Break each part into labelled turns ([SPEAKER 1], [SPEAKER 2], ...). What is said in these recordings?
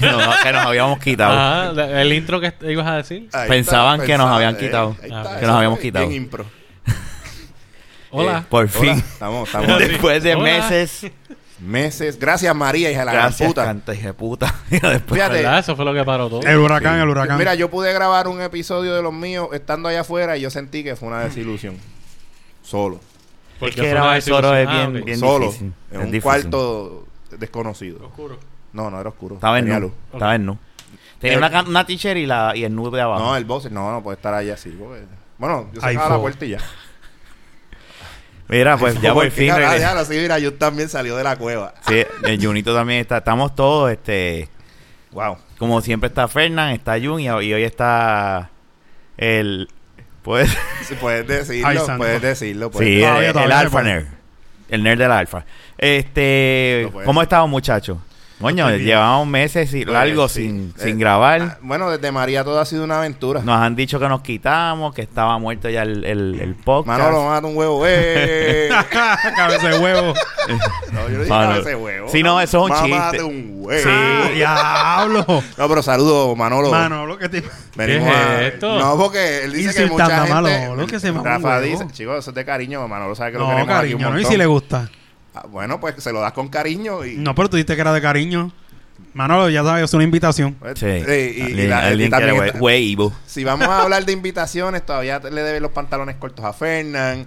[SPEAKER 1] nos- que nos habíamos quitado.
[SPEAKER 2] Ajá, la- Ah, el intro que est- ibas a decir.
[SPEAKER 3] Ahí eh,
[SPEAKER 1] Pensaban que nos habían quitado,
[SPEAKER 3] ahí
[SPEAKER 2] que nos
[SPEAKER 3] eso
[SPEAKER 1] habíamos
[SPEAKER 3] es
[SPEAKER 1] quitado.
[SPEAKER 3] bien impro.
[SPEAKER 2] Hola.
[SPEAKER 1] Por
[SPEAKER 3] Hola,
[SPEAKER 1] fin.
[SPEAKER 3] estamos, estamos
[SPEAKER 1] Después de
[SPEAKER 2] Hola.
[SPEAKER 1] meses.
[SPEAKER 3] meses. Gracias, María, hija de la gran
[SPEAKER 1] Gracias, Pues
[SPEAKER 3] puta.
[SPEAKER 1] canta hija de puta. Mira, después.
[SPEAKER 3] Fíjate,
[SPEAKER 2] ¿Verdad? Eso fue lo que paró todo.
[SPEAKER 4] El huracán, el huracán.
[SPEAKER 3] mira, yo pude grabar un episodio de los míos estando allá afuera y yo sentí que fue una desilusión. Solo.
[SPEAKER 2] Porque
[SPEAKER 1] que
[SPEAKER 2] fue
[SPEAKER 1] era
[SPEAKER 2] una
[SPEAKER 1] más solo,
[SPEAKER 2] desilusión.
[SPEAKER 1] es
[SPEAKER 2] Ah,
[SPEAKER 1] bien-
[SPEAKER 2] ok.
[SPEAKER 1] bien-
[SPEAKER 3] Solo.
[SPEAKER 1] difícil,
[SPEAKER 3] En
[SPEAKER 1] es
[SPEAKER 3] un
[SPEAKER 1] difícil.
[SPEAKER 3] cuarto desconocido.
[SPEAKER 2] Oscuro.
[SPEAKER 3] No, no era oscuro.
[SPEAKER 1] Estaba en
[SPEAKER 3] Tenía
[SPEAKER 1] nu.
[SPEAKER 3] luz.
[SPEAKER 1] Estaba en nu. Tenía
[SPEAKER 3] Eh,
[SPEAKER 1] una, can- una t-shirt y, la- y el nudo de abajo.
[SPEAKER 3] No, el boss, no, no puede estar allá así. porque- Bueno, yo
[SPEAKER 4] Ay,
[SPEAKER 3] sacaba la
[SPEAKER 4] fo.
[SPEAKER 3] puerta y ya.
[SPEAKER 1] Mira, pues ya por
[SPEAKER 3] Porque,
[SPEAKER 1] fin.
[SPEAKER 3] cara,
[SPEAKER 1] regresé.
[SPEAKER 3] ya, ahora sí, mira, yo también salió de la cueva.
[SPEAKER 1] Sí, el Junito también está. Estamos todos, este.
[SPEAKER 3] Wow.
[SPEAKER 1] Como siempre está Fernan, está Jun y, y hoy está el. Pues.
[SPEAKER 3] Si puedes
[SPEAKER 4] Ay,
[SPEAKER 3] decirlo,
[SPEAKER 4] santo.
[SPEAKER 3] puedes decirlo. puedes-
[SPEAKER 1] sí, eh,
[SPEAKER 4] todavía,
[SPEAKER 1] el, el
[SPEAKER 4] todavía se
[SPEAKER 1] Alfa
[SPEAKER 4] puede.
[SPEAKER 1] Nerd. El nerd del Alfa. Este.
[SPEAKER 3] No puede.
[SPEAKER 1] ¿Cómo estamos, muchachos? Coño,
[SPEAKER 4] Estoy bien.
[SPEAKER 1] llevamos meses y-
[SPEAKER 3] Oye,
[SPEAKER 1] largos
[SPEAKER 3] sí.
[SPEAKER 1] sin,
[SPEAKER 3] Eh,
[SPEAKER 1] sin grabar.
[SPEAKER 3] ah, bueno, desde María todo ha sido una aventura.
[SPEAKER 1] Nos han dicho que nos quitamos, que estaba muerto ya el, el, el podcast.
[SPEAKER 3] Manolo mata un huevo. ¡Eh!
[SPEAKER 4] Cabeza de huevo.
[SPEAKER 3] no, yo no dije
[SPEAKER 1] Manolo.
[SPEAKER 3] nada de ese huevo.
[SPEAKER 1] Sí, no, eso es un
[SPEAKER 3] Mámate
[SPEAKER 1] chiste.
[SPEAKER 3] un huevo.
[SPEAKER 4] Sí, Ah, diablo.
[SPEAKER 3] No, pero saludo, Manolo.
[SPEAKER 4] Mano, lo que te.
[SPEAKER 3] Venimos
[SPEAKER 2] ¿Qué es
[SPEAKER 3] a...
[SPEAKER 2] esto?
[SPEAKER 3] No, porque él dice que
[SPEAKER 4] Insultando
[SPEAKER 3] mucha
[SPEAKER 4] a
[SPEAKER 3] gente...
[SPEAKER 4] Manolo, que se mama un
[SPEAKER 3] Rafa
[SPEAKER 4] huevo.
[SPEAKER 3] dice, chicos, eso es de cariño, Manolo sabe que lo
[SPEAKER 4] No,
[SPEAKER 3] queremos aquí
[SPEAKER 4] cariño,
[SPEAKER 3] un
[SPEAKER 4] no. Y
[SPEAKER 3] montón.
[SPEAKER 4] si le gusta.
[SPEAKER 3] Ah, bueno, pues se lo das con cariño y...
[SPEAKER 4] No, pero tú dijiste que era de cariño. Manolo, ya sabes, es una invitación.
[SPEAKER 3] Pues,
[SPEAKER 1] Sí.
[SPEAKER 3] eh, y- y
[SPEAKER 1] Alguien-
[SPEAKER 3] la- y
[SPEAKER 1] alguien que
[SPEAKER 3] también
[SPEAKER 1] le-
[SPEAKER 3] está-
[SPEAKER 1] huevo.
[SPEAKER 3] Si vamos a hablar de invitaciones, todavía te- le deben los pantalones cortos a Fernán.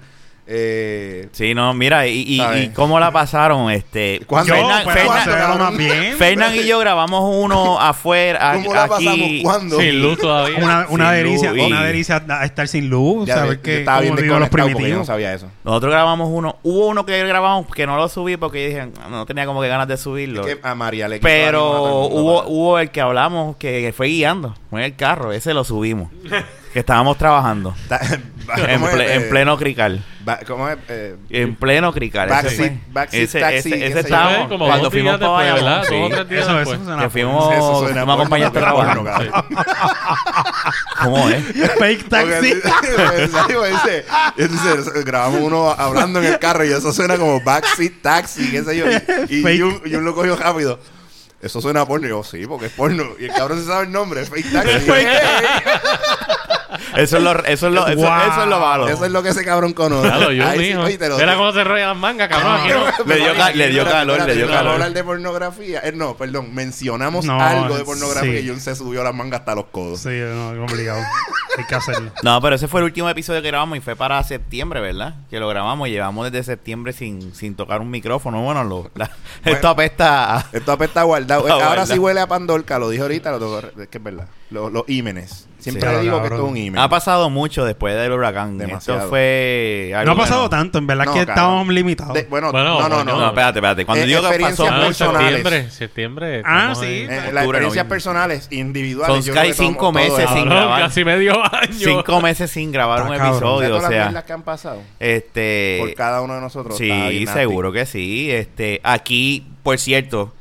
[SPEAKER 3] Eh,
[SPEAKER 1] Sí, no, mira, y, y-
[SPEAKER 3] Está
[SPEAKER 1] y
[SPEAKER 3] bien.
[SPEAKER 1] cómo la pasaron, este...
[SPEAKER 3] ¿Cuándo?
[SPEAKER 1] Fernan,
[SPEAKER 4] pero
[SPEAKER 1] Fernan-
[SPEAKER 4] se ve lo pues, más bien.
[SPEAKER 1] Fernan y yo grabamos uno afuera, a-
[SPEAKER 3] ¿Cómo la pasamos?
[SPEAKER 1] aquí.
[SPEAKER 3] ¿Cuándo?
[SPEAKER 2] Sin luz todavía.
[SPEAKER 4] Una, una
[SPEAKER 1] Sin
[SPEAKER 4] delicia,
[SPEAKER 1] luz y-
[SPEAKER 4] una delicia a- a estar sin luz,
[SPEAKER 3] Ya
[SPEAKER 4] saber
[SPEAKER 3] ve, yo
[SPEAKER 4] que
[SPEAKER 3] estaba bien
[SPEAKER 4] como digo, los
[SPEAKER 3] desconectado porque yo no
[SPEAKER 4] primitivos.
[SPEAKER 3] sabía eso.
[SPEAKER 1] Nosotros grabamos uno, hubo uno que grabamos que no lo subí porque dije, no tenía como que ganas de subirlo.
[SPEAKER 3] Que a María le quitó ánimo a todo
[SPEAKER 1] Pero
[SPEAKER 3] el mundo,
[SPEAKER 1] hubo,
[SPEAKER 3] para-
[SPEAKER 1] hubo el que hablamos que fue guiando, fue en el carro, ese lo subimos, que estábamos trabajando.
[SPEAKER 3] Ta-
[SPEAKER 1] En,
[SPEAKER 3] ¿cómo es?
[SPEAKER 1] ple- en
[SPEAKER 3] Eh,
[SPEAKER 1] pleno crical.
[SPEAKER 3] ba- ¿Cómo es? Eh,
[SPEAKER 1] En pleno crical.
[SPEAKER 3] Backseat-
[SPEAKER 1] ese fue.
[SPEAKER 3] backseat
[SPEAKER 1] Ese-
[SPEAKER 3] taxi,
[SPEAKER 1] ese-
[SPEAKER 3] qué
[SPEAKER 1] ese
[SPEAKER 3] sé yo.
[SPEAKER 1] estábamos
[SPEAKER 2] Fue como
[SPEAKER 1] cuando
[SPEAKER 2] dos días
[SPEAKER 1] fuimos para
[SPEAKER 2] después, ¿verdad?
[SPEAKER 1] Bayamón.
[SPEAKER 2] Dos o
[SPEAKER 1] sí.
[SPEAKER 2] tres días
[SPEAKER 4] Eso, eso
[SPEAKER 2] después.
[SPEAKER 4] suena
[SPEAKER 1] Que
[SPEAKER 4] fuerte.
[SPEAKER 1] fuimos,
[SPEAKER 3] Eso suena
[SPEAKER 1] tú me
[SPEAKER 3] fuerte,
[SPEAKER 1] acompañaste a este
[SPEAKER 3] pero
[SPEAKER 1] trabajar.
[SPEAKER 3] bueno,
[SPEAKER 2] Sí.
[SPEAKER 1] ¿Cómo es?
[SPEAKER 4] Fake taxi.
[SPEAKER 3] Porque- Exacto, ese- ese- grabamos uno hablando en el carro y eso suena como backseat taxi, qué sé yo. Y, y,
[SPEAKER 4] Fake.
[SPEAKER 3] un, y un lo cogió rápido. Eso suena a porno. Y yo, sí, porque es porno. Y el cabrón se sabe el nombre, es fake taxi.
[SPEAKER 1] Eso es lo, eso es lo, eso,
[SPEAKER 4] Wow.
[SPEAKER 1] eso es lo malo.
[SPEAKER 3] Eso es lo que ese cabrón conoce.
[SPEAKER 2] Claro, yo
[SPEAKER 3] Ahí
[SPEAKER 2] un
[SPEAKER 3] sí,
[SPEAKER 2] hijo.
[SPEAKER 3] oye, te lo
[SPEAKER 2] Era
[SPEAKER 3] digo.
[SPEAKER 2] como se enrolla las mangas, cabrón. aquí no.
[SPEAKER 1] Le dio ca- le dio
[SPEAKER 3] Espérate,
[SPEAKER 1] calor,
[SPEAKER 3] espérate,
[SPEAKER 1] le dio
[SPEAKER 3] no vamos a
[SPEAKER 1] calor.
[SPEAKER 3] hablar de pornografía. Eh, no, perdón, mencionamos
[SPEAKER 4] No,
[SPEAKER 3] algo de pornografía
[SPEAKER 4] sí.
[SPEAKER 3] y Jun se subió las mangas hasta los codos.
[SPEAKER 4] Sí, no, es obligado. Hay que hacerlo.
[SPEAKER 1] No, pero ese fue el último episodio que grabamos y fue para septiembre, ¿verdad? Que lo grabamos y llevamos desde septiembre sin, sin tocar un micrófono. Bueno, lo- la- esto apesta a-
[SPEAKER 3] Esto apesta guardado.
[SPEAKER 1] Está
[SPEAKER 3] Eh, Ahora
[SPEAKER 1] guardado.
[SPEAKER 3] sí huele a Pandorca, lo dije ahorita, lo tengo que- es que es verdad. Los, los ímenes. Siempre
[SPEAKER 4] Sí.
[SPEAKER 3] le digo que
[SPEAKER 4] Cabrón.
[SPEAKER 3] esto es un ímen.
[SPEAKER 1] Ha pasado mucho después del huracán.
[SPEAKER 3] Demasiado.
[SPEAKER 1] Esto fue... algo
[SPEAKER 4] No ha pasado
[SPEAKER 1] bueno.
[SPEAKER 4] tanto, en verdad
[SPEAKER 3] No,
[SPEAKER 4] que
[SPEAKER 3] cabrón.
[SPEAKER 4] estábamos limitados.
[SPEAKER 3] De- bueno,
[SPEAKER 2] Bueno,
[SPEAKER 3] no, no,
[SPEAKER 2] bueno,
[SPEAKER 3] no.
[SPEAKER 1] No, espérate, espérate. Cuando
[SPEAKER 3] Eh,
[SPEAKER 1] digo que
[SPEAKER 3] experiencias
[SPEAKER 1] pasó
[SPEAKER 2] Ah, en
[SPEAKER 1] mucho,
[SPEAKER 3] personales.
[SPEAKER 2] septiembre. septiembre
[SPEAKER 4] Ah,
[SPEAKER 2] estamos
[SPEAKER 4] sí.
[SPEAKER 2] en-
[SPEAKER 3] Eh,
[SPEAKER 1] Octubre,
[SPEAKER 3] las experiencias
[SPEAKER 1] noviembre.
[SPEAKER 3] personales, individuales.
[SPEAKER 1] Son
[SPEAKER 3] yo creo que
[SPEAKER 1] casi cinco
[SPEAKER 3] tomo- todo
[SPEAKER 1] meses
[SPEAKER 3] es-
[SPEAKER 1] sin
[SPEAKER 2] Cabrón,
[SPEAKER 1] grabar.
[SPEAKER 2] casi medio año.
[SPEAKER 1] cinco meses sin grabar
[SPEAKER 4] Está
[SPEAKER 1] un
[SPEAKER 4] cabrón.
[SPEAKER 3] O sea,
[SPEAKER 1] episodio,
[SPEAKER 3] Ah, todas
[SPEAKER 1] o
[SPEAKER 3] las
[SPEAKER 1] sea,
[SPEAKER 3] mierdas que han pasado
[SPEAKER 1] este...
[SPEAKER 3] por cada uno de nosotros. Está
[SPEAKER 1] Sí,
[SPEAKER 3] bien nasty.
[SPEAKER 1] seguro que sí. Este, aquí, por cierto,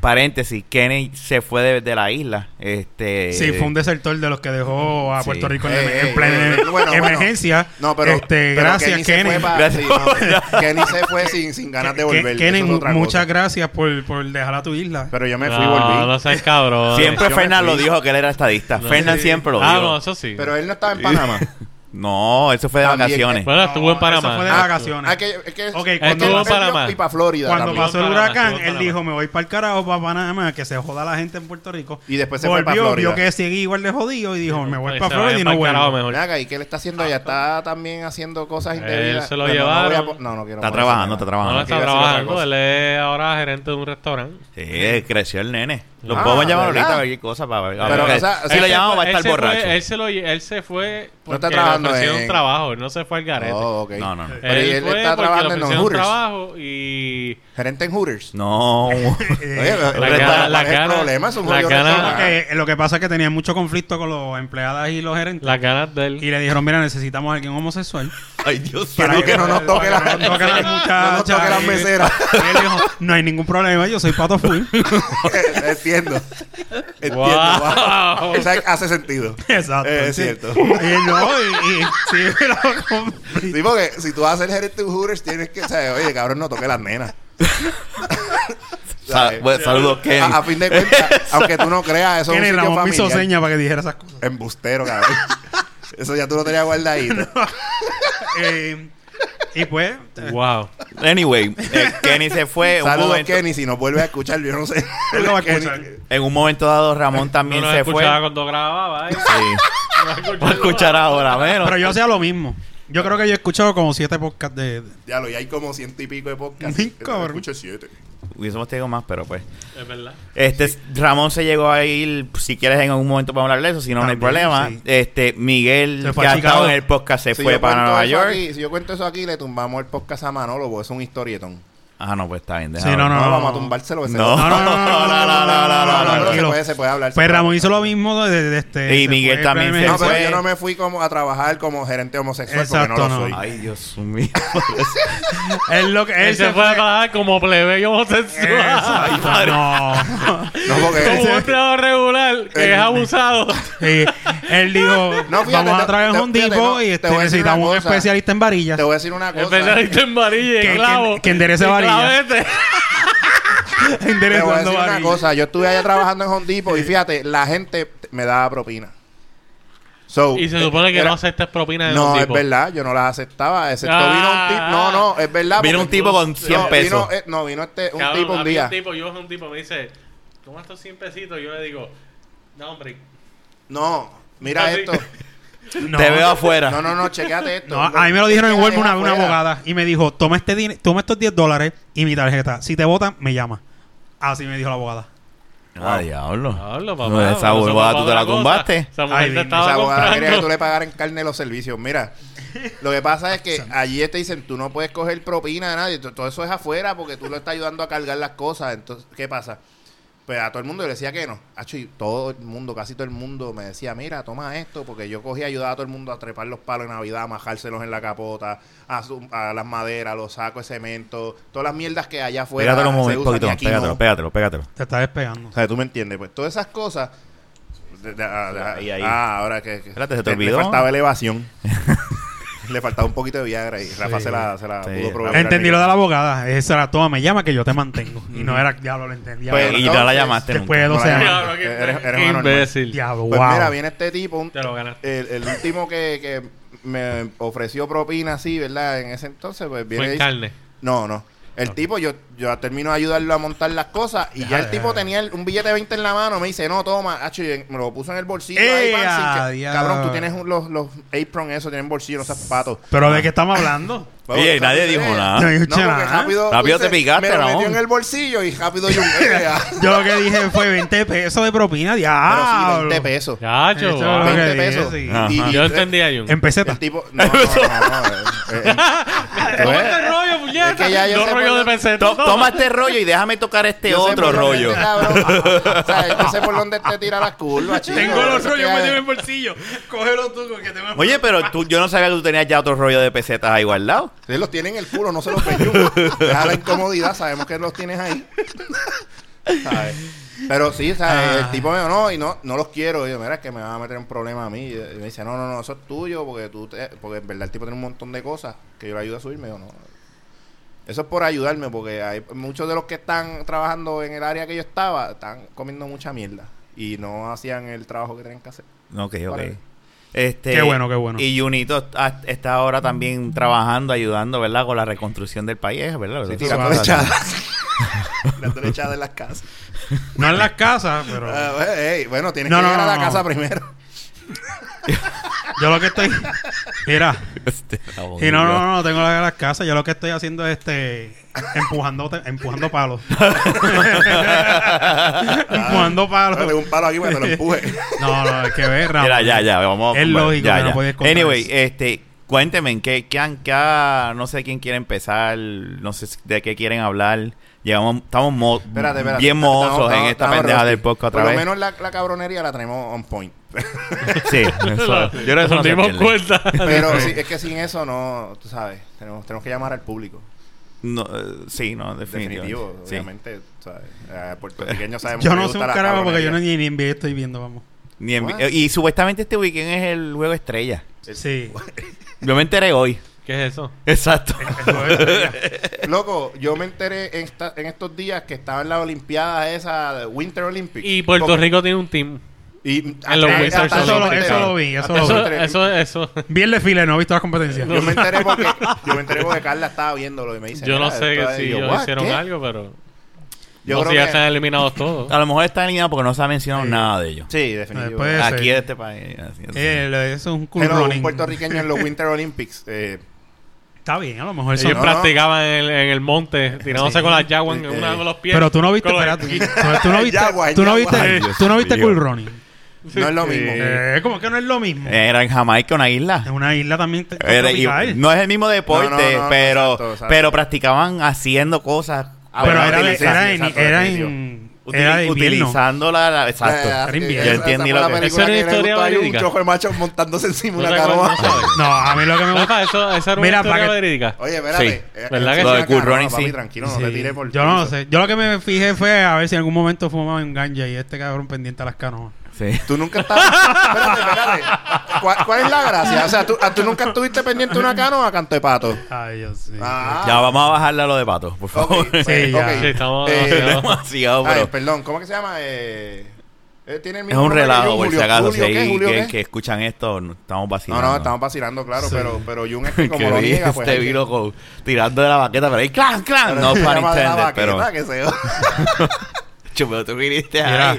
[SPEAKER 1] paréntesis, Kenny se fue de, de la isla. Este,
[SPEAKER 4] Sí, fue un desertor de los que dejó a
[SPEAKER 1] Sí.
[SPEAKER 4] Puerto Rico en,
[SPEAKER 3] Eh,
[SPEAKER 4] em- en
[SPEAKER 3] eh,
[SPEAKER 4] plena
[SPEAKER 3] eh, bueno, bueno.
[SPEAKER 4] emergencia.
[SPEAKER 3] No, pero,
[SPEAKER 4] Este,
[SPEAKER 3] pero
[SPEAKER 4] gracias,
[SPEAKER 3] Kenny. se
[SPEAKER 4] Kenny.
[SPEAKER 3] fue pa-
[SPEAKER 1] Gracias.
[SPEAKER 3] sí, no, Kenny se fue sin, sin ganas de
[SPEAKER 4] Ke-
[SPEAKER 3] volver.
[SPEAKER 4] Kenny,
[SPEAKER 3] eso es otra cosa.
[SPEAKER 4] muchas gracias por, por dejar a tu isla.
[SPEAKER 3] Pero yo me fui y
[SPEAKER 2] No,
[SPEAKER 3] volví.
[SPEAKER 2] Ah, no seas cabrón.
[SPEAKER 1] Siempre
[SPEAKER 3] Yo me
[SPEAKER 1] Fernan lo
[SPEAKER 3] fui.
[SPEAKER 1] dijo que él era estadista.
[SPEAKER 2] No,
[SPEAKER 1] Fernan
[SPEAKER 2] sí.
[SPEAKER 1] siempre lo
[SPEAKER 2] Ah,
[SPEAKER 1] dijo.
[SPEAKER 2] no,
[SPEAKER 1] No,
[SPEAKER 2] eso sí.
[SPEAKER 3] Pero él no estaba en Panamá.
[SPEAKER 1] eso fue de
[SPEAKER 3] También que-
[SPEAKER 1] vacaciones.
[SPEAKER 2] Bueno, estuvo en
[SPEAKER 4] No,
[SPEAKER 2] Panamá.
[SPEAKER 4] eso fue de
[SPEAKER 2] Ah,
[SPEAKER 4] vacaciones.
[SPEAKER 3] Ah, que, es que,
[SPEAKER 4] Ok,
[SPEAKER 3] es que
[SPEAKER 4] cuando-
[SPEAKER 3] él
[SPEAKER 4] Estuvo
[SPEAKER 3] se vio
[SPEAKER 2] Panamá.
[SPEAKER 3] Y para Florida.
[SPEAKER 4] Cuando
[SPEAKER 3] también.
[SPEAKER 4] pasó el
[SPEAKER 2] Panamá,
[SPEAKER 4] huracán,
[SPEAKER 2] estuvo en
[SPEAKER 4] él
[SPEAKER 2] Panamá.
[SPEAKER 4] dijo, me voy para el carajo, para Panamá, que se joda la gente en Puerto Rico.
[SPEAKER 3] Y después se fue
[SPEAKER 4] Volvió,
[SPEAKER 3] pa' Florida.
[SPEAKER 4] vio que seguía igual de jodido y dijo, me voy
[SPEAKER 2] Pues,
[SPEAKER 4] para
[SPEAKER 2] se vayan
[SPEAKER 4] Florida y no
[SPEAKER 2] pa'l carajo
[SPEAKER 4] vuelvo.
[SPEAKER 2] mejor.
[SPEAKER 1] Ah,
[SPEAKER 3] Ven acá, ¿y qué le está haciendo allá? Está también haciendo cosas
[SPEAKER 2] Él
[SPEAKER 3] indebidas.
[SPEAKER 2] se lo
[SPEAKER 3] Pero no, no voy a
[SPEAKER 2] llevaron.
[SPEAKER 3] po- No, no quiero
[SPEAKER 1] Está
[SPEAKER 3] poner
[SPEAKER 1] trabajando,
[SPEAKER 3] ese
[SPEAKER 1] está
[SPEAKER 2] No,
[SPEAKER 1] trabajando.
[SPEAKER 2] no
[SPEAKER 3] Yo
[SPEAKER 2] está
[SPEAKER 3] iba a decir otra
[SPEAKER 2] trabajando.
[SPEAKER 3] cosa.
[SPEAKER 2] Él es ahora gerente de un restaurante.
[SPEAKER 1] Sí, creció el nene. Lo
[SPEAKER 3] Ah,
[SPEAKER 1] podemos llamar ahorita
[SPEAKER 3] ¿verdad?
[SPEAKER 1] a cualquier cosa para ver.
[SPEAKER 3] Pero,
[SPEAKER 1] porque
[SPEAKER 3] o sea,
[SPEAKER 1] si
[SPEAKER 3] él
[SPEAKER 1] lo
[SPEAKER 2] se
[SPEAKER 1] llamamos va
[SPEAKER 2] fue-
[SPEAKER 1] a estar
[SPEAKER 2] él se fue-
[SPEAKER 1] borracho.
[SPEAKER 2] él, se lo, él se fue
[SPEAKER 3] No está
[SPEAKER 2] porque le
[SPEAKER 3] trabajando
[SPEAKER 2] ofrecieron
[SPEAKER 3] en-
[SPEAKER 2] trabajo. Él no se fue al garete.
[SPEAKER 3] Oh, ok.
[SPEAKER 1] No, no, no.
[SPEAKER 3] Pero y él
[SPEAKER 2] fue
[SPEAKER 3] está
[SPEAKER 2] porque le
[SPEAKER 3] trabajando en los
[SPEAKER 2] ofrecieron
[SPEAKER 3] Hooters.
[SPEAKER 2] trabajo y...
[SPEAKER 3] Gerente en Hooters.
[SPEAKER 1] No.
[SPEAKER 3] Oye, pero-
[SPEAKER 2] la
[SPEAKER 3] pero
[SPEAKER 2] gana-
[SPEAKER 3] ¿cuál
[SPEAKER 2] la
[SPEAKER 3] es el
[SPEAKER 2] gana-
[SPEAKER 3] problema? Es un
[SPEAKER 2] la
[SPEAKER 3] jodido
[SPEAKER 2] gana-
[SPEAKER 4] Lo
[SPEAKER 3] restaurante.
[SPEAKER 4] que- lo que Eh, pasa es que tenía mucho conflicto con los empleadas y los gerentes.
[SPEAKER 2] Las ganas de él.
[SPEAKER 4] Y le dijeron, mira, necesitamos a alguien homosexual.
[SPEAKER 1] Ay, Dios
[SPEAKER 3] Que no, que no nos toque la-
[SPEAKER 4] para que no nos toque las
[SPEAKER 3] No nos toque
[SPEAKER 4] muchachas.
[SPEAKER 3] las meseras.
[SPEAKER 4] Y él dijo, no hay ningún problema, yo soy pato full.
[SPEAKER 3] Entiendo. Entiendo.
[SPEAKER 2] Wow.
[SPEAKER 3] wow. O sea, hace sentido.
[SPEAKER 4] Exacto.
[SPEAKER 3] Eh, es
[SPEAKER 4] sí.
[SPEAKER 3] cierto.
[SPEAKER 4] Y no, y, y- sí, pero con-
[SPEAKER 3] Sí, porque si tú vas a ser gerente de un Hooters, tienes que saber, oye, cabrón, no toque las nenas.
[SPEAKER 1] Sa- bueno, saludos, Kenny.
[SPEAKER 3] A, a fin de cuentas, aunque tú no creas, eso es un
[SPEAKER 4] Kenny
[SPEAKER 3] sitio
[SPEAKER 4] Ramón me hizo
[SPEAKER 3] familiar.
[SPEAKER 4] seña para que dijera esas cosas.
[SPEAKER 3] Embustero, cabrón. Eso ya tú lo tenías guardadito.
[SPEAKER 4] Eh, y pues, eh,
[SPEAKER 2] Wow.
[SPEAKER 1] Anyway, eh, Kenny se fue. un
[SPEAKER 3] Saludos,
[SPEAKER 1] momento-
[SPEAKER 3] Kenny. Si nos vuelves a escuchar, yo no sé.
[SPEAKER 4] él lo va a
[SPEAKER 3] Kenny.
[SPEAKER 4] escuchar.
[SPEAKER 1] En un momento dado, Ramón
[SPEAKER 2] No
[SPEAKER 1] también
[SPEAKER 2] nos
[SPEAKER 1] se fue.
[SPEAKER 2] escuchaba cuando grababa. ¿eh?
[SPEAKER 1] Sí.
[SPEAKER 2] No nos
[SPEAKER 1] Voy a escuchar ahora, menos.
[SPEAKER 4] Pero yo hacía lo mismo. Yo creo que yo he escuchado como siete podcasts de. de-
[SPEAKER 3] Ya lo, ya hay como ciento y pico de podcasts.
[SPEAKER 4] Sí, cabrón.
[SPEAKER 3] Escucho siete.
[SPEAKER 1] Hubiésemos tenido más, pero pues.
[SPEAKER 2] Es verdad.
[SPEAKER 1] Este Ramón se llegó a ir, si quieres en algún momento podemos hablar de eso, si no, no hay
[SPEAKER 4] También,
[SPEAKER 1] problema.
[SPEAKER 4] sí.
[SPEAKER 1] Este Miguel,
[SPEAKER 4] Se
[SPEAKER 1] que
[SPEAKER 4] fue
[SPEAKER 1] ha
[SPEAKER 4] a Chicago.
[SPEAKER 1] estado en el podcast, se
[SPEAKER 3] Si
[SPEAKER 1] fue
[SPEAKER 3] yo
[SPEAKER 1] para
[SPEAKER 3] cuento
[SPEAKER 1] Nueva
[SPEAKER 3] eso
[SPEAKER 1] York.
[SPEAKER 3] aquí- si yo cuento eso aquí, le tumbamos el podcast a Manolo, porque es un historietón.
[SPEAKER 1] Ah, no, pues está bien.
[SPEAKER 4] Sí,
[SPEAKER 1] déjalo.
[SPEAKER 4] no,
[SPEAKER 3] No,
[SPEAKER 4] no.
[SPEAKER 3] vamos a tumbárselo. ese-
[SPEAKER 1] No.
[SPEAKER 4] No, no, no, no, no, no, no, no, no, no,
[SPEAKER 3] se
[SPEAKER 4] tranquilo.
[SPEAKER 3] puede, se puede hablar. se
[SPEAKER 4] Pues
[SPEAKER 3] puede
[SPEAKER 4] Ramón
[SPEAKER 3] hablar.
[SPEAKER 4] hizo lo mismo de, de- de este.
[SPEAKER 1] Y
[SPEAKER 4] se
[SPEAKER 1] Miguel
[SPEAKER 4] fue
[SPEAKER 1] también se
[SPEAKER 4] realmente-
[SPEAKER 3] No, pero
[SPEAKER 1] fue.
[SPEAKER 3] yo no me fui como a trabajar como gerente homosexual porque
[SPEAKER 4] Exacto,
[SPEAKER 3] no lo
[SPEAKER 4] no.
[SPEAKER 3] soy.
[SPEAKER 1] Ay, Dios mío.
[SPEAKER 4] Él, lo que, él
[SPEAKER 2] Él se fue a trabajar como plebeyo homosexual.
[SPEAKER 4] Exacto, no.
[SPEAKER 3] No, porque-
[SPEAKER 2] Como un empleado regular que es abusado.
[SPEAKER 4] Sí, él dijo,
[SPEAKER 3] No, fíjate,
[SPEAKER 4] vamos
[SPEAKER 3] te-
[SPEAKER 4] a traer
[SPEAKER 3] te-
[SPEAKER 4] un
[SPEAKER 3] fíjate,
[SPEAKER 4] tipo
[SPEAKER 3] no,
[SPEAKER 4] y
[SPEAKER 3] te
[SPEAKER 4] este,
[SPEAKER 3] voy a decir
[SPEAKER 4] necesitamos
[SPEAKER 3] una
[SPEAKER 4] un
[SPEAKER 3] cosa.
[SPEAKER 4] especialista en varillas.
[SPEAKER 3] Te voy a decir una
[SPEAKER 2] Es
[SPEAKER 3] cosa.
[SPEAKER 2] verdad, está en varilla,
[SPEAKER 4] Que-
[SPEAKER 2] en clavo.
[SPEAKER 4] que- que enderece
[SPEAKER 2] En
[SPEAKER 4] varilla.
[SPEAKER 2] clavete.
[SPEAKER 3] Te voy a decir
[SPEAKER 4] Enderezando
[SPEAKER 3] una
[SPEAKER 4] varillas.
[SPEAKER 3] cosa. Yo estuve allá trabajando en Home Depot y fíjate, la gente t- me daba propina. So,
[SPEAKER 2] Y se
[SPEAKER 3] eh,
[SPEAKER 2] supone que
[SPEAKER 3] era-
[SPEAKER 2] no aceptas propinas de
[SPEAKER 3] No,
[SPEAKER 2] ningún
[SPEAKER 3] es
[SPEAKER 2] tipo.
[SPEAKER 3] verdad, yo no las aceptaba. Excepto
[SPEAKER 2] Ah.
[SPEAKER 3] vino un tipo. No, no, es verdad.
[SPEAKER 1] Vino
[SPEAKER 3] porque
[SPEAKER 1] un tipo con 100
[SPEAKER 3] no,
[SPEAKER 1] pesos.
[SPEAKER 3] Vino, eh, no, vino este, un
[SPEAKER 2] Cabrón,
[SPEAKER 3] tipo
[SPEAKER 2] a
[SPEAKER 3] un
[SPEAKER 2] mí
[SPEAKER 3] día.
[SPEAKER 2] Un tipo, yo un tipo me dice, toma estos 100 pesitos. Yo le digo, no, hombre.
[SPEAKER 3] No, mira
[SPEAKER 2] Así.
[SPEAKER 3] esto.
[SPEAKER 4] No,
[SPEAKER 1] Te veo afuera.
[SPEAKER 3] No, no, no, chequeate esto.
[SPEAKER 4] no, a mí me lo dijeron en
[SPEAKER 3] Chequea
[SPEAKER 4] Walmart una,
[SPEAKER 3] ahí
[SPEAKER 4] una
[SPEAKER 3] afuera.
[SPEAKER 4] abogada y me dijo, toma, este din- toma estos 10 dólares y mi tarjeta. Si te votan, me llama. Así me dijo la abogada.
[SPEAKER 1] Ah, diablo.
[SPEAKER 2] Hablo, papá.
[SPEAKER 1] No, esa
[SPEAKER 2] Eso
[SPEAKER 1] burbuja
[SPEAKER 2] papá
[SPEAKER 1] tú te la
[SPEAKER 2] otra cosa.
[SPEAKER 1] tumbaste.
[SPEAKER 2] Esa mujer
[SPEAKER 4] Ay,
[SPEAKER 2] te
[SPEAKER 4] dime.
[SPEAKER 2] estaba
[SPEAKER 3] Esa abogada quería que tú
[SPEAKER 2] comprando.
[SPEAKER 3] le pagaras en carne los servicios. Mira, lo que pasa es que allí te dicen, tú no puedes coger propina de nadie. T- Todo eso es afuera porque tú lo estás ayudando a cargar las cosas. Entonces, ¿qué pasa? Pues a todo el mundo le decía que no. Acho, y todo el mundo, casi todo el mundo me decía, mira, toma esto, porque yo cogí a ayudar a todo el mundo a trepar los palos de Navidad, a majárselos en la capota, a, su- a las maderas, los sacos de cemento, todas las mierdas que allá afuera
[SPEAKER 1] Pégatelo un
[SPEAKER 3] se
[SPEAKER 1] momento,
[SPEAKER 3] usan y
[SPEAKER 1] poquito más.
[SPEAKER 3] aquí no.
[SPEAKER 1] Pégatelo, pégatelo, pégatelo.
[SPEAKER 4] Te está despegando.
[SPEAKER 3] O sea, tú me entiendes, pues todas esas cosas. de- de- ah, de-
[SPEAKER 1] Ahí, ahí.
[SPEAKER 3] Ah, ahora que. que-
[SPEAKER 1] Espérate, ¿se te
[SPEAKER 3] le-
[SPEAKER 1] olvidó?
[SPEAKER 3] Le faltaba elevación. le faltaba un poquito de Viagra y Rafa se la, se la
[SPEAKER 1] Sí.
[SPEAKER 3] pudo probar.
[SPEAKER 4] Entendí lo de la abogada. Esa era, toma, me llama que yo te mantengo. Y no era, diablo, lo entendía.
[SPEAKER 3] Pues,
[SPEAKER 1] y no la
[SPEAKER 3] entonces,
[SPEAKER 1] llamaste
[SPEAKER 4] después de
[SPEAKER 1] nunca.
[SPEAKER 3] No
[SPEAKER 4] 12
[SPEAKER 3] la
[SPEAKER 4] años.
[SPEAKER 2] Cabrón, qué-
[SPEAKER 3] Eres- eres
[SPEAKER 2] qué
[SPEAKER 3] un anormal.
[SPEAKER 2] imbécil.
[SPEAKER 4] Diablo,
[SPEAKER 3] Pues
[SPEAKER 4] wow.
[SPEAKER 3] mira, viene este tipo, un-
[SPEAKER 2] Te lo ganaste.
[SPEAKER 3] el, el último que, que me ofreció propina así, ¿verdad? En ese entonces, pues
[SPEAKER 2] Fue
[SPEAKER 3] viene. y
[SPEAKER 2] en
[SPEAKER 3] dice-
[SPEAKER 2] carne.
[SPEAKER 3] No, no. El tipo, yo, yo termino de ayudarlo a montar las cosas y ya el tipo tenía el- un billete de 20 en la mano. Me dice, no, toma, hacho, y me lo puso en el bolsillo. ahí,
[SPEAKER 4] ¡Ea,
[SPEAKER 3] pan, sin que-
[SPEAKER 4] diablo!
[SPEAKER 3] cabrón, tú tienes un- los, los apron, eso, tienen bolsillo, los zapatos.
[SPEAKER 4] Pero de qué estamos hablando?
[SPEAKER 1] Oye,
[SPEAKER 3] Vamos,
[SPEAKER 1] y nadie
[SPEAKER 3] rápido,
[SPEAKER 1] dijo
[SPEAKER 3] eh.
[SPEAKER 1] nada.
[SPEAKER 4] No dijo
[SPEAKER 3] No, porque
[SPEAKER 4] nada.
[SPEAKER 3] rápido,
[SPEAKER 1] Rápido
[SPEAKER 3] dice,
[SPEAKER 1] te picaste,
[SPEAKER 3] me lo
[SPEAKER 1] Ramón.
[SPEAKER 3] metió en el bolsillo y rápido yo un ea.
[SPEAKER 4] Yo lo que dije fue 20 pesos de propina,
[SPEAKER 3] Pero sí,
[SPEAKER 4] diablo.
[SPEAKER 3] 20 pesos.
[SPEAKER 2] Chacho,
[SPEAKER 4] Eso
[SPEAKER 2] wow.
[SPEAKER 4] es lo
[SPEAKER 3] 20
[SPEAKER 4] que Em- dije,
[SPEAKER 3] pesos.
[SPEAKER 4] sí.
[SPEAKER 1] Ajá.
[SPEAKER 3] Y- y-
[SPEAKER 2] Yo entendí a Jun.
[SPEAKER 4] En
[SPEAKER 3] El
[SPEAKER 4] peseta.
[SPEAKER 3] tipo... No, no, no, no, eh, eh,
[SPEAKER 2] Toma
[SPEAKER 3] eh,
[SPEAKER 2] este rollo, puñeta.
[SPEAKER 3] que ya yo
[SPEAKER 2] Dos rollos
[SPEAKER 3] sé por
[SPEAKER 2] de
[SPEAKER 3] dónde-
[SPEAKER 2] peseta.
[SPEAKER 1] To-
[SPEAKER 2] toma.
[SPEAKER 1] toma este rollo y déjame tocar este
[SPEAKER 3] yo sé
[SPEAKER 1] otro
[SPEAKER 3] por dónde
[SPEAKER 1] rollo.
[SPEAKER 3] este cabrón- o sea, yo sé por dónde te tira las curvas, chico.
[SPEAKER 4] Tengo los
[SPEAKER 3] Eso es que
[SPEAKER 4] rollos pues,
[SPEAKER 3] hay-
[SPEAKER 4] metidos en el bolsillo. Cógelo tú con que tengo.
[SPEAKER 1] Oye, pero tú, yo no sabía que tú tenías ya otro rollo de pesetas ahí guardado.
[SPEAKER 3] Sí, los tiene en el culo, no se los peyuga. Deja la incomodidad, sabemos que los tienes ahí. ¿Sabes? Pero sí, ¿sabes?
[SPEAKER 1] Ah.
[SPEAKER 3] el tipo me dijo, no, y no, no los quiero. Y yo, mira, es que me va a meter un problema a mí. Y me dice, no, no, no, eso es tuyo, porque tú te- porque en verdad el tipo tiene un montón de cosas que yo le ayudo a subirme. Yo, no. Eso es por ayudarme, porque hay muchos de los que están trabajando en el área que yo estaba, están comiendo mucha mierda. Y no hacían el trabajo que tenían que hacer.
[SPEAKER 1] Ok, ok.
[SPEAKER 3] Vale.
[SPEAKER 1] Este,
[SPEAKER 4] Qué bueno, qué bueno.
[SPEAKER 1] Y Junito ha- está ahora también trabajando, ayudando, ¿verdad? Con la reconstrucción del país, ¿verdad?
[SPEAKER 3] Sí,
[SPEAKER 1] Eso
[SPEAKER 3] tirando
[SPEAKER 1] pasa.
[SPEAKER 3] lechadas. Tirando lechadas en las casas.
[SPEAKER 4] No en las casas, pero.
[SPEAKER 3] Ah, bueno, ey, bueno, tienes
[SPEAKER 4] No,
[SPEAKER 3] que
[SPEAKER 4] no,
[SPEAKER 3] llegar a
[SPEAKER 4] no,
[SPEAKER 3] la
[SPEAKER 4] no.
[SPEAKER 3] casa primero.
[SPEAKER 4] Yo lo que estoy. Mira.
[SPEAKER 1] Este, la
[SPEAKER 4] Y
[SPEAKER 1] boquilla.
[SPEAKER 4] no, no, no, tengo la- las casas. Yo lo que estoy haciendo es este. Empujando, te- empujando palos.
[SPEAKER 1] Ah.
[SPEAKER 4] empujando
[SPEAKER 3] Ahora tengo
[SPEAKER 4] palos.
[SPEAKER 3] un palo aquí para que te lo empuje.
[SPEAKER 4] No, no, es que ver, Ramón.
[SPEAKER 1] Mira, ya, ya, vamos.
[SPEAKER 4] pues, Es
[SPEAKER 1] bueno,
[SPEAKER 4] lógico
[SPEAKER 1] ya,
[SPEAKER 4] que no
[SPEAKER 1] ya.
[SPEAKER 4] podías contar
[SPEAKER 1] Anyway,
[SPEAKER 4] eso.
[SPEAKER 1] este, cuénteme, ¿qué, qué han, qué ha- no sé quién quiere empezar, no sé si- de qué quieren hablar. Llegamos, estamos mo-
[SPEAKER 3] Espérate, espérate.
[SPEAKER 1] bien
[SPEAKER 3] Estamos-
[SPEAKER 1] mozos en
[SPEAKER 3] estamos-
[SPEAKER 1] esta
[SPEAKER 3] estamos
[SPEAKER 1] pendeja
[SPEAKER 3] rusty.
[SPEAKER 1] del podcast otra
[SPEAKER 3] Por
[SPEAKER 1] vez.
[SPEAKER 3] lo menos la, la cabronería la tenemos on point.
[SPEAKER 4] Ah,
[SPEAKER 1] Sí, eso- yo creo que eso no
[SPEAKER 2] Nos
[SPEAKER 1] se
[SPEAKER 2] dimos
[SPEAKER 1] pierde.
[SPEAKER 2] cuenta.
[SPEAKER 3] Pero sí, es que sin eso no, tú sabes, tenemos, tenemos que llamar al público.
[SPEAKER 1] No, eh, sí, no, definitivamente.
[SPEAKER 3] Definitivo,
[SPEAKER 1] Sí.
[SPEAKER 3] obviamente, ¿sabes? Eh, puertorriqueños sabemos
[SPEAKER 4] Yo
[SPEAKER 3] que
[SPEAKER 4] no
[SPEAKER 3] le
[SPEAKER 4] sé
[SPEAKER 3] gusta
[SPEAKER 4] un
[SPEAKER 3] la
[SPEAKER 4] carajo porque yo no
[SPEAKER 3] cabronería.
[SPEAKER 4] ni, ni NBA estoy viendo, vamos.
[SPEAKER 1] Ni en-
[SPEAKER 3] What?
[SPEAKER 1] eh, y supuestamente este weekend es el juego estrella.
[SPEAKER 4] Sí.
[SPEAKER 1] Yo me enteré hoy.
[SPEAKER 2] ¿Qué es eso?
[SPEAKER 1] Exacto.
[SPEAKER 3] Loco, yo me enteré en, esta- en estos días que estaba en la Olimpiada esa de Winter Olympics.
[SPEAKER 2] Y Puerto
[SPEAKER 3] Porque-
[SPEAKER 2] Rico tiene un team.
[SPEAKER 3] Y
[SPEAKER 2] en los
[SPEAKER 3] hasta-
[SPEAKER 2] Winter
[SPEAKER 3] hasta
[SPEAKER 2] Olympics.
[SPEAKER 3] me enteré.
[SPEAKER 4] Eso lo vi, eso
[SPEAKER 3] Hasta
[SPEAKER 4] lo
[SPEAKER 3] me
[SPEAKER 2] Eso,
[SPEAKER 3] enteré.
[SPEAKER 2] eso, eso.
[SPEAKER 4] Vi el desfile, no he visto las competencias.
[SPEAKER 3] Yo me enteré porque yo me enteré porque Carla estaba viéndolo y me dice,
[SPEAKER 2] Yo no
[SPEAKER 3] "Mira,
[SPEAKER 2] sé
[SPEAKER 3] esto
[SPEAKER 2] que
[SPEAKER 3] es-".
[SPEAKER 2] si
[SPEAKER 3] Y yo,
[SPEAKER 2] ellos
[SPEAKER 3] "What?
[SPEAKER 2] hicieron
[SPEAKER 3] ¿Qué?".
[SPEAKER 2] algo, pero.
[SPEAKER 3] Yo
[SPEAKER 2] no
[SPEAKER 3] creo
[SPEAKER 2] sé, ya
[SPEAKER 3] que-
[SPEAKER 2] están eliminados todos.
[SPEAKER 1] A lo mejor está alineado porque no se ha mencionado nada de ellos.
[SPEAKER 3] Sí, definitivamente. Ah,
[SPEAKER 4] Después-
[SPEAKER 1] Aquí
[SPEAKER 4] sí.
[SPEAKER 1] en este país. así, así.
[SPEAKER 4] Eh, lo- eso es un cool
[SPEAKER 3] pero un
[SPEAKER 4] running.
[SPEAKER 3] puertorriqueño en los Winter Olympics eh,
[SPEAKER 4] Está bien, a lo mejor eso
[SPEAKER 2] Ellos
[SPEAKER 3] no,
[SPEAKER 4] no.
[SPEAKER 2] practicaban En, el, en el monte, tirándose
[SPEAKER 4] Sí.
[SPEAKER 2] con las yaguas en
[SPEAKER 3] Eh,
[SPEAKER 2] una de los pies.
[SPEAKER 4] Pero tú no viste,
[SPEAKER 2] Con los-
[SPEAKER 4] espérate, tú- tú no viste,
[SPEAKER 3] Yagua,
[SPEAKER 4] tú no
[SPEAKER 3] yagua.
[SPEAKER 4] viste,
[SPEAKER 1] Ay, Dios
[SPEAKER 4] tú no viste
[SPEAKER 1] mío.
[SPEAKER 4] cool running.
[SPEAKER 3] no es lo mismo.
[SPEAKER 4] Eh, como que no es lo mismo.
[SPEAKER 1] Era en Jamaica, una isla.
[SPEAKER 4] Es una isla también t-
[SPEAKER 1] Era- Eh, y-
[SPEAKER 4] tropical.
[SPEAKER 1] no es el mismo deporte,
[SPEAKER 3] No, no, no,
[SPEAKER 1] pero,
[SPEAKER 3] exacto, exacto.
[SPEAKER 1] pero practicaban haciendo cosas.
[SPEAKER 3] Ah,
[SPEAKER 4] pero
[SPEAKER 3] bueno,
[SPEAKER 4] era, de-
[SPEAKER 3] utilizar,
[SPEAKER 4] era en,
[SPEAKER 3] exacto,
[SPEAKER 4] era en-
[SPEAKER 1] util-
[SPEAKER 4] era de invierno.
[SPEAKER 1] utilizando la, la- Exacto.
[SPEAKER 3] Eh,
[SPEAKER 4] era invierno.
[SPEAKER 3] esa-
[SPEAKER 1] Yo entendí
[SPEAKER 3] esa
[SPEAKER 1] lo
[SPEAKER 3] fue la
[SPEAKER 1] que-
[SPEAKER 3] película
[SPEAKER 2] Esa era
[SPEAKER 3] que
[SPEAKER 2] una historia
[SPEAKER 3] le gustó a un
[SPEAKER 2] verídica.
[SPEAKER 3] chojo de macho montándose encima
[SPEAKER 2] ¿No
[SPEAKER 3] una
[SPEAKER 2] te acuerdas? No
[SPEAKER 3] canoa.
[SPEAKER 2] sabes.
[SPEAKER 4] No, a mí lo que me gusta.
[SPEAKER 2] Rafa, eso, eso era
[SPEAKER 4] Mira,
[SPEAKER 2] una historia
[SPEAKER 4] para que-
[SPEAKER 2] verídica.
[SPEAKER 3] Oye, espérate.
[SPEAKER 1] Sí.
[SPEAKER 3] eh,
[SPEAKER 2] ¿Verdad que sí?
[SPEAKER 3] eh, una
[SPEAKER 1] Lo de Cool
[SPEAKER 3] canoa,
[SPEAKER 1] Running,
[SPEAKER 3] papi,
[SPEAKER 1] sí.
[SPEAKER 3] Tranquilo,
[SPEAKER 4] Sí.
[SPEAKER 3] no te tires por
[SPEAKER 4] Yo no lo
[SPEAKER 3] piso.
[SPEAKER 4] sé. Yo lo que me fijé fue a ver si en algún momento fumaba en ganja y este cabrón pendiente a las canoas.
[SPEAKER 1] Sí.
[SPEAKER 3] Tú nunca estabas. espérate, espérate. ¿Cuál, cuál es la gracia? O sea, tú, ah, tú nunca estuviste pendiente de una canoa, canto de pato.
[SPEAKER 4] Ay, Dios mío.
[SPEAKER 3] Ah.
[SPEAKER 1] Ya vamos a bajarle a lo de pato, por
[SPEAKER 3] Ok,
[SPEAKER 1] favor.
[SPEAKER 3] pues,
[SPEAKER 4] Sí, ya.
[SPEAKER 3] ok.
[SPEAKER 2] Sí, estamos-
[SPEAKER 3] Eh,
[SPEAKER 1] Demasiado,
[SPEAKER 3] ay,
[SPEAKER 1] pero.
[SPEAKER 3] perdón, ¿cómo que se llama? Eh, eh, tiene
[SPEAKER 1] Es
[SPEAKER 3] el mismo
[SPEAKER 1] un
[SPEAKER 3] nombre que
[SPEAKER 1] relajo,
[SPEAKER 3] Jun,
[SPEAKER 1] por si
[SPEAKER 3] Julio-
[SPEAKER 1] acaso.
[SPEAKER 3] Julio,
[SPEAKER 1] si
[SPEAKER 3] ¿qué?
[SPEAKER 1] hay
[SPEAKER 3] Julio,
[SPEAKER 1] que,
[SPEAKER 3] ¿qué?
[SPEAKER 1] que escuchan esto, no- estamos
[SPEAKER 3] No,
[SPEAKER 1] vacilando.
[SPEAKER 3] no, estamos vacilando, claro,
[SPEAKER 4] Sí.
[SPEAKER 3] pero, pero Jun es que
[SPEAKER 1] Que
[SPEAKER 3] como lo
[SPEAKER 1] vi
[SPEAKER 3] niega, pues.
[SPEAKER 1] este
[SPEAKER 3] hay que-
[SPEAKER 1] vi loco tirando de la baqueta, pero ahí clan, clan.
[SPEAKER 3] pero
[SPEAKER 1] No
[SPEAKER 3] se
[SPEAKER 1] para
[SPEAKER 3] llama de la
[SPEAKER 1] entender, pero.
[SPEAKER 3] vaqueta, que se va.
[SPEAKER 1] Chupeo, tú viniste
[SPEAKER 4] Mira.
[SPEAKER 1] ahí.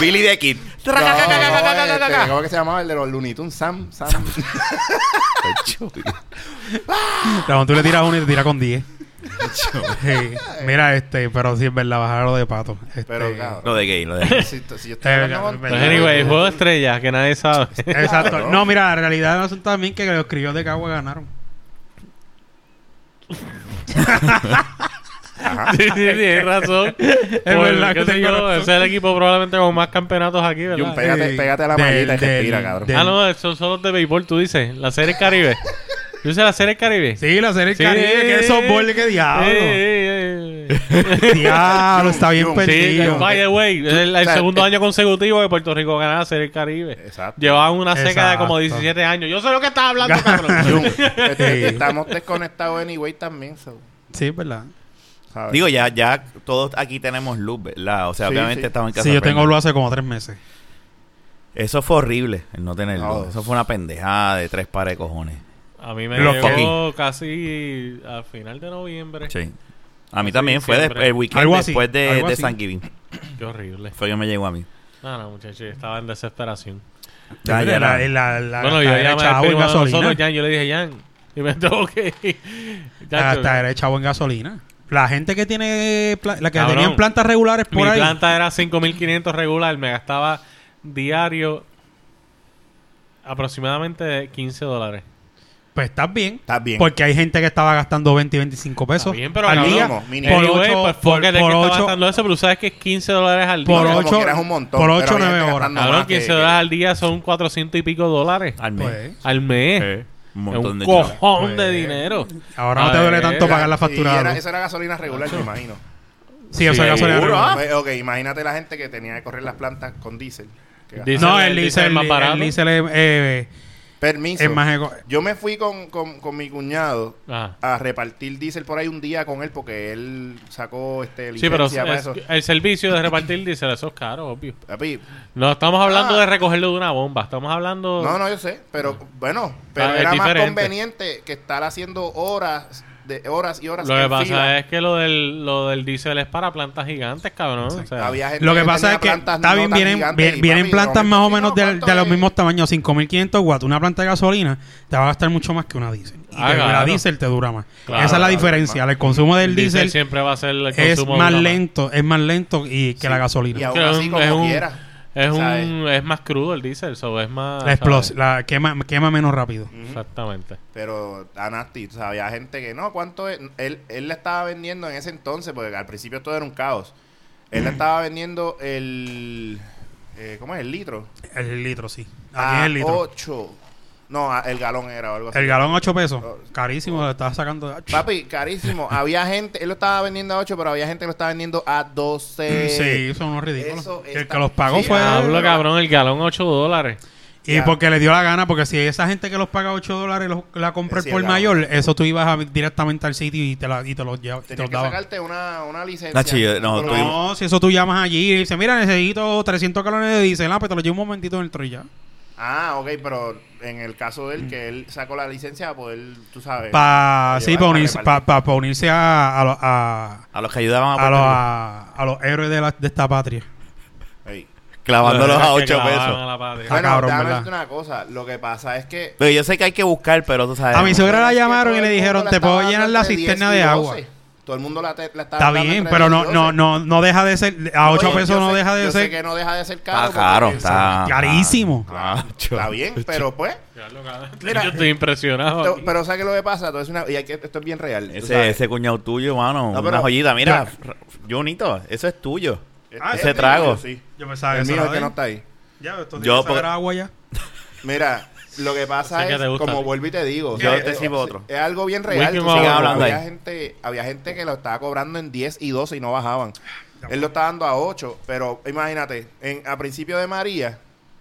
[SPEAKER 1] Billy the Kid.
[SPEAKER 3] No, no, este,
[SPEAKER 1] Tracacacacacacacaca.
[SPEAKER 3] ¿Cómo que se llamaba el de los Looney Tunes? Sam, Sam.
[SPEAKER 4] Ramón, tú le tiras uno y te tira con 10. Sí. Mira, este, pero sí es verdad, bajar lo de pato. Este,
[SPEAKER 3] Pero, cabrón.
[SPEAKER 1] Lo de gay, lo de gay.
[SPEAKER 3] Si, si yo estoy
[SPEAKER 4] Eh,
[SPEAKER 3] hablando
[SPEAKER 4] cabrón,
[SPEAKER 3] con-
[SPEAKER 2] Pues, anyway, juego de estrellas que nadie sabe.
[SPEAKER 4] Exacto.
[SPEAKER 3] Claro.
[SPEAKER 4] No, mira, la realidad del asunto también que los criollos de Cagua ganaron.
[SPEAKER 2] sí, sí, tienes razón. es
[SPEAKER 4] verdad que tengo razón.
[SPEAKER 2] Es el equipo probablemente con más campeonatos aquí,
[SPEAKER 3] Y un
[SPEAKER 2] ¿verdad?
[SPEAKER 3] pégate,
[SPEAKER 4] Eh,
[SPEAKER 3] pégate a la
[SPEAKER 4] del-
[SPEAKER 3] mallita que
[SPEAKER 4] del-
[SPEAKER 3] tira, cabrón.
[SPEAKER 4] del-
[SPEAKER 2] Ah, no, son son los de béisbol, tú dices. La serie Caribe. ¿Tú dices la serie Caribe?
[SPEAKER 4] Sí, la serie
[SPEAKER 2] Sí.
[SPEAKER 4] Caribe, que esos boles, que diablo.
[SPEAKER 2] Eh, eh, eh.
[SPEAKER 4] Diablo, está bien
[SPEAKER 3] Sí,
[SPEAKER 2] Sí,
[SPEAKER 4] perdido.
[SPEAKER 2] by the way, es el, el
[SPEAKER 3] o sea,
[SPEAKER 2] segundo
[SPEAKER 3] eh,
[SPEAKER 2] año consecutivo que Puerto Rico gana la Serie del Caribe.
[SPEAKER 3] Exacto.
[SPEAKER 2] Llevaban una seca de
[SPEAKER 4] Exacto.
[SPEAKER 2] como 17 años. Yo sé lo que estás hablando, cabrón.
[SPEAKER 3] Jun, este,
[SPEAKER 4] Sí.
[SPEAKER 3] estamos desconectados anyway también, so,
[SPEAKER 4] Sí, es verdad.
[SPEAKER 3] ¿sabes?
[SPEAKER 1] Digo, ya, ya todos aquí tenemos luz, ¿verdad? O sea,
[SPEAKER 3] Sí,
[SPEAKER 1] obviamente
[SPEAKER 3] sí.
[SPEAKER 1] estamos en casa.
[SPEAKER 4] Sí, yo tengo
[SPEAKER 1] prenda.
[SPEAKER 4] lo hace como tres meses.
[SPEAKER 1] Eso fue horrible, el no tener luz.
[SPEAKER 3] Oh.
[SPEAKER 1] Eso fue una pendejada de tres pares de cojones.
[SPEAKER 2] A mí me
[SPEAKER 4] Los
[SPEAKER 2] llegó casi al final de noviembre.
[SPEAKER 1] Sí. A mí
[SPEAKER 2] Sí,
[SPEAKER 1] también fue de-
[SPEAKER 2] siempre.
[SPEAKER 1] el weekend
[SPEAKER 4] Algo así,
[SPEAKER 1] después de,
[SPEAKER 4] algo
[SPEAKER 1] de
[SPEAKER 4] así.
[SPEAKER 1] Thanksgiving.
[SPEAKER 2] Qué horrible.
[SPEAKER 1] Fue que me llegó a mí.
[SPEAKER 2] No, no, muchachos, yo estaba en desesperación.
[SPEAKER 1] Ya, ya
[SPEAKER 4] la,
[SPEAKER 1] era.
[SPEAKER 4] la, la
[SPEAKER 2] bueno, yo
[SPEAKER 4] gastadera de
[SPEAKER 2] llamé
[SPEAKER 4] chavo
[SPEAKER 2] al
[SPEAKER 4] en
[SPEAKER 2] primo de nosotros,
[SPEAKER 4] gasolina.
[SPEAKER 2] Jan. Yo le dije, Jan, y me tengo que ir.
[SPEAKER 4] La
[SPEAKER 2] Chacho,
[SPEAKER 4] gastadera de chavo en gasolina. La gente que tiene, pla- la que
[SPEAKER 2] Cabrón.
[SPEAKER 4] tenían plantas regulares por
[SPEAKER 2] mi
[SPEAKER 4] ahí.
[SPEAKER 2] planta era 5.500 regular. Me gastaba diario aproximadamente 15 dólares.
[SPEAKER 4] Pues estás bien.
[SPEAKER 3] Estás bien.
[SPEAKER 4] Porque hay gente que estaba gastando 20 y 25 pesos
[SPEAKER 2] Está bien, pero
[SPEAKER 4] al
[SPEAKER 2] cabrón,
[SPEAKER 4] día.
[SPEAKER 3] mínimo, mínimo.
[SPEAKER 4] Por
[SPEAKER 2] Anyway,
[SPEAKER 4] 8,
[SPEAKER 2] pues
[SPEAKER 4] por,
[SPEAKER 2] porque de
[SPEAKER 4] por
[SPEAKER 2] que estaba
[SPEAKER 4] ocho-
[SPEAKER 2] gastando eso, pero tú sabes que es 15 dólares al día.
[SPEAKER 4] por
[SPEAKER 3] Como
[SPEAKER 4] ocho-
[SPEAKER 3] quieras un montón,
[SPEAKER 4] por
[SPEAKER 3] pero
[SPEAKER 4] ocho,
[SPEAKER 3] había gente
[SPEAKER 4] nueve horas.
[SPEAKER 3] gastando
[SPEAKER 2] Cabrón,
[SPEAKER 3] más que-
[SPEAKER 2] 15 dólares al día son 400 y pico dólares
[SPEAKER 1] Al mes.
[SPEAKER 4] Pues,
[SPEAKER 2] al mes.
[SPEAKER 1] Eh, un
[SPEAKER 2] Es
[SPEAKER 1] montón
[SPEAKER 2] un
[SPEAKER 1] de chavos.
[SPEAKER 2] cojón de
[SPEAKER 4] Pues,
[SPEAKER 2] dinero. Ah, eh,
[SPEAKER 4] ahora no
[SPEAKER 2] A
[SPEAKER 4] te duele
[SPEAKER 2] ver,
[SPEAKER 4] tanto
[SPEAKER 2] era-
[SPEAKER 4] pagar la
[SPEAKER 3] Y era-
[SPEAKER 4] factura.
[SPEAKER 3] Esa era gasolina regular, me imagino.
[SPEAKER 4] Sí, eso es
[SPEAKER 2] Sí,
[SPEAKER 4] gasolina.
[SPEAKER 1] seguro,
[SPEAKER 4] regular.
[SPEAKER 1] Ah.
[SPEAKER 3] Ok, imagínate la gente que tenía que correr las plantas con diésel. que gastaba-
[SPEAKER 2] Diésel.
[SPEAKER 4] No,
[SPEAKER 2] El
[SPEAKER 4] el
[SPEAKER 2] diésel
[SPEAKER 4] diésel
[SPEAKER 2] es más barato.
[SPEAKER 4] El diésel es, eh,
[SPEAKER 3] Permiso.
[SPEAKER 4] es más eco-
[SPEAKER 3] Yo me fui con, con, con mi cuñado
[SPEAKER 2] Ajá.
[SPEAKER 3] a repartir diésel por ahí un día con él porque él sacó este
[SPEAKER 2] Sí, pero
[SPEAKER 3] licencia para
[SPEAKER 2] es-
[SPEAKER 3] eso.
[SPEAKER 2] el servicio de repartir diésel, eso es caro, obvio.
[SPEAKER 3] Papi,
[SPEAKER 2] No estamos hablando
[SPEAKER 3] Ah.
[SPEAKER 2] de recogerlo de una bomba, estamos hablando...
[SPEAKER 3] No, no, yo sé, pero bueno, pero
[SPEAKER 2] Ah, es
[SPEAKER 3] era más
[SPEAKER 2] diferente.
[SPEAKER 3] conveniente que estar haciendo horas de horas y horas
[SPEAKER 2] Lo que
[SPEAKER 3] en
[SPEAKER 2] pasa
[SPEAKER 3] fila.
[SPEAKER 2] es que lo del, lo del diésel es para plantas gigantes, cabrón. O sea,
[SPEAKER 3] Había gente
[SPEAKER 4] Lo que
[SPEAKER 3] que
[SPEAKER 4] pasa
[SPEAKER 3] tenía
[SPEAKER 4] es que
[SPEAKER 3] plantas
[SPEAKER 4] está
[SPEAKER 3] no
[SPEAKER 4] bien,
[SPEAKER 3] tan
[SPEAKER 4] vienen,
[SPEAKER 3] gigantes
[SPEAKER 4] bien-
[SPEAKER 3] y,
[SPEAKER 4] vienen
[SPEAKER 3] papi,
[SPEAKER 4] plantas
[SPEAKER 3] no,
[SPEAKER 4] más o
[SPEAKER 3] no,
[SPEAKER 4] menos del- de,
[SPEAKER 3] ¿cuánto
[SPEAKER 4] los
[SPEAKER 3] es?
[SPEAKER 4] mismos tamaños, 5500 watts. Una planta de gasolina te va a gastar mucho más que una diésel. Y
[SPEAKER 2] Ah,
[SPEAKER 4] te- la
[SPEAKER 2] claro.
[SPEAKER 4] diésel te dura más.
[SPEAKER 2] Claro,
[SPEAKER 4] Esa es la
[SPEAKER 3] claro,
[SPEAKER 4] diferencia. El consumo del
[SPEAKER 2] el diésel
[SPEAKER 4] diésel
[SPEAKER 2] siempre va a ser el
[SPEAKER 4] es
[SPEAKER 2] consumo de
[SPEAKER 4] más
[SPEAKER 2] una
[SPEAKER 4] lento, es más lento y que la
[SPEAKER 3] Y
[SPEAKER 4] gasolina.
[SPEAKER 3] aún
[SPEAKER 2] Que es
[SPEAKER 3] así,
[SPEAKER 2] un-
[SPEAKER 3] como
[SPEAKER 2] es un-
[SPEAKER 3] quiera.
[SPEAKER 2] Es,
[SPEAKER 3] ¿sabes?
[SPEAKER 2] un, es más crudo el diésel, so, es más...
[SPEAKER 4] La
[SPEAKER 2] ¿sabes?
[SPEAKER 4] explosión, la quema, quema menos rápido.
[SPEAKER 2] Exactamente.
[SPEAKER 3] Pero Anasti, o sea, había gente que no, ¿cuánto es? Él, él le estaba vendiendo en ese entonces, porque al principio todo era un caos. Él le estaba vendiendo el. eh, ¿Cómo es? El litro.
[SPEAKER 4] El litro, sí. Aquí Ah, es
[SPEAKER 3] A
[SPEAKER 4] el litro.
[SPEAKER 3] 8. No, a- el galón era o algo así.
[SPEAKER 4] El galón 8 pesos.
[SPEAKER 3] Oh.
[SPEAKER 4] Carísimo, lo estás sacando.
[SPEAKER 3] Papi, carísimo. Había gente, él lo estaba vendiendo a 8, pero había gente que lo estaba vendiendo a 12.
[SPEAKER 4] sí, son unos ridículos.
[SPEAKER 3] eso
[SPEAKER 4] El
[SPEAKER 3] está-
[SPEAKER 4] que los pagó
[SPEAKER 3] sí,
[SPEAKER 4] fue.
[SPEAKER 3] ah,
[SPEAKER 2] Hablo, cabrón, el galón 8 dólares.
[SPEAKER 4] Y
[SPEAKER 3] Ya.
[SPEAKER 4] porque le dio la gana, porque si esa gente que los paga 8 dólares los- la compra
[SPEAKER 3] Sí,
[SPEAKER 4] por
[SPEAKER 3] la-
[SPEAKER 4] mayor, eso tú ibas a- directamente al sitio y te, la, y te los llevas.
[SPEAKER 3] Tenías que sacarte una, una licencia.
[SPEAKER 1] Nacho, yo- eh, no,
[SPEAKER 3] Pero-
[SPEAKER 1] tuvimos-
[SPEAKER 4] No, si eso tú llamas allí y dices, mira, necesito 300 galones de diésel, ah, pues te lo llevo un momentito en el tren y ya.
[SPEAKER 3] Ah, ok, pero en el caso de él, que él sacó la licencia, pues él, tú sabes.
[SPEAKER 4] Pa,
[SPEAKER 3] para
[SPEAKER 4] sí,
[SPEAKER 3] llevar,
[SPEAKER 4] para
[SPEAKER 3] para
[SPEAKER 4] unirse,
[SPEAKER 3] repartir.
[SPEAKER 4] pa- pa unirse a, a, los-
[SPEAKER 3] Ah,
[SPEAKER 4] a-
[SPEAKER 1] A los que
[SPEAKER 3] pues
[SPEAKER 1] ayudaban a,
[SPEAKER 4] a los,
[SPEAKER 1] poner-
[SPEAKER 4] a- a los héroes de, la- de esta patria.
[SPEAKER 3] Ey.
[SPEAKER 1] clavándolos a
[SPEAKER 2] Que
[SPEAKER 1] 8
[SPEAKER 2] clavaban
[SPEAKER 1] pesos.
[SPEAKER 2] a la patria.
[SPEAKER 4] Ah,
[SPEAKER 3] Bueno,
[SPEAKER 4] cabrón,
[SPEAKER 3] déjame
[SPEAKER 4] ¿verdad?
[SPEAKER 3] decirte una cosa. Lo que pasa es que.
[SPEAKER 1] Pero yo sé que hay que buscar, pero tú sabes.
[SPEAKER 4] A mi suegra la
[SPEAKER 3] es que todo
[SPEAKER 4] llamaron y
[SPEAKER 3] el
[SPEAKER 4] le
[SPEAKER 3] mundo
[SPEAKER 4] dijeron,
[SPEAKER 3] la
[SPEAKER 4] te
[SPEAKER 3] estaba
[SPEAKER 4] puedo
[SPEAKER 3] dando
[SPEAKER 4] llenar la
[SPEAKER 3] entre 10
[SPEAKER 4] cisterna
[SPEAKER 3] y
[SPEAKER 4] de agua.
[SPEAKER 3] 12. Todo el mundo la, te- la estaba
[SPEAKER 4] Está
[SPEAKER 3] dando
[SPEAKER 4] bien,
[SPEAKER 3] entre
[SPEAKER 4] pero
[SPEAKER 3] 10
[SPEAKER 4] no,
[SPEAKER 3] y
[SPEAKER 4] no,
[SPEAKER 3] 12.
[SPEAKER 4] no, no deja de ser, a 8
[SPEAKER 3] Oye, yo
[SPEAKER 4] pesos no
[SPEAKER 3] sé-
[SPEAKER 4] deja de
[SPEAKER 3] yo
[SPEAKER 4] ser.
[SPEAKER 3] Sé que no deja de ser caro.
[SPEAKER 1] Está
[SPEAKER 3] porque
[SPEAKER 1] caro,
[SPEAKER 3] eso-
[SPEAKER 1] está.
[SPEAKER 4] Carísimo.
[SPEAKER 1] Nacho.
[SPEAKER 3] Está bien, pero pues.
[SPEAKER 2] Claro, cabrón.
[SPEAKER 3] Mira,
[SPEAKER 2] yo estoy impresionado.
[SPEAKER 3] to-
[SPEAKER 2] aquí.
[SPEAKER 3] pero ¿sabes qué es lo que pasa? Todo es una- y hay que- esto es bien real. tú
[SPEAKER 1] Ese,
[SPEAKER 3] sabes.
[SPEAKER 1] ese cuñado tuyo, mano.
[SPEAKER 3] No,
[SPEAKER 1] una
[SPEAKER 3] pero-
[SPEAKER 1] joyita. Mira, Junito, eso es tuyo.
[SPEAKER 4] Ah,
[SPEAKER 1] ese trago.
[SPEAKER 3] Sí.
[SPEAKER 4] Yo
[SPEAKER 3] El
[SPEAKER 4] pensaba
[SPEAKER 3] Este mío
[SPEAKER 4] que
[SPEAKER 3] es el
[SPEAKER 4] eso era
[SPEAKER 3] que
[SPEAKER 4] de
[SPEAKER 3] no
[SPEAKER 4] él.
[SPEAKER 3] está ahí.
[SPEAKER 4] Ya, esto
[SPEAKER 1] Yo,
[SPEAKER 4] tiene que
[SPEAKER 1] por-
[SPEAKER 4] saber agua ya.
[SPEAKER 3] Mira, lo que pasa
[SPEAKER 2] Sé que
[SPEAKER 3] es,
[SPEAKER 2] te gusta,
[SPEAKER 3] como
[SPEAKER 2] Rick.
[SPEAKER 3] vuelvo y te digo,
[SPEAKER 1] Yo
[SPEAKER 3] es-
[SPEAKER 1] te sirvo
[SPEAKER 3] es-
[SPEAKER 1] otro.
[SPEAKER 3] Es algo bien real.
[SPEAKER 2] Whisky
[SPEAKER 3] tú
[SPEAKER 2] me
[SPEAKER 3] sabes,
[SPEAKER 1] va hablando
[SPEAKER 3] había,
[SPEAKER 1] ahí.
[SPEAKER 3] gente, había gente que lo estaba cobrando en 10 y 12 y no bajaban. Él lo estaba dando a 8, pero imagínate, en, a principio de María,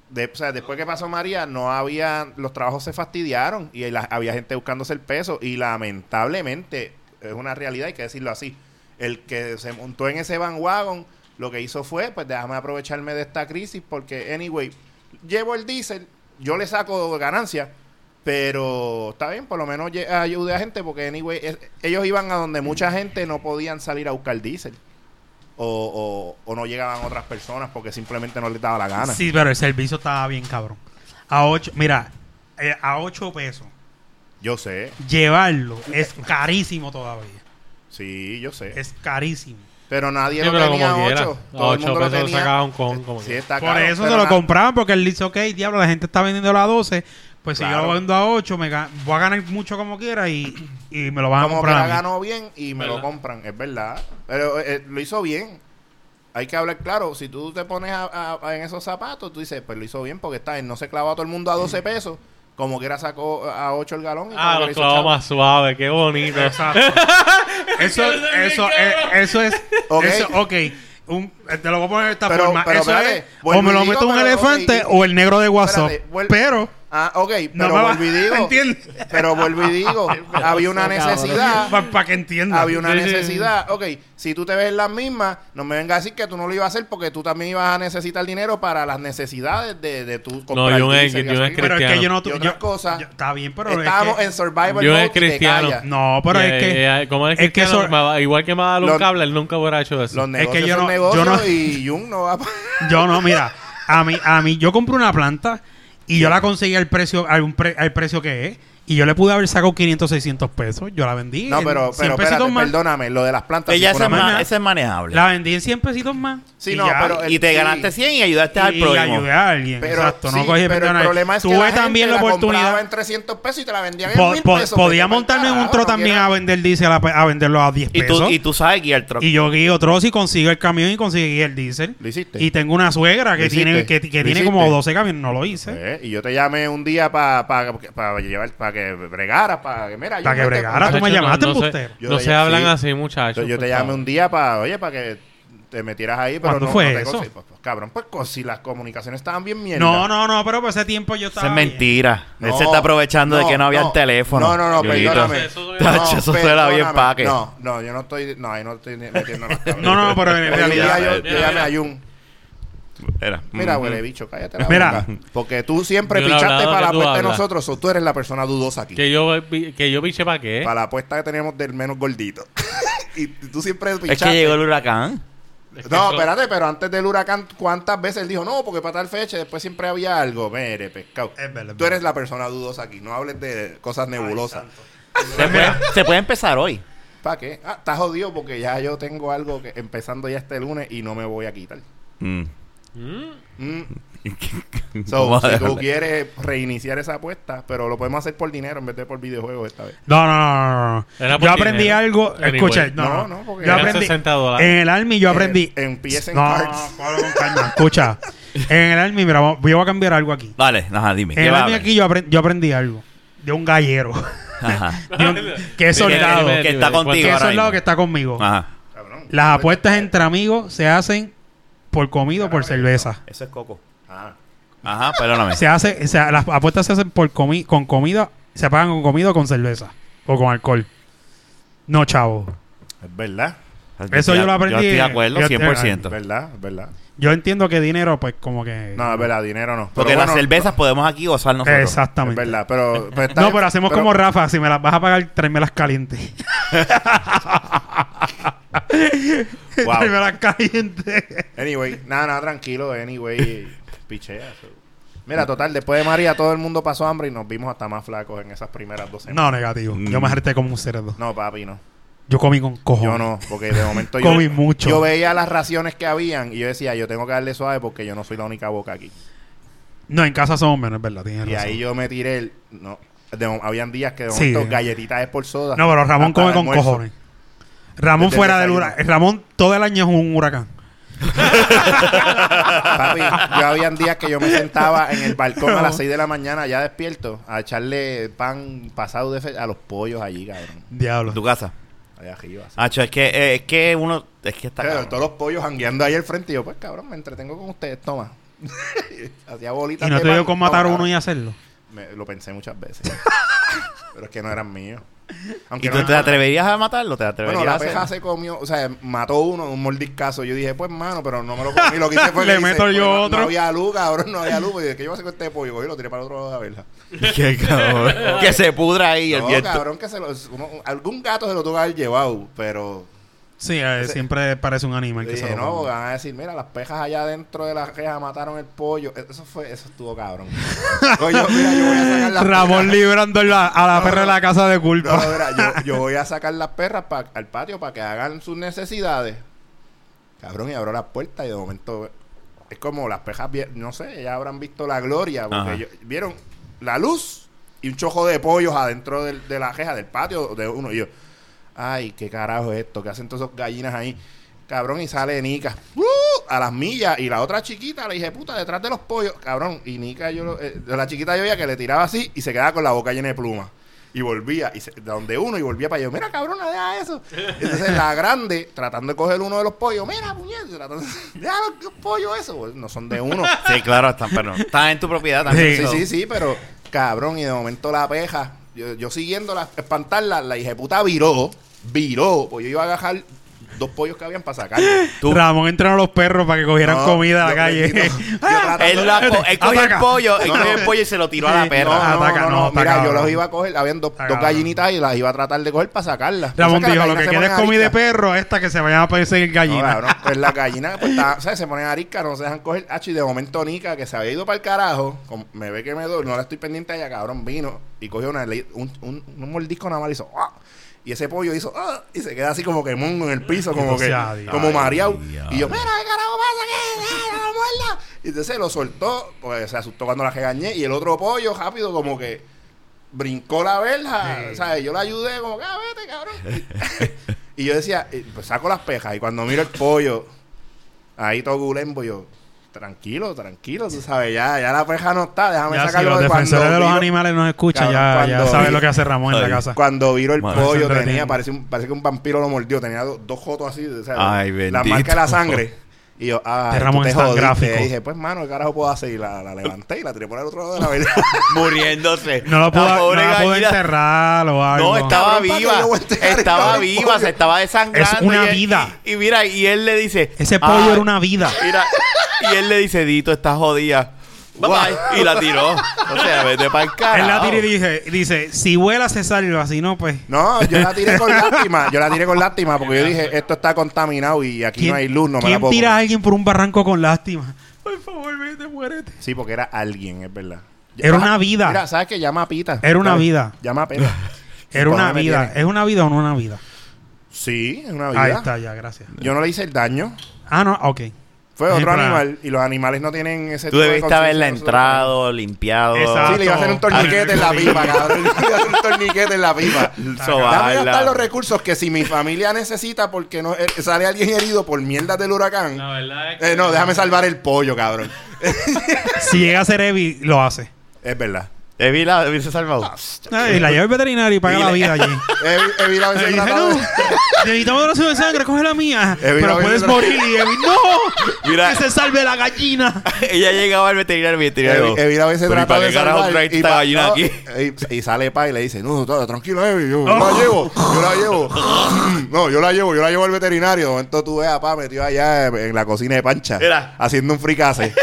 [SPEAKER 3] de- o sea, después que pasó María, no había, los trabajos se fastidiaron y la- había gente buscándose el peso y lamentablemente es una realidad, hay que decirlo así. El que se montó en ese bandwagon, lo que hizo fue, pues déjame aprovecharme de esta crisis porque, anyway, llevo el diésel, yo le saco ganancia, pero está bien, por lo menos lle- ayude a gente porque, anyway, es- ellos iban a donde mucha gente no podían salir a buscar diésel. O, o- o no llegaban otras personas porque simplemente no les daba la gana.
[SPEAKER 4] Sí, pero el servicio estaba bien cabrón. A 8, mira, eh, a 8 pesos.
[SPEAKER 3] Yo sé,
[SPEAKER 4] Llevarlo es carísimo todavía.
[SPEAKER 3] sí, yo sé.
[SPEAKER 4] Es carísimo.
[SPEAKER 3] Pero nadie
[SPEAKER 2] Sí,
[SPEAKER 3] lo
[SPEAKER 2] pero
[SPEAKER 3] tenía
[SPEAKER 2] como
[SPEAKER 3] a
[SPEAKER 2] quiera.
[SPEAKER 3] 8.
[SPEAKER 2] A
[SPEAKER 3] Todo el
[SPEAKER 2] ocho
[SPEAKER 3] mundo lo
[SPEAKER 2] pesos
[SPEAKER 3] tenía.
[SPEAKER 2] sacaba un cojón, como
[SPEAKER 3] sí,
[SPEAKER 2] quiera.
[SPEAKER 3] está
[SPEAKER 4] Por
[SPEAKER 3] caro,
[SPEAKER 4] eso
[SPEAKER 3] pero
[SPEAKER 4] se lo
[SPEAKER 3] na-
[SPEAKER 4] compraban porque él dice, ok, diablo, la gente está vendiendo a 12. Pues si yo
[SPEAKER 3] Claro.
[SPEAKER 4] lo vendo a 8, me ga- voy a ganar mucho como quiera y, y me lo van a
[SPEAKER 3] Como que
[SPEAKER 4] comprar.
[SPEAKER 3] la
[SPEAKER 4] a mí.
[SPEAKER 3] ganó bien y me lo
[SPEAKER 2] ¿Verdad?
[SPEAKER 3] compran, es verdad. Pero eh, lo hizo bien. Hay que hablar claro. Si tú te pones a- a- a- en esos zapatos, tú dices, pues lo hizo bien porque está bien. No se clavó a todo el mundo a 12 pesos. Como quiera sacó a 8 el galón. Y como
[SPEAKER 2] Ah,
[SPEAKER 3] que
[SPEAKER 2] los
[SPEAKER 3] le hizo
[SPEAKER 2] clavos
[SPEAKER 3] chavo.
[SPEAKER 2] más suaves, qué bonito.
[SPEAKER 4] Exacto. eso, eso, eh, eso es.
[SPEAKER 3] Ok.
[SPEAKER 4] Eso, ok. Un- eh, te lo voy a poner de esta
[SPEAKER 3] Pero-
[SPEAKER 4] forma.
[SPEAKER 3] pero
[SPEAKER 4] Eso
[SPEAKER 3] espérate,
[SPEAKER 4] es,
[SPEAKER 3] vuelvo
[SPEAKER 4] o me
[SPEAKER 3] y
[SPEAKER 4] lo
[SPEAKER 3] digo,
[SPEAKER 4] meto un
[SPEAKER 3] pero,
[SPEAKER 4] elefante
[SPEAKER 3] ok, y-
[SPEAKER 4] o el negro de WhatsApp.
[SPEAKER 3] espérate, vuel-
[SPEAKER 4] pero.
[SPEAKER 3] Ah, ok,
[SPEAKER 4] No
[SPEAKER 3] pero
[SPEAKER 4] me va-
[SPEAKER 3] volví y digo.
[SPEAKER 4] ¿Entiendes?
[SPEAKER 3] Pero volví y digo. había una necesidad.
[SPEAKER 4] Para que entiendas.
[SPEAKER 3] Ah. había una
[SPEAKER 2] Sí, sí.
[SPEAKER 3] necesidad. Ok, si tú te ves en las mismas, no me vengas a decir que tú no lo ibas a hacer porque tú también ibas a necesitar dinero para las necesidades de, de tu comprar
[SPEAKER 2] yo un
[SPEAKER 3] pizza
[SPEAKER 2] ex- yo
[SPEAKER 3] y
[SPEAKER 2] un
[SPEAKER 3] así.
[SPEAKER 4] Pero es que yo no.
[SPEAKER 3] Y otras cosas.
[SPEAKER 4] yo- Está bien, pero. es
[SPEAKER 3] Estábamos
[SPEAKER 4] que-
[SPEAKER 3] en survival
[SPEAKER 2] Yo
[SPEAKER 3] mode
[SPEAKER 2] es
[SPEAKER 3] y te
[SPEAKER 2] cristiano.
[SPEAKER 3] callas.
[SPEAKER 4] No, pero es que.
[SPEAKER 2] Eh, eh, como es,
[SPEAKER 4] es que
[SPEAKER 2] cristiano,
[SPEAKER 4] eso-
[SPEAKER 2] me va- igual que me va a dar un
[SPEAKER 3] Los-
[SPEAKER 2] cable, él nunca hubiera hecho eso.
[SPEAKER 3] Los
[SPEAKER 4] Es
[SPEAKER 3] negocios
[SPEAKER 4] que yo
[SPEAKER 3] son
[SPEAKER 4] no-
[SPEAKER 3] negocios
[SPEAKER 4] yo no-
[SPEAKER 3] y Jung no va pa-
[SPEAKER 4] Yo no, mira, a mí, a mí, yo compré una planta y yo la conseguí al precio, al, un pre- al precio que es. Y yo le pude haber sacado 500, 600 pesos. Yo la vendí.
[SPEAKER 3] No,
[SPEAKER 4] en
[SPEAKER 3] pero,
[SPEAKER 4] 100
[SPEAKER 3] pero
[SPEAKER 4] pesitos
[SPEAKER 3] espérate,
[SPEAKER 4] más.
[SPEAKER 3] perdóname, lo de las plantas.
[SPEAKER 1] Ella ese
[SPEAKER 3] sí fue
[SPEAKER 1] es,
[SPEAKER 3] una
[SPEAKER 1] ma-
[SPEAKER 4] manera.
[SPEAKER 1] ese es maneable.
[SPEAKER 4] La vendí en 100 pesitos más.
[SPEAKER 3] Sí,
[SPEAKER 4] y
[SPEAKER 3] no,
[SPEAKER 4] ya.
[SPEAKER 3] pero-
[SPEAKER 1] y te
[SPEAKER 3] sí.
[SPEAKER 1] ganaste 100 y ayudaste al
[SPEAKER 4] Y
[SPEAKER 1] prójimo.
[SPEAKER 4] ayudé a alguien.
[SPEAKER 3] Pero,
[SPEAKER 4] exacto. No
[SPEAKER 3] sí,
[SPEAKER 4] cogí
[SPEAKER 3] pero
[SPEAKER 4] pensión
[SPEAKER 3] el
[SPEAKER 4] a nadie.
[SPEAKER 3] problema es que
[SPEAKER 4] Tuve
[SPEAKER 3] la gente
[SPEAKER 4] también la
[SPEAKER 3] la compraba
[SPEAKER 4] oportunidad.
[SPEAKER 3] en 300 pesos y te la vendían en
[SPEAKER 4] po-
[SPEAKER 3] 1000
[SPEAKER 4] po-
[SPEAKER 3] pesos.
[SPEAKER 4] podía
[SPEAKER 3] Vete pa'l
[SPEAKER 4] montarme en un
[SPEAKER 3] carajo,
[SPEAKER 4] tro
[SPEAKER 3] no
[SPEAKER 4] también
[SPEAKER 3] quieras-
[SPEAKER 4] a vender diésel, a, pe- a venderlo a 10
[SPEAKER 1] Y tú,
[SPEAKER 4] pesos.
[SPEAKER 1] y tú sabes guiar truck.
[SPEAKER 4] Y yo guío otro y consigo el camión y conseguí el diésel.
[SPEAKER 3] Lo hiciste.
[SPEAKER 4] Y tengo una suegra que
[SPEAKER 3] Lo
[SPEAKER 4] tiene,
[SPEAKER 3] hiciste.
[SPEAKER 4] que,
[SPEAKER 3] Lo
[SPEAKER 4] que tiene
[SPEAKER 3] hiciste.
[SPEAKER 4] como 12 camiones. No lo hice.
[SPEAKER 3] Eh, y yo te llamé un día para pa, pa- pa llevar, para que bregara, para que, mira,
[SPEAKER 4] Pa' que
[SPEAKER 3] yo-
[SPEAKER 4] bregara, tú me
[SPEAKER 2] Muchachos,
[SPEAKER 4] llamaste,
[SPEAKER 2] no, no, se,
[SPEAKER 4] embustero.
[SPEAKER 3] Yo
[SPEAKER 2] no
[SPEAKER 3] te-
[SPEAKER 2] se hablan
[SPEAKER 3] sí.
[SPEAKER 2] así, muchachos.
[SPEAKER 3] Yo te
[SPEAKER 2] por
[SPEAKER 3] llamé
[SPEAKER 2] favor.
[SPEAKER 3] un día para, oye, para que te metieras ahí, pero
[SPEAKER 4] ¿Cuándo
[SPEAKER 3] no,
[SPEAKER 4] fue
[SPEAKER 3] no te
[SPEAKER 4] eso?
[SPEAKER 3] conseguí. Pues, pues, cabrón, pues co- si las comunicaciones estaban bien mierda.
[SPEAKER 4] No, no, no, pero por ese tiempo yo
[SPEAKER 1] Eso
[SPEAKER 4] estaba.
[SPEAKER 1] es
[SPEAKER 4] bien.
[SPEAKER 1] mentira. Él se
[SPEAKER 3] No,
[SPEAKER 1] está aprovechando de que no había
[SPEAKER 3] no.
[SPEAKER 1] el teléfono.
[SPEAKER 3] No, no, no,
[SPEAKER 1] Yulito.
[SPEAKER 3] perdóname.
[SPEAKER 2] Eso- eso-
[SPEAKER 1] Tacho, eso suena bien
[SPEAKER 3] perdóname.
[SPEAKER 1] paque.
[SPEAKER 3] No, no, yo no estoy, no, ahí no estoy ni- metiendo las tablas.
[SPEAKER 4] No, no, pero en
[SPEAKER 3] Hoy en día
[SPEAKER 4] realidad.
[SPEAKER 3] yo,
[SPEAKER 2] Mira,
[SPEAKER 3] yo llamé
[SPEAKER 2] mira.
[SPEAKER 3] a Jun.
[SPEAKER 1] Era.
[SPEAKER 3] Mira,
[SPEAKER 1] Mm.
[SPEAKER 3] huele bicho, cállate la
[SPEAKER 4] Mira.
[SPEAKER 3] boca. Porque tú siempre
[SPEAKER 2] Yo no he
[SPEAKER 3] pichaste
[SPEAKER 2] hablado
[SPEAKER 3] para la
[SPEAKER 2] que tú
[SPEAKER 3] apuesta de
[SPEAKER 2] hablas.
[SPEAKER 3] nosotros, o tú eres la persona dudosa aquí.
[SPEAKER 2] Que yo, que yo piche para qué.
[SPEAKER 3] Para la apuesta que teníamos del menos gordito. y tú siempre
[SPEAKER 1] Es
[SPEAKER 3] pichaste.
[SPEAKER 1] que llegó el huracán.
[SPEAKER 2] Es que
[SPEAKER 3] No,
[SPEAKER 2] eso-
[SPEAKER 3] espérate, pero antes del huracán, ¿cuántas veces él dijo no? Porque para tal fecha después siempre había algo. Mere, pescado.
[SPEAKER 4] Es verdad, es
[SPEAKER 3] Tú eres
[SPEAKER 4] verdad.
[SPEAKER 3] la persona dudosa aquí. No hables de cosas nebulosas.
[SPEAKER 1] Se puede, se puede empezar hoy.
[SPEAKER 3] ¿Para qué? Ah, estás jodido porque ya yo tengo algo que empezando ya este lunes y no me voy a quitar.
[SPEAKER 2] Mm.
[SPEAKER 3] Mm. So,
[SPEAKER 1] Vamos a
[SPEAKER 3] si tú
[SPEAKER 1] dejarle.
[SPEAKER 3] quieres reiniciar esa apuesta, pero lo podemos hacer por dinero en vez de por videojuegos esta vez.
[SPEAKER 4] No, no, no, no, no.
[SPEAKER 2] Era por
[SPEAKER 4] Yo aprendí
[SPEAKER 2] dinero.
[SPEAKER 4] algo.
[SPEAKER 2] Anyway.
[SPEAKER 4] Escucha, no,
[SPEAKER 3] No,
[SPEAKER 4] no.
[SPEAKER 3] no, porque Eh,
[SPEAKER 4] yo
[SPEAKER 2] eran
[SPEAKER 4] aprendí.
[SPEAKER 2] 60 dólares.
[SPEAKER 4] En el Army yo aprendí.
[SPEAKER 3] En, empiecen
[SPEAKER 4] no,
[SPEAKER 3] cards.
[SPEAKER 4] Pablo, con calma. Escucha. En el Army, mira, vamos- yo voy a cambiar algo aquí.
[SPEAKER 1] Dale, ajá, dime.
[SPEAKER 4] En
[SPEAKER 1] ¿qué
[SPEAKER 4] el
[SPEAKER 1] va a
[SPEAKER 4] Army
[SPEAKER 1] haber?
[SPEAKER 4] aquí yo, aprend- yo aprendí algo. De un gallero.
[SPEAKER 1] Ajá.
[SPEAKER 4] De un- que es
[SPEAKER 1] Que-
[SPEAKER 4] soldado.
[SPEAKER 1] Que, que está
[SPEAKER 2] Cuéntame.
[SPEAKER 1] contigo.
[SPEAKER 4] Que es
[SPEAKER 1] ahora
[SPEAKER 4] soldado
[SPEAKER 1] mismo.
[SPEAKER 4] que está conmigo.
[SPEAKER 2] Ah,
[SPEAKER 1] Ajá.
[SPEAKER 3] Cabrón.
[SPEAKER 4] Las
[SPEAKER 3] eh,
[SPEAKER 4] apuestas entre amigos se hacen por comida o por cerveza.
[SPEAKER 1] Eso es coco.
[SPEAKER 3] Ah,
[SPEAKER 1] Ajá, perdóname.
[SPEAKER 4] Se hace, o sea, las apuestas se hacen por comi con comida, se pagan con comida o con cerveza o con alcohol. No, chavo.
[SPEAKER 3] Es verdad,
[SPEAKER 4] Eso yo lo aprendí.
[SPEAKER 1] Yo estoy de acuerdo,
[SPEAKER 4] Yo-
[SPEAKER 1] 100%.
[SPEAKER 3] es verdad, es verdad.
[SPEAKER 4] Yo entiendo que dinero, pues, como que.
[SPEAKER 3] No, es verdad, dinero no. Pero
[SPEAKER 1] Porque
[SPEAKER 3] bueno,
[SPEAKER 1] las cervezas podemos aquí gozar nosotros.
[SPEAKER 3] Es
[SPEAKER 4] Exactamente.
[SPEAKER 3] verdad, pero... pero está
[SPEAKER 4] No,
[SPEAKER 3] bien,
[SPEAKER 4] pero hacemos como Rafa, si me las vas a pagar, tráemelas calientes.
[SPEAKER 3] Wow.
[SPEAKER 4] Tráemelas calientes.
[SPEAKER 3] Anyway, nada, nada, tranquilo. Anyway, pichea. so. Mira, total, después de María todo el mundo pasó hambre y nos vimos hasta más flacos en esas primeras dos semanas.
[SPEAKER 4] No, negativo. Yo me harté como un cerdo.
[SPEAKER 3] No, papi, no.
[SPEAKER 4] Yo comí con cojones.
[SPEAKER 3] Mm. Yo no, porque de momento yo...
[SPEAKER 4] Comí mucho.
[SPEAKER 3] Yo veía las raciones que habían y yo decía, yo tengo que darle suave porque yo no soy la única boca aquí.
[SPEAKER 4] No, en casa somos menos, es verdad. tienes
[SPEAKER 3] Y
[SPEAKER 4] razón.
[SPEAKER 3] ahí yo me tiré el... No, de mo- habían días que de
[SPEAKER 4] Sí.
[SPEAKER 3] momento galletitas es por soda.
[SPEAKER 4] No, pero Ramón
[SPEAKER 3] hasta
[SPEAKER 4] come
[SPEAKER 3] el
[SPEAKER 4] con
[SPEAKER 3] almuerzo.
[SPEAKER 4] cojones. Ramón
[SPEAKER 3] Desde el
[SPEAKER 4] fuera del
[SPEAKER 3] desayuno.
[SPEAKER 4] huracán. Ramón todo el año es un huracán.
[SPEAKER 3] Papi, yo habían días que yo me sentaba en el balcón a las 6 de la mañana ya despierto a echarle pan pasado de fe a los pollos allí, cabrón.
[SPEAKER 4] Diablo.
[SPEAKER 1] Tu casa.
[SPEAKER 3] Allá arriba. así.
[SPEAKER 1] Hacho, es que, eh, es que uno. Es que está.
[SPEAKER 3] Claro,
[SPEAKER 1] cabrón.
[SPEAKER 3] todos los pollos jangueando ahí al frente. Y yo, pues cabrón, me entretengo con ustedes, toma. Hacía bolitas.
[SPEAKER 4] Y no
[SPEAKER 3] de
[SPEAKER 4] te
[SPEAKER 3] pan,
[SPEAKER 4] dio con matar
[SPEAKER 3] toma,
[SPEAKER 4] uno y
[SPEAKER 3] cabrón.
[SPEAKER 4] hacerlo.
[SPEAKER 3] Me- lo pensé muchas veces. Pero es que no eran míos. Aunque
[SPEAKER 1] ¿Y
[SPEAKER 3] no
[SPEAKER 1] tú te
[SPEAKER 3] eran-
[SPEAKER 1] atreverías a matarlo? ¿Te atreverías
[SPEAKER 3] Bueno, la
[SPEAKER 1] a hacer?
[SPEAKER 3] peja se comió, o sea, mató uno de un mordiscazo. Yo dije, pues, mano, pero no me lo comí. Lo que hice fue que
[SPEAKER 4] Le
[SPEAKER 3] hice,
[SPEAKER 4] meto
[SPEAKER 3] porque
[SPEAKER 4] yo
[SPEAKER 3] no-
[SPEAKER 4] otro.
[SPEAKER 3] No había luz, cabrón, no había luz. Y dije, ¿qué yo voy a hacer con este pollo? Cogí y lo tiré para el otro lado de la verja.
[SPEAKER 1] Qué cabrón. que se pudra ahí el
[SPEAKER 3] no,
[SPEAKER 1] viento.
[SPEAKER 3] cabrón, que se lo, uno- algún gato se lo tuvo que haber llevado, pero
[SPEAKER 4] Sí, eh, siempre parece un animal que se
[SPEAKER 3] dije,
[SPEAKER 4] lo
[SPEAKER 3] no,
[SPEAKER 4] come.
[SPEAKER 3] van a decir, mira, las pejas allá dentro de la reja mataron el pollo. E, Eso fue, eso estuvo cabrón. Oye, yo, mira, yo voy a sacar las
[SPEAKER 4] Ramón
[SPEAKER 3] perras.
[SPEAKER 4] librando la- a la
[SPEAKER 3] No,
[SPEAKER 4] perra de
[SPEAKER 3] no.
[SPEAKER 4] la casa de
[SPEAKER 3] No,
[SPEAKER 4] culpa.
[SPEAKER 3] mira, yo, yo voy a sacar las perras pa- al patio para que hagan sus necesidades. Cabrón, y abro las puertas y de momento es como las pejas, vie- no sé, ya habrán visto la gloria. Porque
[SPEAKER 1] Ajá.
[SPEAKER 3] ellos- vieron la luz y un chojo de pollos adentro del- de la reja del patio de uno. Y yo, ay, qué carajo es esto, qué hacen todas esas gallinas ahí. Cabrón, y sale Nica ¡uh! a las millas. Y la otra chiquita le dije, puta, detrás de los pollos. Cabrón, y Nica, yo, lo- eh, la chiquita yo veía que le tiraba así y se quedaba con la boca llena de plumas. Y volvía, y se- de donde uno, y volvía para yo, mira, cabrón, deja eso. Entonces la grande, tratando de coger uno de los pollos, mira, puñet, tratando de, deja los, los pollos eso. No son de uno.
[SPEAKER 1] Sí, claro, están, pero están en tu propiedad también.
[SPEAKER 3] Sí,
[SPEAKER 1] so-
[SPEAKER 3] sí, sí, pero cabrón, y de momento la peja, yo, yo siguiéndola, espantarla, la hija de puta viró, viró, pues yo iba a agarrar dos pollos que habían para sacar.
[SPEAKER 1] Tú-
[SPEAKER 4] Ramón entrenó a los perros para que cogieran comida a la calle. Ah.
[SPEAKER 1] Él, la co- él cogió el
[SPEAKER 4] Ataca.
[SPEAKER 1] pollo, él
[SPEAKER 3] No,
[SPEAKER 1] cogió el
[SPEAKER 3] no.
[SPEAKER 1] pollo y se lo tiró a la
[SPEAKER 4] Sí,
[SPEAKER 1] perra.
[SPEAKER 3] no, no,
[SPEAKER 4] Ataca,
[SPEAKER 3] no,
[SPEAKER 4] Ah, no,
[SPEAKER 3] no,
[SPEAKER 4] ataca,
[SPEAKER 3] mira, yo
[SPEAKER 4] cabrón.
[SPEAKER 3] los iba a coger, habían dos,
[SPEAKER 4] Está
[SPEAKER 3] dos
[SPEAKER 4] cabrón.
[SPEAKER 3] gallinitas y las iba a tratar de coger para sacarlas.
[SPEAKER 4] Ramón
[SPEAKER 3] O sea,
[SPEAKER 4] dijo,
[SPEAKER 3] las
[SPEAKER 4] lo
[SPEAKER 3] gallinas
[SPEAKER 4] que
[SPEAKER 3] se
[SPEAKER 4] quieres
[SPEAKER 3] ponen
[SPEAKER 4] comida de
[SPEAKER 3] ariscas".
[SPEAKER 4] perro esta que se vayan a perseguir
[SPEAKER 3] No,
[SPEAKER 4] gallinas.
[SPEAKER 3] cabrón, pues las gallinas pues, está- o sea, se ponen ariscas, no se dejan coger. Hacho, y de momento Nica, que se había ido para el carajo, como me ve que me doy, no la estoy pendiente a ella, cabrón, vino y cogió una, le- un, un, un mordisco nada más y hizo, ¡ah! y ese pollo hizo, ¡ah! y se queda así como que mongo en el piso, como
[SPEAKER 4] Entonces,
[SPEAKER 3] que,
[SPEAKER 4] adiós.
[SPEAKER 3] como
[SPEAKER 1] Ay,
[SPEAKER 3] mareado.
[SPEAKER 1] diablo.
[SPEAKER 3] Y yo, mira, ¿qué carajo pasa? ¿Qué? ¡Ah, no lo muerda! Y entonces lo soltó, pues se asustó cuando la regañé, y el otro pollo rápido como que brincó la verja,
[SPEAKER 4] Sí.
[SPEAKER 3] ¿sabes? Yo la ayudé como, "Ah, vete, cabrón! Y yo decía, eh, pues saco las pejas y cuando miro el pollo, ahí todo gulembo yo, tranquilo, tranquilo, tú sabes, ya, ya la peja no está, déjame
[SPEAKER 4] Ya, si
[SPEAKER 3] sacarlo
[SPEAKER 4] los
[SPEAKER 3] de cuando
[SPEAKER 4] defensores de los
[SPEAKER 3] viro-
[SPEAKER 4] animales nos escuchan, ya,
[SPEAKER 3] Cabrón,
[SPEAKER 4] ya
[SPEAKER 3] cuando-
[SPEAKER 4] saben lo que hace Ramón en la
[SPEAKER 1] Ay.
[SPEAKER 4] casa.
[SPEAKER 3] Cuando viro el
[SPEAKER 1] Madre,
[SPEAKER 4] se
[SPEAKER 3] pollo
[SPEAKER 4] entretiene.
[SPEAKER 3] tenía, parece, un- parece que un vampiro lo mordió, tenía do- dos jotos así, o sea,
[SPEAKER 1] Ay,
[SPEAKER 3] la
[SPEAKER 1] bendito.
[SPEAKER 3] marca de la sangre. Y yo, ah,
[SPEAKER 4] Este Ramón es tan gráfico.
[SPEAKER 3] Y dije, pues, mano, ¿qué carajo puedo hacer? Y la, la levanté y la tiré por el otro lado de la verja.
[SPEAKER 1] Muriéndose.
[SPEAKER 4] No lo pudo, no
[SPEAKER 1] pobre
[SPEAKER 4] la pudo
[SPEAKER 1] gallina-
[SPEAKER 4] enterrar o algo.
[SPEAKER 1] No, estaba
[SPEAKER 3] Cabrón, ¿para qué
[SPEAKER 1] viva.
[SPEAKER 3] yo voy a enterrar
[SPEAKER 1] Estaba
[SPEAKER 3] el
[SPEAKER 1] viva,
[SPEAKER 3] pollo?
[SPEAKER 1] se estaba desangrando.
[SPEAKER 4] Es una
[SPEAKER 1] y él-
[SPEAKER 4] vida.
[SPEAKER 1] Y, y mira, y él le dice.
[SPEAKER 4] Ese pollo
[SPEAKER 1] "Ay,
[SPEAKER 4] era una vida.
[SPEAKER 1] Mira, y él le dice, Dito, está jodida. Bye, bye. Y la tiró. O sea, vete para el carajo.
[SPEAKER 4] Él la tira y dice, dice, si vuela se salva, si no, pues...
[SPEAKER 3] No, yo la tiré con lástima, yo la tiré con lástima porque yo dije, esto está contaminado y aquí no hay luz, no me la
[SPEAKER 4] ¿quién
[SPEAKER 3] puedo
[SPEAKER 4] tira a
[SPEAKER 3] comer".
[SPEAKER 4] alguien por un barranco con lástima? Por favor, vete, muérete.
[SPEAKER 3] Sí, porque era alguien, es verdad.
[SPEAKER 4] Era
[SPEAKER 3] Ah,
[SPEAKER 4] una vida.
[SPEAKER 3] Mira, ¿sabes qué? Llama a Pita.
[SPEAKER 4] Era una
[SPEAKER 3] ¿Sabes?
[SPEAKER 4] vida.
[SPEAKER 3] Llama a Pita.
[SPEAKER 4] Era una
[SPEAKER 3] Todavía me
[SPEAKER 4] vida.
[SPEAKER 3] Pues tiene. ¿Oh,
[SPEAKER 4] ¿Es una vida o no una vida?
[SPEAKER 3] Sí, es una vida.
[SPEAKER 4] Ahí está, ya, gracias.
[SPEAKER 3] Yo no le hice el daño.
[SPEAKER 4] Ah, no, ok.
[SPEAKER 3] Fue
[SPEAKER 4] Es
[SPEAKER 3] otro
[SPEAKER 4] plan.
[SPEAKER 3] animal y los animales no tienen ese
[SPEAKER 1] Tú
[SPEAKER 3] tipo de
[SPEAKER 1] debiste haberla
[SPEAKER 3] conciencia.
[SPEAKER 1] entrado, limpiado.
[SPEAKER 4] Exacto.
[SPEAKER 3] Sí, le iba a hacer un torniquete en la pipa, cabrón. Le iba a hacer un torniquete en la pipa. Dame
[SPEAKER 1] sobarla.
[SPEAKER 3] gastar los recursos que si mi familia necesita porque no eh, sale alguien herido por mierdas del huracán.
[SPEAKER 2] La verdad es que.
[SPEAKER 3] Eh, no, déjame salvar el pollo, cabrón.
[SPEAKER 4] Si llega a ser Evi, lo hace.
[SPEAKER 3] Es verdad.
[SPEAKER 1] Evila Eh, hubiese salvado.
[SPEAKER 4] Ay, y la lleva el veterinario y paga la vida allí.
[SPEAKER 3] Evil- Evil a
[SPEAKER 4] Le
[SPEAKER 3] veces
[SPEAKER 4] dice,
[SPEAKER 3] trataba
[SPEAKER 4] no,
[SPEAKER 3] de-
[SPEAKER 4] necesitamos donación de sangre, coge la mía.
[SPEAKER 3] Evil a
[SPEAKER 4] pero
[SPEAKER 3] veces
[SPEAKER 4] puedes
[SPEAKER 3] trata-
[SPEAKER 4] morir. Y Evil, no,
[SPEAKER 1] Mira.
[SPEAKER 4] que se salve la gallina.
[SPEAKER 1] Ella llegaba al veterinario y el veterinario.
[SPEAKER 3] Evil- Evil a veces
[SPEAKER 1] "Pero, ¿y
[SPEAKER 3] trata
[SPEAKER 1] para
[SPEAKER 3] de
[SPEAKER 1] qué carajo
[SPEAKER 3] salvar
[SPEAKER 1] trae esta
[SPEAKER 3] pa-
[SPEAKER 1] gallina
[SPEAKER 3] no,
[SPEAKER 1] aquí?
[SPEAKER 3] y- y sale pa y le dice, no, no, tranquilo, Evil, yo, yo la llevo, yo la llevo. No, yo la llevo, yo la llevo al veterinario. De momento tú ves a pa metido allá en la cocina de Pancha,
[SPEAKER 1] Era.
[SPEAKER 3] haciendo un fricase.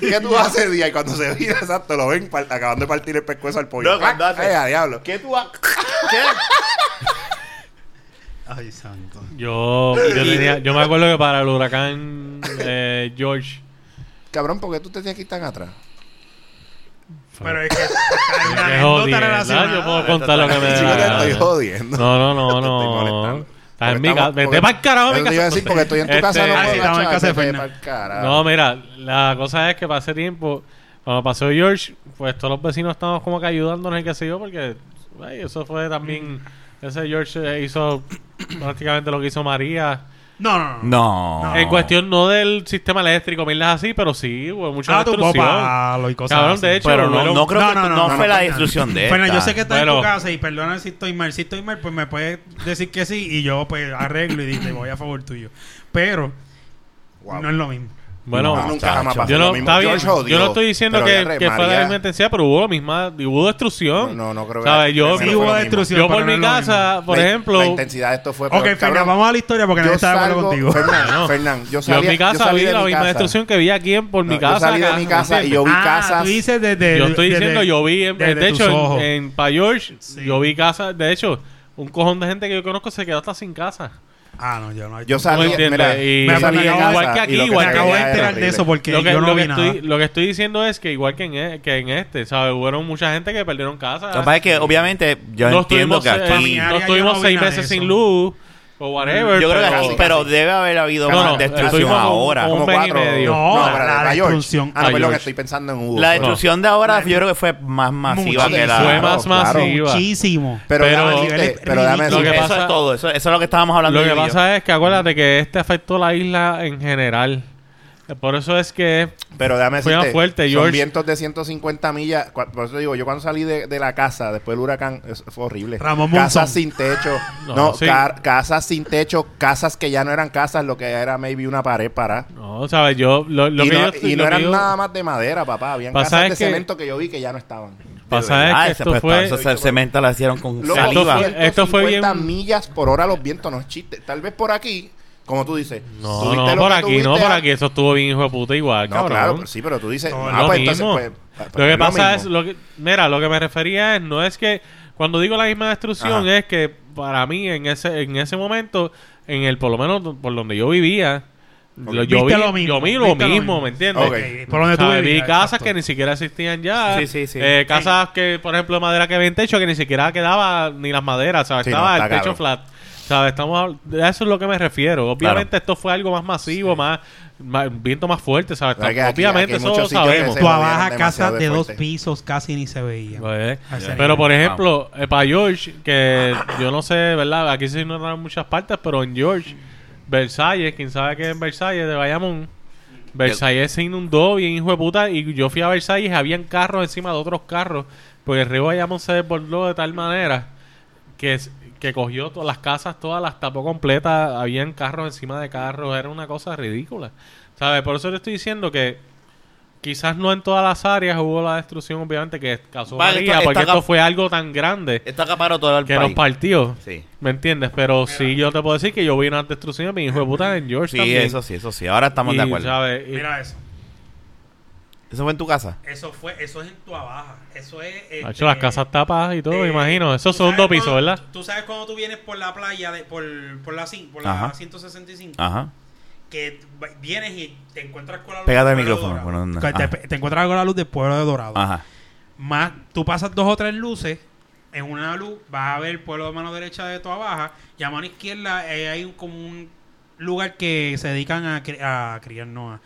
[SPEAKER 3] ¿Qué tú haces, día? Y cuando se vira, exacto, lo ven par- acabando de partir el pescuezo al pollo.
[SPEAKER 1] No, cuando
[SPEAKER 3] ¡Ah!
[SPEAKER 1] hace-
[SPEAKER 3] Ay, a diablo.
[SPEAKER 1] ¿Qué tú ha- ¿Qué?
[SPEAKER 4] Ay, santo.
[SPEAKER 2] Yo, yo, tenía, yo me acuerdo que para el huracán eh, George.
[SPEAKER 3] Cabrón, ¿por qué tú te tienes que ir tan atrás?
[SPEAKER 4] Pero es que hay una
[SPEAKER 2] Qué
[SPEAKER 4] anécdota
[SPEAKER 2] jodienda,
[SPEAKER 4] relacionada.
[SPEAKER 2] Yo puedo contar lo que me
[SPEAKER 1] Eh,
[SPEAKER 2] dé
[SPEAKER 3] Chico,
[SPEAKER 2] la
[SPEAKER 3] te estoy
[SPEAKER 2] gana.
[SPEAKER 3] jodiendo.
[SPEAKER 2] No, no,
[SPEAKER 3] Te
[SPEAKER 2] no,
[SPEAKER 3] estoy
[SPEAKER 2] no.
[SPEAKER 3] molestando.
[SPEAKER 2] Estás en mi
[SPEAKER 3] Porque
[SPEAKER 2] casa.
[SPEAKER 3] estamos-
[SPEAKER 2] Vete para el carajo,
[SPEAKER 3] Eso
[SPEAKER 2] mi
[SPEAKER 3] te iba a
[SPEAKER 2] casa.
[SPEAKER 3] decir porque estoy en tu
[SPEAKER 2] Este,
[SPEAKER 3] casa. No
[SPEAKER 2] ah,
[SPEAKER 3] puedo
[SPEAKER 4] estaba en
[SPEAKER 3] cachar,
[SPEAKER 4] casa de
[SPEAKER 3] vete
[SPEAKER 4] Fernan.
[SPEAKER 3] pa'l carajo.
[SPEAKER 2] No, mira, la cosa es que para ese tiempo, cuando pasó George, pues todos los vecinos estábamos como que ayudándonos y qué sé yo, porque ay, eso fue también. Ese George eh, hizo prácticamente lo que hizo María.
[SPEAKER 4] No, no, no.
[SPEAKER 1] No.
[SPEAKER 3] Ah.
[SPEAKER 2] En cuestión no del sistema eléctrico, milas así, pero sí, hubo mucha
[SPEAKER 4] Ah, tu
[SPEAKER 2] destrucción.
[SPEAKER 4] palo y cosas
[SPEAKER 2] Cabrón,
[SPEAKER 4] así.
[SPEAKER 2] de hecho,
[SPEAKER 1] Pero no,
[SPEAKER 2] hubo-
[SPEAKER 1] no creo que no, fue la
[SPEAKER 4] Fernan.
[SPEAKER 1] destrucción de
[SPEAKER 4] Fernan,
[SPEAKER 1] esta.
[SPEAKER 4] yo sé que estás en
[SPEAKER 2] Bueno.
[SPEAKER 4] tu casa y perdona si estoy mal. Si estoy mal, pues me puedes decir que sí y yo pues arreglo y di- te voy a favor tuyo. Pero
[SPEAKER 3] Wow.
[SPEAKER 4] no es lo mismo.
[SPEAKER 2] Bueno,
[SPEAKER 3] No, nunca jamás
[SPEAKER 1] chacho.
[SPEAKER 3] pasó
[SPEAKER 2] Ah, yo
[SPEAKER 3] lo
[SPEAKER 2] no,
[SPEAKER 3] mismo.
[SPEAKER 2] está bien,
[SPEAKER 3] George jodió,
[SPEAKER 2] yo no estoy diciendo
[SPEAKER 3] pero
[SPEAKER 2] que,
[SPEAKER 3] Guerra de
[SPEAKER 2] que fue la
[SPEAKER 3] María-
[SPEAKER 2] misma intensidad, pero hubo la misma, y hubo destrucción.
[SPEAKER 3] No, no creo que-
[SPEAKER 2] ¿Sabes? Yo,
[SPEAKER 3] Sí,
[SPEAKER 4] Sí
[SPEAKER 3] no fue
[SPEAKER 4] hubo
[SPEAKER 3] lo mismo.
[SPEAKER 4] destrucción.
[SPEAKER 2] yo
[SPEAKER 4] pero
[SPEAKER 2] por
[SPEAKER 4] no es
[SPEAKER 2] mi
[SPEAKER 4] lo
[SPEAKER 2] casa,
[SPEAKER 4] mismo.
[SPEAKER 2] por
[SPEAKER 3] La-
[SPEAKER 2] ejemplo,
[SPEAKER 3] La intensidad de esto fue.
[SPEAKER 4] Ok, Fernan, vamos a la historia porque no
[SPEAKER 3] yo
[SPEAKER 4] está de acuerdo
[SPEAKER 3] salgo,
[SPEAKER 4] contigo.
[SPEAKER 3] Fernan,
[SPEAKER 2] No.
[SPEAKER 3] Fernan, yo
[SPEAKER 2] yo
[SPEAKER 3] salí,
[SPEAKER 2] en mi
[SPEAKER 3] yo
[SPEAKER 2] casa
[SPEAKER 3] salí
[SPEAKER 2] vi
[SPEAKER 3] de
[SPEAKER 2] la
[SPEAKER 3] mi
[SPEAKER 2] misma
[SPEAKER 3] casa.
[SPEAKER 2] destrucción que vi aquí en, por
[SPEAKER 3] No,
[SPEAKER 2] mi
[SPEAKER 3] yo
[SPEAKER 2] casa.
[SPEAKER 3] salí de
[SPEAKER 2] acá,
[SPEAKER 3] mi casa y yo vi
[SPEAKER 4] Ah,
[SPEAKER 3] casas.
[SPEAKER 4] tú dices desde...
[SPEAKER 2] Yo estoy
[SPEAKER 4] desde-
[SPEAKER 2] diciendo, yo vi, en-
[SPEAKER 4] desde
[SPEAKER 2] de
[SPEAKER 4] tus
[SPEAKER 2] hecho,
[SPEAKER 4] ojos.
[SPEAKER 2] en, en Pa' George,
[SPEAKER 4] Sí.
[SPEAKER 2] yo vi casas, de hecho, un cojón de gente que yo conozco se quedó hasta sin casa.
[SPEAKER 4] Ah, no, yo no.
[SPEAKER 3] Yo
[SPEAKER 2] ¿Tú me
[SPEAKER 3] salí,
[SPEAKER 2] entiendes?
[SPEAKER 3] mira,
[SPEAKER 2] Y-
[SPEAKER 3] yo salí de
[SPEAKER 4] Igual
[SPEAKER 3] casa
[SPEAKER 2] que aquí,
[SPEAKER 3] y lo
[SPEAKER 2] igual
[SPEAKER 4] me
[SPEAKER 2] que
[SPEAKER 4] acabo de
[SPEAKER 2] allá
[SPEAKER 3] era
[SPEAKER 4] enterar de
[SPEAKER 3] horrible.
[SPEAKER 4] eso porque
[SPEAKER 2] lo que,
[SPEAKER 4] yo no
[SPEAKER 2] lo
[SPEAKER 4] vi
[SPEAKER 2] que
[SPEAKER 4] nada.
[SPEAKER 2] estoy, lo que estoy diciendo es que igual que en, e- que en este, ¿sabes? Hubo mucha gente que perdieron casa.
[SPEAKER 1] Lo que pasa es que, obviamente, yo
[SPEAKER 2] no
[SPEAKER 1] entiendo
[SPEAKER 2] estuvimos,
[SPEAKER 1] que
[SPEAKER 2] eh,
[SPEAKER 1] aquí.
[SPEAKER 4] familiar.
[SPEAKER 2] no estuvimos
[SPEAKER 4] Yo no vi
[SPEAKER 2] seis
[SPEAKER 4] nada de
[SPEAKER 2] meses sin
[SPEAKER 4] eso.
[SPEAKER 2] luz o whatever.
[SPEAKER 1] Yo creo que
[SPEAKER 2] pero-
[SPEAKER 1] aquí, pero debe haber habido
[SPEAKER 2] No,
[SPEAKER 1] más
[SPEAKER 2] no,
[SPEAKER 1] destrucción
[SPEAKER 2] estuvimos como-
[SPEAKER 1] ahora.
[SPEAKER 2] como-
[SPEAKER 3] Como
[SPEAKER 2] un mes y
[SPEAKER 3] cuatro.
[SPEAKER 2] medio.
[SPEAKER 4] No,
[SPEAKER 3] pero
[SPEAKER 4] la
[SPEAKER 3] de Nueva
[SPEAKER 4] destrucción.
[SPEAKER 3] York. Ah,
[SPEAKER 2] A
[SPEAKER 3] no, perdón,
[SPEAKER 2] George.
[SPEAKER 3] estoy pensando en Hugo.
[SPEAKER 1] La
[SPEAKER 3] sorry.
[SPEAKER 1] destrucción de ahora yo creo que fue más masiva
[SPEAKER 4] Mucho.
[SPEAKER 1] que la...
[SPEAKER 2] fue más
[SPEAKER 3] claro, claro.
[SPEAKER 2] masiva.
[SPEAKER 4] Muchísimo.
[SPEAKER 3] Pero,
[SPEAKER 2] Pero-
[SPEAKER 3] déjame decirte, pero déjame
[SPEAKER 4] Lo
[SPEAKER 1] Lo
[SPEAKER 4] que
[SPEAKER 1] que
[SPEAKER 3] decirte-
[SPEAKER 1] eso
[SPEAKER 2] pasa-
[SPEAKER 1] es todo. Eso, eso es lo que estábamos hablando.
[SPEAKER 2] Lo que
[SPEAKER 1] yo y yo.
[SPEAKER 2] pasa es que acuérdate que este afectó a la isla en general. Eh, Por eso es que
[SPEAKER 3] Pero déjame
[SPEAKER 2] Fue
[SPEAKER 3] decirte,
[SPEAKER 2] más fuerte,
[SPEAKER 3] son
[SPEAKER 2] George.
[SPEAKER 3] vientos de 150 millas. Cu- Por eso digo, yo cuando salí de, de la casa después del huracán, eso fue horrible.
[SPEAKER 4] Ramón
[SPEAKER 3] casas
[SPEAKER 4] Monzón.
[SPEAKER 3] sin techo. no,
[SPEAKER 2] No, sí.
[SPEAKER 3] ca- casas sin techo, casas que ya no eran casas, lo que era maybe una pared para.
[SPEAKER 2] No, sabes, yo lo, lo
[SPEAKER 3] y
[SPEAKER 2] que
[SPEAKER 3] no,
[SPEAKER 2] yo
[SPEAKER 3] y
[SPEAKER 2] lo
[SPEAKER 3] no
[SPEAKER 2] que
[SPEAKER 3] eran
[SPEAKER 2] yo-
[SPEAKER 3] nada más de madera, papá. Habían
[SPEAKER 2] Pasa
[SPEAKER 3] casas
[SPEAKER 2] es
[SPEAKER 3] de
[SPEAKER 2] que-
[SPEAKER 3] cemento que yo vi que ya no estaban.
[SPEAKER 2] pasa es
[SPEAKER 1] Ah,
[SPEAKER 2] que
[SPEAKER 1] ese-
[SPEAKER 2] esto
[SPEAKER 1] pues,
[SPEAKER 2] fue
[SPEAKER 1] eso se cementa la hicieron con
[SPEAKER 3] Loco,
[SPEAKER 1] saliva.
[SPEAKER 2] fue- esto fue
[SPEAKER 3] 150
[SPEAKER 2] bien-
[SPEAKER 3] millas por hora los vientos, no es chiste. Tal vez por aquí, como tú dices.
[SPEAKER 2] No,
[SPEAKER 3] tuviste
[SPEAKER 2] no,
[SPEAKER 3] lo
[SPEAKER 2] por
[SPEAKER 3] que
[SPEAKER 2] aquí, no,
[SPEAKER 3] tuviste
[SPEAKER 2] por
[SPEAKER 3] a-
[SPEAKER 2] aquí. Eso estuvo bien hijo de puta igual,
[SPEAKER 3] No,
[SPEAKER 2] cabrón.
[SPEAKER 3] claro, pero sí, pero tú dices.
[SPEAKER 4] No,
[SPEAKER 3] ah,
[SPEAKER 2] lo
[SPEAKER 3] pues
[SPEAKER 2] mismo.
[SPEAKER 3] entonces, pues,
[SPEAKER 2] lo
[SPEAKER 3] pues,
[SPEAKER 2] que
[SPEAKER 3] es
[SPEAKER 2] pasa es,
[SPEAKER 3] mismo.
[SPEAKER 2] lo que, mira, lo que me refería es, no es que, cuando digo la misma destrucción,
[SPEAKER 3] Ajá.
[SPEAKER 2] es que para mí en ese, en ese momento, en el, por lo menos do- por donde yo vivía, lo- yo, vi,
[SPEAKER 4] Viste lo mismo,
[SPEAKER 2] yo vi lo
[SPEAKER 4] viste lo
[SPEAKER 2] mismo,
[SPEAKER 4] mismo.
[SPEAKER 2] ¿me entiendes?
[SPEAKER 3] Ok.
[SPEAKER 4] Por donde tú
[SPEAKER 2] ¿Sabes? vi
[SPEAKER 4] vivías,
[SPEAKER 2] casas
[SPEAKER 4] exacto.
[SPEAKER 2] que ni siquiera existían ya.
[SPEAKER 1] Sí, sí, sí.
[SPEAKER 2] Eh, casas que, por ejemplo, de madera que habían techo que ni siquiera quedaba ni las maderas, ¿sabes?
[SPEAKER 3] Sí, no,
[SPEAKER 2] Estaba
[SPEAKER 3] está
[SPEAKER 2] el techo
[SPEAKER 3] cabrón.
[SPEAKER 2] flat. ¿Sabes? Estamos habl- de eso es lo que me refiero. Obviamente esto fue algo más masivo, más, más- un viento más fuerte, ¿sabes?
[SPEAKER 3] Pero es que aquí-
[SPEAKER 2] Obviamente
[SPEAKER 3] aquí hay
[SPEAKER 2] eso
[SPEAKER 3] muchos
[SPEAKER 2] lo
[SPEAKER 3] sitios que
[SPEAKER 2] sabemos.
[SPEAKER 3] se-
[SPEAKER 4] Tu
[SPEAKER 3] jodieron
[SPEAKER 4] abaja casa
[SPEAKER 3] demasiado
[SPEAKER 4] de,
[SPEAKER 3] de
[SPEAKER 4] dos
[SPEAKER 3] fuerte.
[SPEAKER 4] pisos casi ni se veía.
[SPEAKER 2] Pues,
[SPEAKER 4] Así
[SPEAKER 2] Pero
[SPEAKER 4] es.
[SPEAKER 2] por ejemplo, eh, para George, que yo no sé, ¿verdad? Aquí se ignoran muchas partes, pero en George, Versalles, quién sabe qué es en Versalles de Bayamón, Versalles se inundó bien, hijo de puta, y yo fui a Versalles y habían carros encima de otros carros, porque el río Bayamón se desbordó de tal manera que, es- que cogió todas las casas, todas las tapó completas, habían carros encima de carros, era una cosa ridícula. ¿Sabes? Por eso le estoy diciendo que quizás no en todas las áreas hubo la destrucción, obviamente, que causó
[SPEAKER 1] Vale,
[SPEAKER 2] María,
[SPEAKER 1] esto-
[SPEAKER 2] porque
[SPEAKER 1] esta
[SPEAKER 2] esto
[SPEAKER 1] cap-
[SPEAKER 2] fue algo tan grande
[SPEAKER 1] Esto acaparó todo el
[SPEAKER 2] que nos
[SPEAKER 1] país.
[SPEAKER 2] partió.
[SPEAKER 1] Sí.
[SPEAKER 2] ¿Me entiendes? Pero sí, yo te puedo decir que yo vi una destrucción de mi hijo de puta en George
[SPEAKER 1] Sí,
[SPEAKER 2] también.
[SPEAKER 1] eso sí, eso sí. Ahora estamos
[SPEAKER 2] Y,
[SPEAKER 1] de acuerdo.
[SPEAKER 2] ¿sabes? Y-
[SPEAKER 4] Mira eso.
[SPEAKER 1] ¿Eso fue en tu casa?
[SPEAKER 4] Eso fue, eso es en tu abaja. Eso es.
[SPEAKER 2] ha
[SPEAKER 4] este,
[SPEAKER 2] hecho las casas tapas y todo,
[SPEAKER 4] eh,
[SPEAKER 2] me imagino. Eso
[SPEAKER 4] tú
[SPEAKER 2] son
[SPEAKER 4] sabes
[SPEAKER 2] dos pisos,
[SPEAKER 4] cuando-
[SPEAKER 2] ¿verdad?
[SPEAKER 4] Tú sabes cuando tú vienes por la playa, de- por, por la, cin- por
[SPEAKER 1] Ajá. Ah.
[SPEAKER 4] la 165,
[SPEAKER 1] Ajá.
[SPEAKER 4] que va- vienes y te encuentras con la luz.
[SPEAKER 1] Pégate al
[SPEAKER 4] del Pueblo de
[SPEAKER 1] micrófono.
[SPEAKER 4] Dorado.
[SPEAKER 1] bueno, no,
[SPEAKER 4] Que
[SPEAKER 1] ajá.
[SPEAKER 4] Te, te encuentras con la luz del pueblo de Dorado.
[SPEAKER 1] Ajá.
[SPEAKER 4] Más, tú pasas dos o tres luces. En una luz vas a ver el pueblo de mano derecha de tu abaja. Y a mano izquierda eh, hay un- como un lugar que se dedican a, cri- a criar, no, a,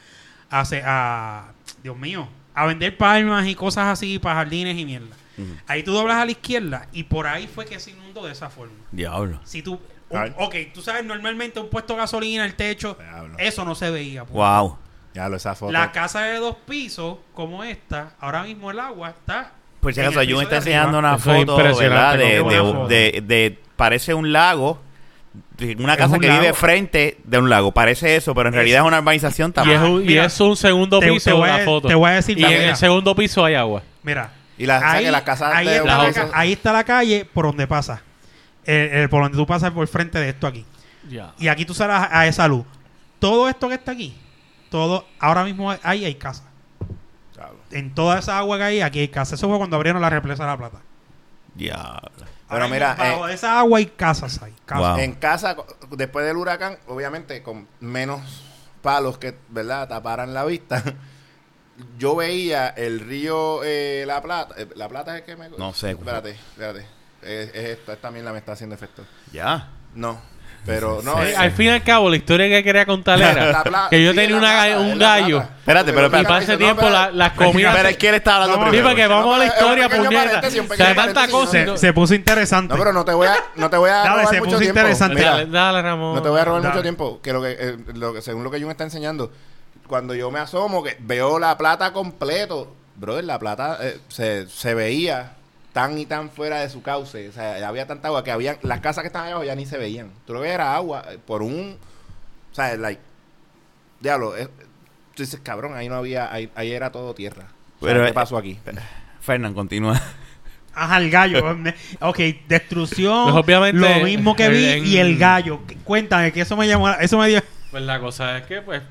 [SPEAKER 4] a, hacer- a- Dios mío, a vender palmas y cosas así para jardines y mierda.
[SPEAKER 1] Ujú.
[SPEAKER 4] Ahí tú doblas a la izquierda y por ahí fue que se inundó de esa forma.
[SPEAKER 1] Diablo.
[SPEAKER 4] Si tú...
[SPEAKER 3] Ay.
[SPEAKER 4] un- ok, tú sabes, normalmente un puesto de gasolina, el techo,
[SPEAKER 3] Diablo.
[SPEAKER 4] eso no se veía. pues. pu-
[SPEAKER 1] Wow.
[SPEAKER 3] Ya lo esa foto.
[SPEAKER 4] La casa de dos pisos, como esta, ahora mismo el agua está.
[SPEAKER 1] Por
[SPEAKER 3] Pues
[SPEAKER 1] si
[SPEAKER 4] Pues en
[SPEAKER 1] acaso,
[SPEAKER 4] el piso
[SPEAKER 1] Jun está
[SPEAKER 4] de arriba.
[SPEAKER 1] enseñando una
[SPEAKER 2] Eso es
[SPEAKER 1] foto,
[SPEAKER 2] impresionante,
[SPEAKER 1] ¿verdad?
[SPEAKER 2] qué
[SPEAKER 1] De,
[SPEAKER 2] buena
[SPEAKER 1] de-
[SPEAKER 2] foto.
[SPEAKER 1] de- de- parece un lago, de una
[SPEAKER 2] Es
[SPEAKER 1] casa
[SPEAKER 2] un
[SPEAKER 1] que vive
[SPEAKER 2] lago.
[SPEAKER 1] frente de un lago. Parece eso, pero en realidad es una urbanización
[SPEAKER 2] Y
[SPEAKER 1] también.
[SPEAKER 2] es un, y
[SPEAKER 4] Mira,
[SPEAKER 2] es un segundo
[SPEAKER 4] te-
[SPEAKER 2] piso
[SPEAKER 4] te voy a-
[SPEAKER 2] la foto.
[SPEAKER 4] te voy a decir
[SPEAKER 2] Y
[SPEAKER 4] la
[SPEAKER 2] en
[SPEAKER 4] verdad.
[SPEAKER 2] el segundo piso hay agua.
[SPEAKER 4] Mira,
[SPEAKER 3] y la, o sea, que la casa
[SPEAKER 4] ahí
[SPEAKER 3] de
[SPEAKER 4] está
[SPEAKER 3] dos
[SPEAKER 4] la
[SPEAKER 3] pisos-
[SPEAKER 4] ca- ahí está la calle por donde pasa. El- el- por donde tú pasas por frente de esto aquí. Y aquí tú sales a, a esa luz. Todo esto que está aquí, todo, ahora mismo hay- ahí hay casa.
[SPEAKER 3] Diablo.
[SPEAKER 4] En toda esa agua que hay, aquí hay casa. Eso fue cuando abrieron la represa de la plata.
[SPEAKER 1] Diablo.
[SPEAKER 3] Pero
[SPEAKER 4] Ahora
[SPEAKER 3] mira,
[SPEAKER 4] mismo bajo
[SPEAKER 3] eh,
[SPEAKER 4] de esa agua hay casas ahí. casas.
[SPEAKER 1] Wow.
[SPEAKER 3] en casa, co- después del huracán, obviamente con menos palos que, ¿verdad?, taparan la vista. Yo veía el río eh, La Plata. eh, la Plata es el que me.
[SPEAKER 1] No sé.
[SPEAKER 3] Espérate, espérate. Es, es esta, esta también la me está haciendo efecto.
[SPEAKER 1] Ya.
[SPEAKER 3] No, pero no.
[SPEAKER 2] Eh,
[SPEAKER 3] es-
[SPEAKER 2] al fin y al cabo, la historia que quería contar
[SPEAKER 3] La
[SPEAKER 2] era
[SPEAKER 3] Plata-
[SPEAKER 2] que yo
[SPEAKER 3] sí,
[SPEAKER 2] tenía
[SPEAKER 3] La
[SPEAKER 2] una,
[SPEAKER 3] Plata,
[SPEAKER 2] ga-
[SPEAKER 3] es
[SPEAKER 2] un
[SPEAKER 3] La Plata.
[SPEAKER 2] gallo.
[SPEAKER 1] Espérate, pero
[SPEAKER 2] Y
[SPEAKER 1] espérate.
[SPEAKER 2] para ese tiempo la- las comidas...
[SPEAKER 1] Pero es que él está hablando
[SPEAKER 2] Sí,
[SPEAKER 1] primero.
[SPEAKER 2] porque vamos a la
[SPEAKER 3] No, pero es
[SPEAKER 2] historia,
[SPEAKER 3] un pequeño
[SPEAKER 2] puñeta.
[SPEAKER 3] paréntesis, un
[SPEAKER 2] O
[SPEAKER 3] pequeño
[SPEAKER 2] sea, tanta
[SPEAKER 3] paréntesis,
[SPEAKER 2] cosa.
[SPEAKER 3] no,
[SPEAKER 4] Se, se puso interesante.
[SPEAKER 3] No, pero no te voy a, no te voy a
[SPEAKER 4] Dale,
[SPEAKER 3] robar
[SPEAKER 4] se
[SPEAKER 3] mucho
[SPEAKER 4] puso
[SPEAKER 3] tiempo.
[SPEAKER 4] interesante.
[SPEAKER 3] Mira,
[SPEAKER 2] Dale, dale, Ramón.
[SPEAKER 3] no te voy a robar
[SPEAKER 4] Dale.
[SPEAKER 3] mucho tiempo. Que lo que, eh, lo que- según lo que Jun está enseñando, cuando yo me asomo, que veo la plata completo, brother, la plata eh, se, se veía tan y tan fuera de su cauce. O sea, había tanta agua que habían, las casas que estaban allá abajo ya ni se veían. Tú lo que veías era agua eh, por un, o sea, like, diablo, es- tú dices, cabrón, ahí no había, ahí, ahí era todo tierra. O sea,
[SPEAKER 1] Pero, eh,
[SPEAKER 3] ¿Qué pasó aquí?
[SPEAKER 1] Fernán, continúa.
[SPEAKER 4] Ajá, el gallo. ok, destrucción.
[SPEAKER 2] Pues obviamente,
[SPEAKER 4] lo mismo que vi
[SPEAKER 2] en-
[SPEAKER 4] y el gallo. Cuéntame, que eso me llamó. Eso me dio.
[SPEAKER 2] Pues la cosa es que, pues,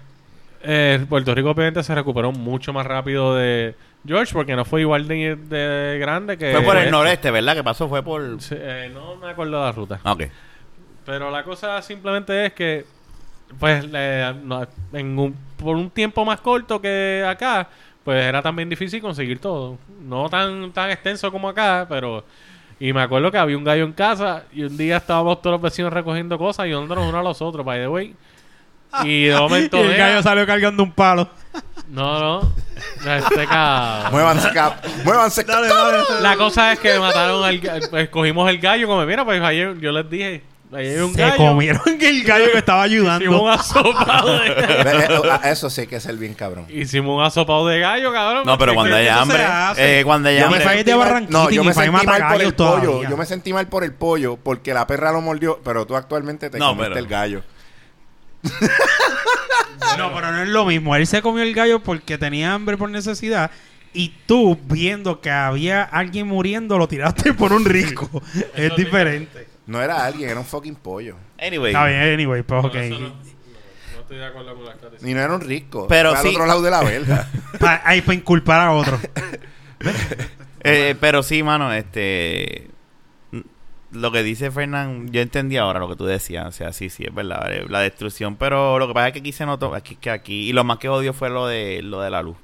[SPEAKER 2] eh, Puerto Rico obviamente se recuperó mucho más rápido de George porque no fue igual de, de grande
[SPEAKER 4] Eh,
[SPEAKER 2] que... pues,
[SPEAKER 1] Fue por
[SPEAKER 4] pues.
[SPEAKER 1] el noreste, ¿verdad? Que pasó fue por...
[SPEAKER 2] Sí, eh, no me acuerdo de la ruta.
[SPEAKER 1] Ah, Ok.
[SPEAKER 2] Pero la cosa simplemente es que, pues, le- no- en un- por un tiempo más corto que acá, pues era también difícil conseguir todo. No tan, tan extenso como acá, pero... Y me acuerdo que había un gallo en casa y un día estábamos todos los vecinos recogiendo cosas y dándonos uno a los otros, by the way. Y de momento...
[SPEAKER 4] Ah. Y el
[SPEAKER 2] vea-
[SPEAKER 4] gallo salió cargando un palo.
[SPEAKER 2] No, no. No, Este cabrón.
[SPEAKER 3] Muévanse, cap- muévanse.
[SPEAKER 2] La cosa es que mataron al ga- pues cogimos el gallo como mira, pues ayer yo les dije, ayer hay un
[SPEAKER 4] Se
[SPEAKER 2] gallo.
[SPEAKER 4] comieron que el gallo que estaba
[SPEAKER 2] Hicimos un
[SPEAKER 4] ayudando.
[SPEAKER 2] asopado de
[SPEAKER 3] Eh, eh, ah, Eso sí que es el bien cabrón.
[SPEAKER 2] Hicimos un asopado de gallo, cabrón.
[SPEAKER 1] No, pero cuando
[SPEAKER 4] que eso
[SPEAKER 1] haya
[SPEAKER 4] se
[SPEAKER 1] hambre...
[SPEAKER 4] hace.
[SPEAKER 1] Eh, cuando haya
[SPEAKER 4] Yo me
[SPEAKER 1] hambre...
[SPEAKER 4] fallé. de
[SPEAKER 3] mal-
[SPEAKER 4] Barranquita
[SPEAKER 3] No,
[SPEAKER 4] y
[SPEAKER 3] yo
[SPEAKER 4] mi
[SPEAKER 3] me
[SPEAKER 4] país
[SPEAKER 3] sentí
[SPEAKER 4] mata
[SPEAKER 3] mal por
[SPEAKER 4] gallos
[SPEAKER 3] el pollo.
[SPEAKER 4] todavía.
[SPEAKER 3] Yo me sentí mal por el pollo porque la perra lo mordió, pero tú actualmente te
[SPEAKER 1] No,
[SPEAKER 3] comiste
[SPEAKER 1] pero-
[SPEAKER 3] el gallo.
[SPEAKER 4] No, pero no es lo mismo. Él se comió el gallo porque tenía hambre por necesidad. Y tú, viendo que había alguien muriendo, lo tiraste por un risco. es diferente.
[SPEAKER 3] No era alguien, era un fucking pollo.
[SPEAKER 1] Anyway.
[SPEAKER 4] Está bien, anyway, pues ok.
[SPEAKER 2] No estoy de acuerdo con las cosas.
[SPEAKER 3] Y no era un rico.
[SPEAKER 1] Pero
[SPEAKER 3] Fue al
[SPEAKER 1] sí-
[SPEAKER 3] otro lado de la verga.
[SPEAKER 4] Pa- Ahí para inculpar a otro.
[SPEAKER 1] Eh, pero sí, mano, este. Lo que dice Fernán, yo entendí ahora lo que tú decías. O sea, sí, sí, es verdad. eh, La destrucción, pero lo que pasa es que aquí se notó. Aquí, que aquí. Y lo más que odio fue lo de, lo de la luz.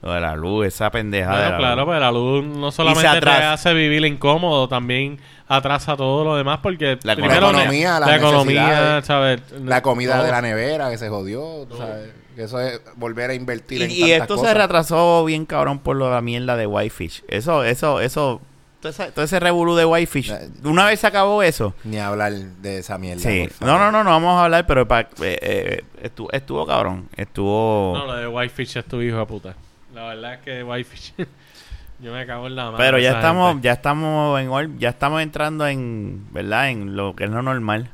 [SPEAKER 1] Lo de la luz, esa pendeja. de la
[SPEAKER 2] Claro, claro, pues.
[SPEAKER 1] luz.
[SPEAKER 2] pero la luz no solamente te
[SPEAKER 1] atrasa.
[SPEAKER 2] hace vivir incómodo, también atrasa todo lo demás porque
[SPEAKER 1] La
[SPEAKER 2] primero,
[SPEAKER 3] economía,
[SPEAKER 2] la,
[SPEAKER 3] las
[SPEAKER 2] economía,
[SPEAKER 3] necesidades,
[SPEAKER 2] ¿sabes?
[SPEAKER 3] La comida
[SPEAKER 2] Todo.
[SPEAKER 3] de la nevera que se jodió. tú sabes. Que eso es volver a invertir
[SPEAKER 1] Y,
[SPEAKER 3] en
[SPEAKER 1] y
[SPEAKER 3] tantas
[SPEAKER 1] esto
[SPEAKER 3] cosas.
[SPEAKER 1] se retrasó bien cabrón por lo de la mierda de Whitefish. Eso, eso, eso. Todo ese, todo ese revolú de Whitefish.
[SPEAKER 3] Eh,
[SPEAKER 1] Una vez se acabó eso.
[SPEAKER 3] Ni hablar de esa mierda.
[SPEAKER 1] Sí.
[SPEAKER 3] por favor.
[SPEAKER 1] No, no, no, no vamos a hablar, pero pa- eh, eh, estuvo, estuvo cabrón. Estuvo.
[SPEAKER 2] No, lo de Whitefish es tu hijo de puta. La verdad es que Whitefish. yo me cago en la mano.
[SPEAKER 1] Pero
[SPEAKER 2] de
[SPEAKER 1] ya
[SPEAKER 2] esa
[SPEAKER 1] estamos,
[SPEAKER 2] gente.
[SPEAKER 1] ya estamos en or- ya estamos entrando en, ¿verdad? En lo que es lo normal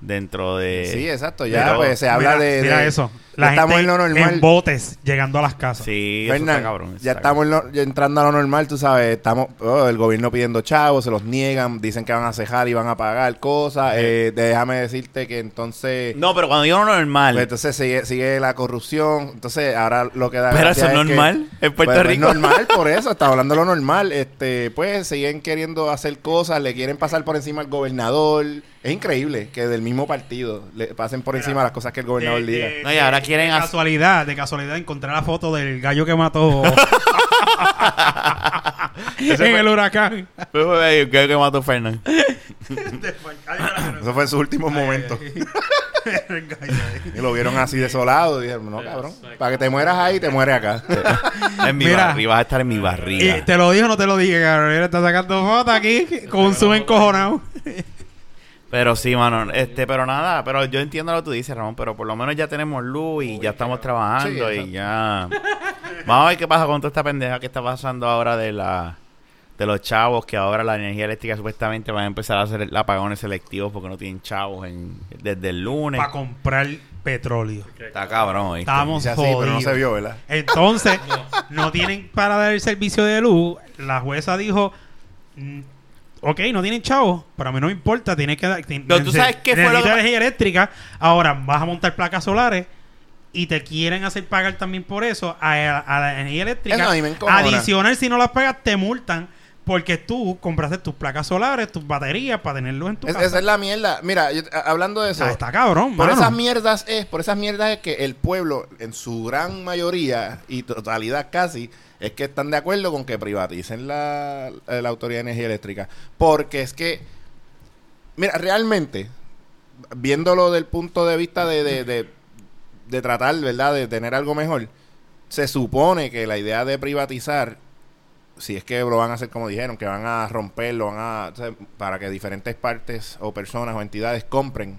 [SPEAKER 1] dentro de
[SPEAKER 3] Sí, exacto. Ya
[SPEAKER 1] Pero-
[SPEAKER 3] pues se habla
[SPEAKER 4] mira,
[SPEAKER 3] de.
[SPEAKER 4] mira
[SPEAKER 3] de-
[SPEAKER 4] eso.
[SPEAKER 3] ya
[SPEAKER 4] La
[SPEAKER 3] estamos
[SPEAKER 4] gente
[SPEAKER 3] en lo normal.
[SPEAKER 4] botes llegando a las casas.
[SPEAKER 1] Sí, eso
[SPEAKER 3] Fernan,
[SPEAKER 1] está cabrón. eso
[SPEAKER 3] ya
[SPEAKER 1] está
[SPEAKER 3] estamos en lo- ya entrando a lo normal, tú sabes, estamos oh, el gobierno pidiendo chavos, se los niegan, dicen que van a cejar y van a pagar cosas. eh, déjame decirte que entonces,
[SPEAKER 1] cabrón. No, pero cuando digo lo normal,
[SPEAKER 3] pues, entonces sigue, sigue la corrupción, entonces ahora lo que da
[SPEAKER 1] Pero
[SPEAKER 3] gracia
[SPEAKER 1] eso es normal,
[SPEAKER 3] que-
[SPEAKER 1] en Puerto
[SPEAKER 3] pero es
[SPEAKER 1] Rico.
[SPEAKER 3] normal por eso, está hablando de lo normal, este, pues siguen queriendo hacer cosas, le quieren pasar por encima al gobernador, es increíble que del mismo partido le pasen por encima las cosas que el
[SPEAKER 4] Pues eh,
[SPEAKER 3] gobernador diga.
[SPEAKER 1] No, y ahora quieren
[SPEAKER 4] de
[SPEAKER 1] hacer-
[SPEAKER 4] casualidad, de casualidad encontré la foto del gallo que mató en el huracán.
[SPEAKER 1] Pues, Yo creo que mató Fernan.
[SPEAKER 3] Eso fue en sus últimos momentos.
[SPEAKER 4] El gallo ahí.
[SPEAKER 3] Y lo vieron así desolado. Y dijeron, no, cabrón. Para que te mueras ahí, te mueres acá.
[SPEAKER 1] En mi
[SPEAKER 4] Mira.
[SPEAKER 1] barriga, vas a estar en mi barriga.
[SPEAKER 4] Y te lo dije o no te lo dije, Gabriel está sacando fotos aquí con un zoom encojonado.
[SPEAKER 1] Pero sí, mano, este, pero nada, pero yo entiendo lo que tú dices, Ramón, pero por lo menos ya tenemos luz y ya estamos trabajando
[SPEAKER 3] Sí,
[SPEAKER 1] y ya. Vamos a ver qué pasa con toda esta pendeja que está pasando ahora de la de los chavos que ahora la energía eléctrica supuestamente van a empezar a hacer apagones selectivos porque no tienen chavos en, desde el lunes.
[SPEAKER 4] para comprar petróleo.
[SPEAKER 1] Está cabrón, ¿viste?
[SPEAKER 4] Estábamos
[SPEAKER 3] Dice así,
[SPEAKER 4] jodidos.
[SPEAKER 3] pero no se vio, ¿verdad?
[SPEAKER 4] Entonces, no tienen para dar el servicio de luz. La jueza dijo, mm, ok, no tienen chavos, pero a mí no me importa, tienes que dar... tien-
[SPEAKER 1] Pero tú
[SPEAKER 4] neces-
[SPEAKER 1] sabes qué fue lo
[SPEAKER 4] necesitas
[SPEAKER 1] que-
[SPEAKER 4] energía eléctrica, ahora vas a montar placas solares y te quieren hacer pagar también por eso a, a la energía eléctrica.
[SPEAKER 3] Eso a mí me encojona.
[SPEAKER 4] Adicional, si no las pagas, te multan porque tú compraste tus placas solares, tus baterías para tener luz en tu
[SPEAKER 3] Es-
[SPEAKER 4] casa.
[SPEAKER 3] esa es la mierda. Mira, yo- a- hablando de eso.
[SPEAKER 4] Ah, está cabrón,
[SPEAKER 3] Por
[SPEAKER 4] mano.
[SPEAKER 3] esas mierdas es, por esas mierdas es que el pueblo, en su gran mayoría y totalidad casi, es que están de acuerdo con que privaticen la, la Autoridad de Energía Eléctrica. Porque es que, mira, realmente, viéndolo del punto de vista de, de, de- de tratar, ¿verdad?, de tener algo mejor, se supone que la idea de privatizar si es que lo van a hacer como dijeron, que van a romperlo, van a, o sea, para que diferentes partes o personas o entidades compren.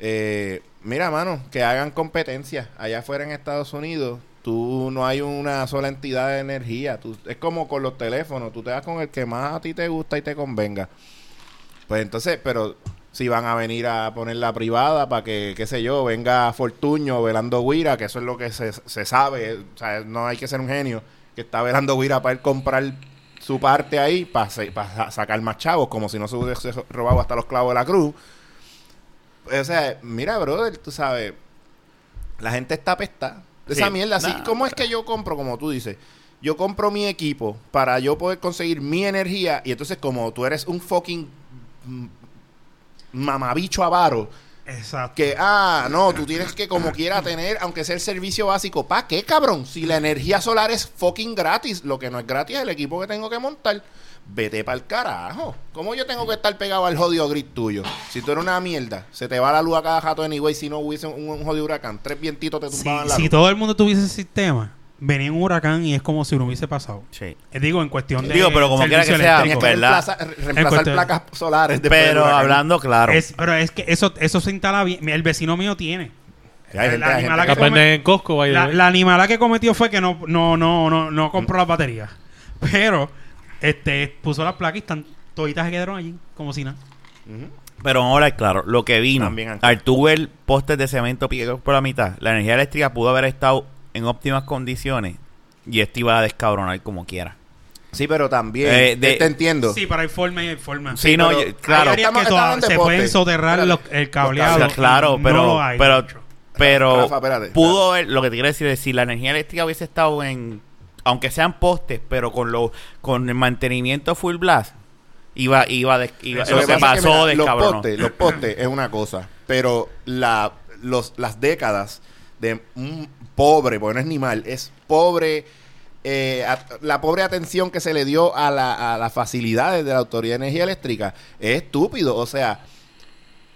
[SPEAKER 3] Eh, mira, mano, que hagan competencia. Allá afuera en Estados Unidos, tú no hay una sola entidad de energía. Tú, es como con los teléfonos, tú te das con el que más a ti te gusta y te convenga. Pues entonces, pero si van a venir a poner la privada para que, qué sé yo, venga Fortuño velando Guira, que eso es lo que se, se sabe, o sea, no hay que ser un genio, que está velando Guira para él comprar su parte ahí para sacar más chavos, como si no se hubiese robado hasta los clavos de la cruz. O sea, mira, brother, tú sabes, la gente está apesta. Esa
[SPEAKER 1] Sí,
[SPEAKER 3] mierda, así,
[SPEAKER 1] nah,
[SPEAKER 3] ¿cómo es que yo compro, como tú dices? Yo compro mi equipo para yo poder conseguir mi energía y entonces como tú eres un fucking mm, mamabicho avaro,
[SPEAKER 4] Exacto.
[SPEAKER 3] que, ah, no, tú tienes que como quiera tener, aunque sea el servicio básico, ¿pa' qué, cabrón? Si la energía solar es fucking gratis, lo que no es gratis es el equipo que tengo que montar. Vete para el carajo. ¿Cómo yo tengo que estar pegado al jodido grid tuyo? Si tú eres una mierda, se te va la luz a cada jato anyway si no hubiese un, un jodido huracán. Tres vientitos te
[SPEAKER 4] Si,
[SPEAKER 3] tumbaban la
[SPEAKER 4] si
[SPEAKER 3] luz.
[SPEAKER 4] todo el mundo tuviese ese sistema, venía un huracán y es como si no hubiese pasado.
[SPEAKER 1] Sí.
[SPEAKER 4] Eh, Digo, en cuestión de.
[SPEAKER 1] Digo, pero como quiera
[SPEAKER 4] servicio
[SPEAKER 1] que sea, pues,
[SPEAKER 3] Tienes
[SPEAKER 4] eléctrico.
[SPEAKER 3] que
[SPEAKER 1] ¿verdad?
[SPEAKER 3] reemplaza- re- reemplazar
[SPEAKER 4] cuestión-
[SPEAKER 3] placas solares. después del
[SPEAKER 1] Pero
[SPEAKER 3] huracán.
[SPEAKER 1] hablando claro.
[SPEAKER 4] Es- pero es que eso, eso se instala bien. Mira, El vecino mío tiene.
[SPEAKER 3] Hay gente- hay gente
[SPEAKER 4] animal
[SPEAKER 2] La
[SPEAKER 3] que-
[SPEAKER 4] que-
[SPEAKER 2] venden en Costco, by the
[SPEAKER 4] La,
[SPEAKER 2] way.
[SPEAKER 4] la animalada que cometió fue que no, no, no, no, no compró las baterías. Pero, este, puso las placas y están toditas se quedaron allí, como si nada.
[SPEAKER 3] Ujú.
[SPEAKER 1] Pero ahora, claro, lo que vino,
[SPEAKER 3] También aquí.
[SPEAKER 1] al tú ver postes de cemento picados por la mitad, la energía eléctrica pudo haber estado en óptimas condiciones y esto iba a descabronar como quiera.
[SPEAKER 3] Sí, pero también.
[SPEAKER 1] Eh, de-
[SPEAKER 3] te entiendo.
[SPEAKER 4] Sí, para el forma y el forma.
[SPEAKER 1] Sí, no,
[SPEAKER 3] pero-
[SPEAKER 1] yo- claro,
[SPEAKER 4] Hay áreas
[SPEAKER 3] Estamos-
[SPEAKER 4] que toda-
[SPEAKER 3] estamos de
[SPEAKER 4] se
[SPEAKER 3] poste.
[SPEAKER 4] pueden soterrar
[SPEAKER 3] Espérate.
[SPEAKER 4] los- el cableado.
[SPEAKER 1] O sea, claro,
[SPEAKER 4] No
[SPEAKER 1] pero,
[SPEAKER 4] lo hay,
[SPEAKER 1] pero,
[SPEAKER 4] Nacho.
[SPEAKER 1] pero
[SPEAKER 3] Rafa, espérate.
[SPEAKER 1] pudo haber, lo que te quiero decir es, si la energía eléctrica hubiese estado en, aunque sean postes, pero con lo, con el mantenimiento full blast, iba, iba, de- iba-
[SPEAKER 4] Eso
[SPEAKER 1] lo
[SPEAKER 3] que
[SPEAKER 1] que
[SPEAKER 3] pasa es que,
[SPEAKER 1] pasó
[SPEAKER 3] mira,
[SPEAKER 1] de
[SPEAKER 3] los
[SPEAKER 1] cabrón.
[SPEAKER 3] postes, los postes es una cosa, pero la, los, las décadas de un pobre, porque no es ni mal, es pobre, eh, a- la pobre atención que se le dio a, la- a las facilidades de la Autoridad de Energía Eléctrica es estúpido, o sea,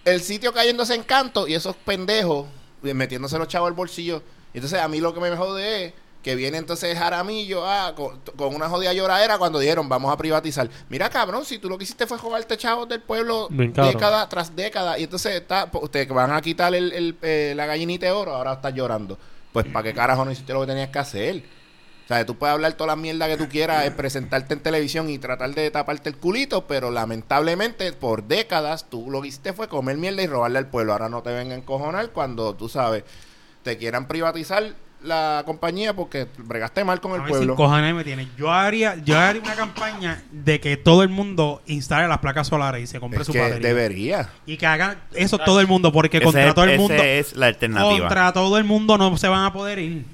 [SPEAKER 3] el sitio cayéndose en canto y esos pendejos eh, metiéndose los chavos al bolsillo. Entonces, a mí lo que me jode es que viene entonces Jaramillo ah, con, con una jodida lloradera cuando dijeron vamos a privatizar. Mira, cabrón, si tú lo que hiciste fue joderte chavos del pueblo
[SPEAKER 2] Bien, cabrón.
[SPEAKER 3] década tras década y entonces está, po- te van a quitar el, el, eh, la gallinita de oro, ahora estás llorando. Pues, ¿para qué carajo no hiciste lo que tenías que hacer? O sea, tú puedes hablar toda la mierda que tú quieras, eh, presentarte en televisión y tratar de taparte el culito, pero lamentablemente por décadas tú lo que hiciste fue comer mierda y robarle al pueblo. Ahora no te vengan a encojonar cuando tú sabes, te quieran privatizar la compañía porque bregaste mal con
[SPEAKER 4] A
[SPEAKER 3] el
[SPEAKER 4] ver si
[SPEAKER 3] pueblo.
[SPEAKER 4] cojones me tiene. Yo haría, yo haría una campaña de que todo el mundo instale las placas solares y se compre
[SPEAKER 3] Es
[SPEAKER 4] su
[SPEAKER 3] que
[SPEAKER 4] batería.
[SPEAKER 3] debería.
[SPEAKER 4] Y que hagan eso todo el mundo, porque
[SPEAKER 1] Ese
[SPEAKER 4] contra
[SPEAKER 1] es-
[SPEAKER 4] todo el
[SPEAKER 1] esa
[SPEAKER 4] mundo,
[SPEAKER 1] es la alternativa.
[SPEAKER 4] contra todo el mundo no se van a poder ir.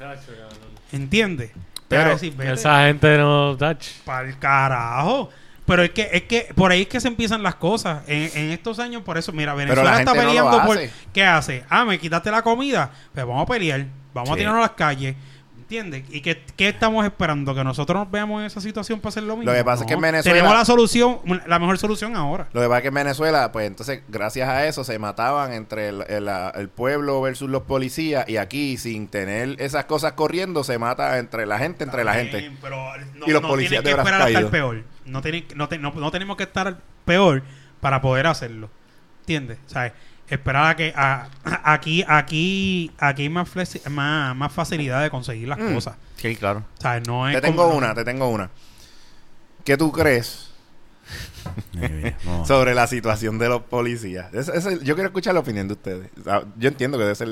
[SPEAKER 4] ¿Entiendes? Te
[SPEAKER 3] Pero
[SPEAKER 4] voy a decir, vete
[SPEAKER 2] Esa gente no... Dach.
[SPEAKER 4] pa'l carajo. Pero es que, es que por ahí es que se empiezan las cosas. En, en estos años, por eso, mira,
[SPEAKER 3] la
[SPEAKER 4] Venezuela está
[SPEAKER 3] gente no
[SPEAKER 4] peleando
[SPEAKER 3] lo
[SPEAKER 4] por.
[SPEAKER 3] hace.
[SPEAKER 4] ¿Qué hace? Ah, me quitaste la comida. Pues vamos a pelear. Vamos a
[SPEAKER 1] Sí.
[SPEAKER 4] tirarnos a las calles. ¿Entiendes? ¿Y qué, qué estamos esperando? ¿Que nosotros nos veamos en esa situación para hacer lo mismo?
[SPEAKER 3] Lo que pasa es que en Venezuela-
[SPEAKER 4] Tenemos la solución, la mejor solución ahora.
[SPEAKER 3] Lo que pasa es que en Venezuela, pues entonces, gracias a eso, se mataban entre el, el- la- el pueblo versus los policías y aquí, sin tener esas cosas corriendo, se mata entre la gente, entre la gente.
[SPEAKER 4] Bien, pero no-
[SPEAKER 3] Y los
[SPEAKER 4] no
[SPEAKER 3] policías
[SPEAKER 4] tienen
[SPEAKER 3] de
[SPEAKER 4] que
[SPEAKER 3] brazos
[SPEAKER 4] esperar hasta el
[SPEAKER 3] caídos.
[SPEAKER 4] peor. No, tienen- no te- no- no tenemos que estar peor para poder hacerlo. entiendes? ¿Sabes? Esperar a que a- aquí aquí aquí hay más, flexi- más más facilidad de conseguir las
[SPEAKER 3] Mm.
[SPEAKER 4] cosas.
[SPEAKER 1] Sí, claro.
[SPEAKER 4] ¿Sabes? No es
[SPEAKER 3] Te tengo
[SPEAKER 4] como-
[SPEAKER 3] una, te tengo una. ¿Qué tú crees
[SPEAKER 1] Ay, mira, no.
[SPEAKER 3] sobre la situación de los policías? Es- es el- yo quiero escuchar la opinión de ustedes. Ah, Yo entiendo que debe ser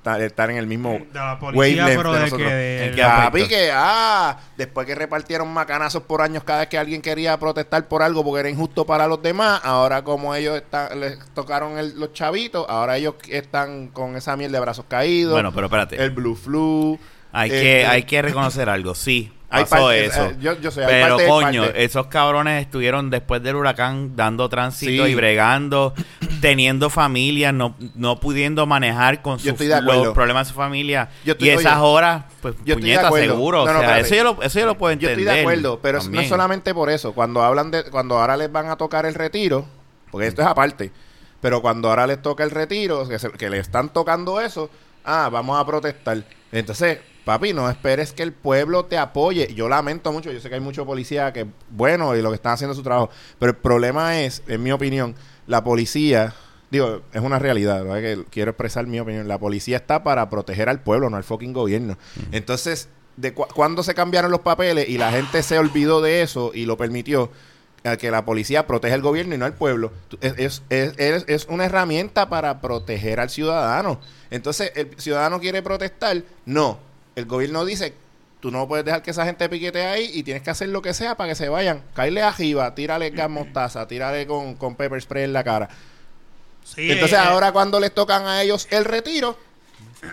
[SPEAKER 3] ta- estar en el mismo
[SPEAKER 4] de la policía,
[SPEAKER 3] wavelength
[SPEAKER 4] pero
[SPEAKER 3] de
[SPEAKER 4] de, que
[SPEAKER 3] nosotros.
[SPEAKER 4] de-
[SPEAKER 1] El que-
[SPEAKER 3] Papi,
[SPEAKER 1] aspecto?
[SPEAKER 3] que ah, después que repartieron macanazos por años cada vez que alguien quería protestar por algo porque era injusto para los demás, ahora como ellos están, les tocaron el- los chavitos, ahora ellos están con esa miel de brazos caídos,
[SPEAKER 1] Bueno, pero espérate.
[SPEAKER 3] el blue flu.
[SPEAKER 1] hay,
[SPEAKER 3] eh,
[SPEAKER 1] que,
[SPEAKER 3] eh,
[SPEAKER 1] hay que reconocer algo. Sí,
[SPEAKER 3] hay
[SPEAKER 1] pasó
[SPEAKER 3] parte-
[SPEAKER 1] eso.
[SPEAKER 3] eh, yo, yo sé, hay
[SPEAKER 1] Pero
[SPEAKER 3] parte de
[SPEAKER 1] coño,
[SPEAKER 3] parte.
[SPEAKER 1] esos cabrones estuvieron después del huracán dando tránsito
[SPEAKER 3] Sí.
[SPEAKER 1] y bregando, teniendo familia, no, no pudiendo manejar con
[SPEAKER 3] Yo
[SPEAKER 1] sus,
[SPEAKER 3] estoy de acuerdo.
[SPEAKER 1] los problemas de su familia.
[SPEAKER 3] Yo estoy-
[SPEAKER 1] y esas
[SPEAKER 3] oye,
[SPEAKER 1] horas, pues
[SPEAKER 3] yo estoy de
[SPEAKER 1] puñeta,
[SPEAKER 3] acuerdo.
[SPEAKER 1] seguro.
[SPEAKER 3] No, no,
[SPEAKER 1] o sea,
[SPEAKER 3] espérate.
[SPEAKER 1] eso, yo lo, eso yo lo puedo
[SPEAKER 3] Yo
[SPEAKER 1] entender.
[SPEAKER 3] estoy de acuerdo, pero no es
[SPEAKER 1] también.
[SPEAKER 3] solamente por eso. Cuando hablan de, cuando ahora les van a tocar el retiro, porque esto es aparte, pero cuando ahora les toca el retiro, que, se- que le están tocando eso, ah, vamos a protestar. Entonces, papi, no esperes que el pueblo te apoye. Yo lamento mucho, yo sé que hay muchos policías que, bueno, y lo que están haciendo es su trabajo, pero el problema es, en mi opinión, la policía, digo, es una realidad, ¿verdad? que quiero expresar mi opinión, la policía está para proteger al pueblo, no al fucking gobierno. Entonces, de cu- cuando se cambiaron los papeles y la gente se olvidó de eso y lo permitió, a que la policía protege al gobierno y no al pueblo. Tú- Es, es- es- es- es una herramienta para proteger al ciudadano. Entonces, el ciudadano quiere protestar. No, el gobierno dice, tú no puedes dejar que esa gente piquete ahí y tienes que hacer lo que sea para que se vayan. Caerle arriba, tírale gas mostaza, tírale con, con pepper spray en la cara.
[SPEAKER 4] Sí,
[SPEAKER 3] Entonces,
[SPEAKER 4] eh,
[SPEAKER 3] ahora cuando les tocan a ellos el retiro...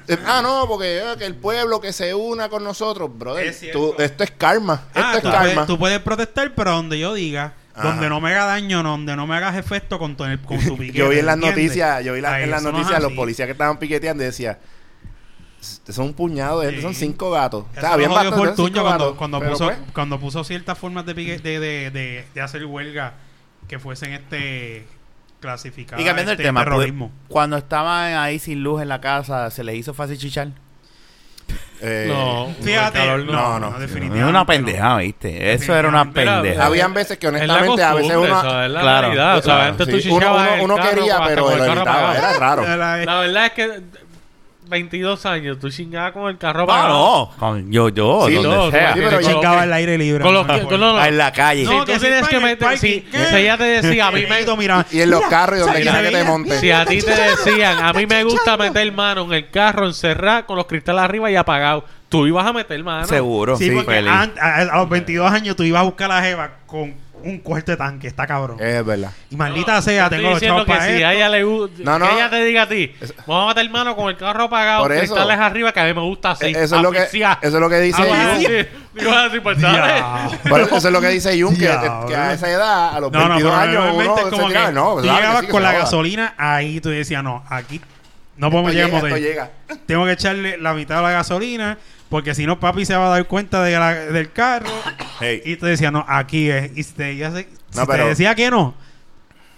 [SPEAKER 3] eh, Ah, no, porque eh, que el pueblo que se una con nosotros, brother.
[SPEAKER 4] Es
[SPEAKER 3] tú-
[SPEAKER 4] cierto.
[SPEAKER 3] esto es karma.
[SPEAKER 4] Ah,
[SPEAKER 3] esto es
[SPEAKER 4] tú,
[SPEAKER 3] karma.
[SPEAKER 4] puedes, tú puedes protestar, pero donde yo diga,
[SPEAKER 3] Ajá.
[SPEAKER 4] donde no me haga daño, no, donde no me hagas efecto con, tu- con tu piquete.
[SPEAKER 3] yo vi en las
[SPEAKER 4] ¿entiendes?
[SPEAKER 3] noticias, yo vi la-
[SPEAKER 4] Ay,
[SPEAKER 3] en las
[SPEAKER 4] eso no es
[SPEAKER 3] noticias los
[SPEAKER 4] así.
[SPEAKER 3] policías que estaban piqueteando y decía "S- son un puñado de gente,
[SPEAKER 4] Sí.
[SPEAKER 3] son cinco gatos. O
[SPEAKER 4] Eso
[SPEAKER 3] sea,
[SPEAKER 4] lo
[SPEAKER 3] habían
[SPEAKER 4] jodió
[SPEAKER 3] bastantes, eran
[SPEAKER 4] Fortuño
[SPEAKER 3] cinco
[SPEAKER 4] cuando,
[SPEAKER 3] gatos,
[SPEAKER 4] cuando
[SPEAKER 3] pero
[SPEAKER 4] puso,
[SPEAKER 3] pues,
[SPEAKER 4] cuando puso ciertas formas de, pique- de, de, de, de hacer huelga que fuesen este clasificadas.
[SPEAKER 1] Y cambiando
[SPEAKER 4] este,
[SPEAKER 1] el tema,
[SPEAKER 4] terrorismo.
[SPEAKER 1] pues, cuando estaban ahí sin luz en la casa, ¿se les hizo fácil chichar?
[SPEAKER 3] eh,
[SPEAKER 2] No,
[SPEAKER 4] Fíjate,
[SPEAKER 2] el calor
[SPEAKER 4] no,
[SPEAKER 3] no,
[SPEAKER 4] no,
[SPEAKER 3] no,
[SPEAKER 4] definitivamente.
[SPEAKER 1] Era una
[SPEAKER 4] no.
[SPEAKER 1] pendejada, ¿viste? Eso era una
[SPEAKER 2] Mira,
[SPEAKER 1] pendejada.
[SPEAKER 3] Habían veces que
[SPEAKER 2] Es la
[SPEAKER 3] honestamente a veces
[SPEAKER 2] costumbre,
[SPEAKER 3] uno...
[SPEAKER 2] o sea, es la
[SPEAKER 1] Claro.
[SPEAKER 2] realidad. O sea,
[SPEAKER 3] Claro,
[SPEAKER 2] antes
[SPEAKER 3] sí.
[SPEAKER 2] tú
[SPEAKER 3] Uno-
[SPEAKER 2] chichabas
[SPEAKER 3] uno-
[SPEAKER 2] el
[SPEAKER 3] uno
[SPEAKER 2] carro
[SPEAKER 3] quería,
[SPEAKER 2] hasta
[SPEAKER 3] pero
[SPEAKER 2] con el
[SPEAKER 3] lo
[SPEAKER 2] carro
[SPEAKER 3] evitaba.
[SPEAKER 2] apagado.
[SPEAKER 3] Era raro.
[SPEAKER 4] La-
[SPEAKER 2] La verdad es que 22 años, tú chingabas con el carro
[SPEAKER 1] No,
[SPEAKER 2] apagado.
[SPEAKER 1] no. Con- Yo, yo,
[SPEAKER 3] Sí,
[SPEAKER 1] donde
[SPEAKER 2] no,
[SPEAKER 1] sea.
[SPEAKER 3] Ah, sí,
[SPEAKER 2] pero
[SPEAKER 4] Pero
[SPEAKER 2] yo-
[SPEAKER 4] chingaba el aire libre.
[SPEAKER 2] Con
[SPEAKER 4] no
[SPEAKER 2] los
[SPEAKER 4] me
[SPEAKER 2] que-
[SPEAKER 4] acuerdo.
[SPEAKER 2] con los-
[SPEAKER 1] Ah, En la calle.
[SPEAKER 4] No,
[SPEAKER 2] si
[SPEAKER 4] que
[SPEAKER 2] tú
[SPEAKER 4] si
[SPEAKER 2] tienes
[SPEAKER 4] está
[SPEAKER 2] que
[SPEAKER 4] en el
[SPEAKER 2] meter, si,
[SPEAKER 4] parking, ¿qué?
[SPEAKER 2] si ella te decía, a mí me,
[SPEAKER 4] Querido, mira,
[SPEAKER 3] Y en los carros y donde
[SPEAKER 4] se
[SPEAKER 3] quiera que te
[SPEAKER 4] veía-
[SPEAKER 3] montes.
[SPEAKER 2] Si a ti te decían, a mí me gusta meter mano en el carro encerrado con los cristales arriba y apagado, tú ibas a meter mano.
[SPEAKER 1] Seguro.
[SPEAKER 4] Sí, porque
[SPEAKER 1] feliz.
[SPEAKER 4] an- a, a los 22 años tú ibas a buscar la jeva con un cuarto de tanque, está cabrón.
[SPEAKER 1] Eh,
[SPEAKER 3] Es verdad.
[SPEAKER 4] y maldita sea,
[SPEAKER 2] Estoy
[SPEAKER 4] tengo los
[SPEAKER 2] diciendo
[SPEAKER 4] chavos
[SPEAKER 2] que
[SPEAKER 4] para
[SPEAKER 2] si
[SPEAKER 4] esto.
[SPEAKER 2] a ella le gusta,
[SPEAKER 3] No, no.
[SPEAKER 2] que ella te diga a ti, vamos a meter mano con el carro apagado,
[SPEAKER 3] Por eso.
[SPEAKER 2] cristales arriba que a mí me gusta así.
[SPEAKER 3] Eh, Eso es lo que
[SPEAKER 2] asfixiar.
[SPEAKER 3] eso es lo que dice
[SPEAKER 2] Ah, vas a
[SPEAKER 3] Jun.
[SPEAKER 2] decir- y vas a decir, pues, dale.
[SPEAKER 4] Ya.
[SPEAKER 3] Bueno, Eso es lo que dice Jun, que,
[SPEAKER 4] Diablo.
[SPEAKER 3] que a esa edad, a los
[SPEAKER 4] No, no,
[SPEAKER 3] 22
[SPEAKER 4] pero
[SPEAKER 3] años, uno
[SPEAKER 4] realmente es
[SPEAKER 3] se
[SPEAKER 4] como que
[SPEAKER 3] tiraba, no, claro
[SPEAKER 4] tú
[SPEAKER 3] que
[SPEAKER 4] llegabas
[SPEAKER 3] sí, que
[SPEAKER 4] con
[SPEAKER 3] se
[SPEAKER 4] la
[SPEAKER 3] joda.
[SPEAKER 4] gasolina, ahí tú decías, no, aquí no podemos
[SPEAKER 3] Esto
[SPEAKER 4] llegar
[SPEAKER 3] llega, esto
[SPEAKER 4] a motel.
[SPEAKER 3] llega.
[SPEAKER 4] Tengo que echarle la mitad de la gasolina, porque si no, papi se va a dar cuenta de la- del carro. Y te decía, no, aquí es. Y si te, ya se- si
[SPEAKER 3] No,
[SPEAKER 4] te
[SPEAKER 3] pero-
[SPEAKER 4] decía que no,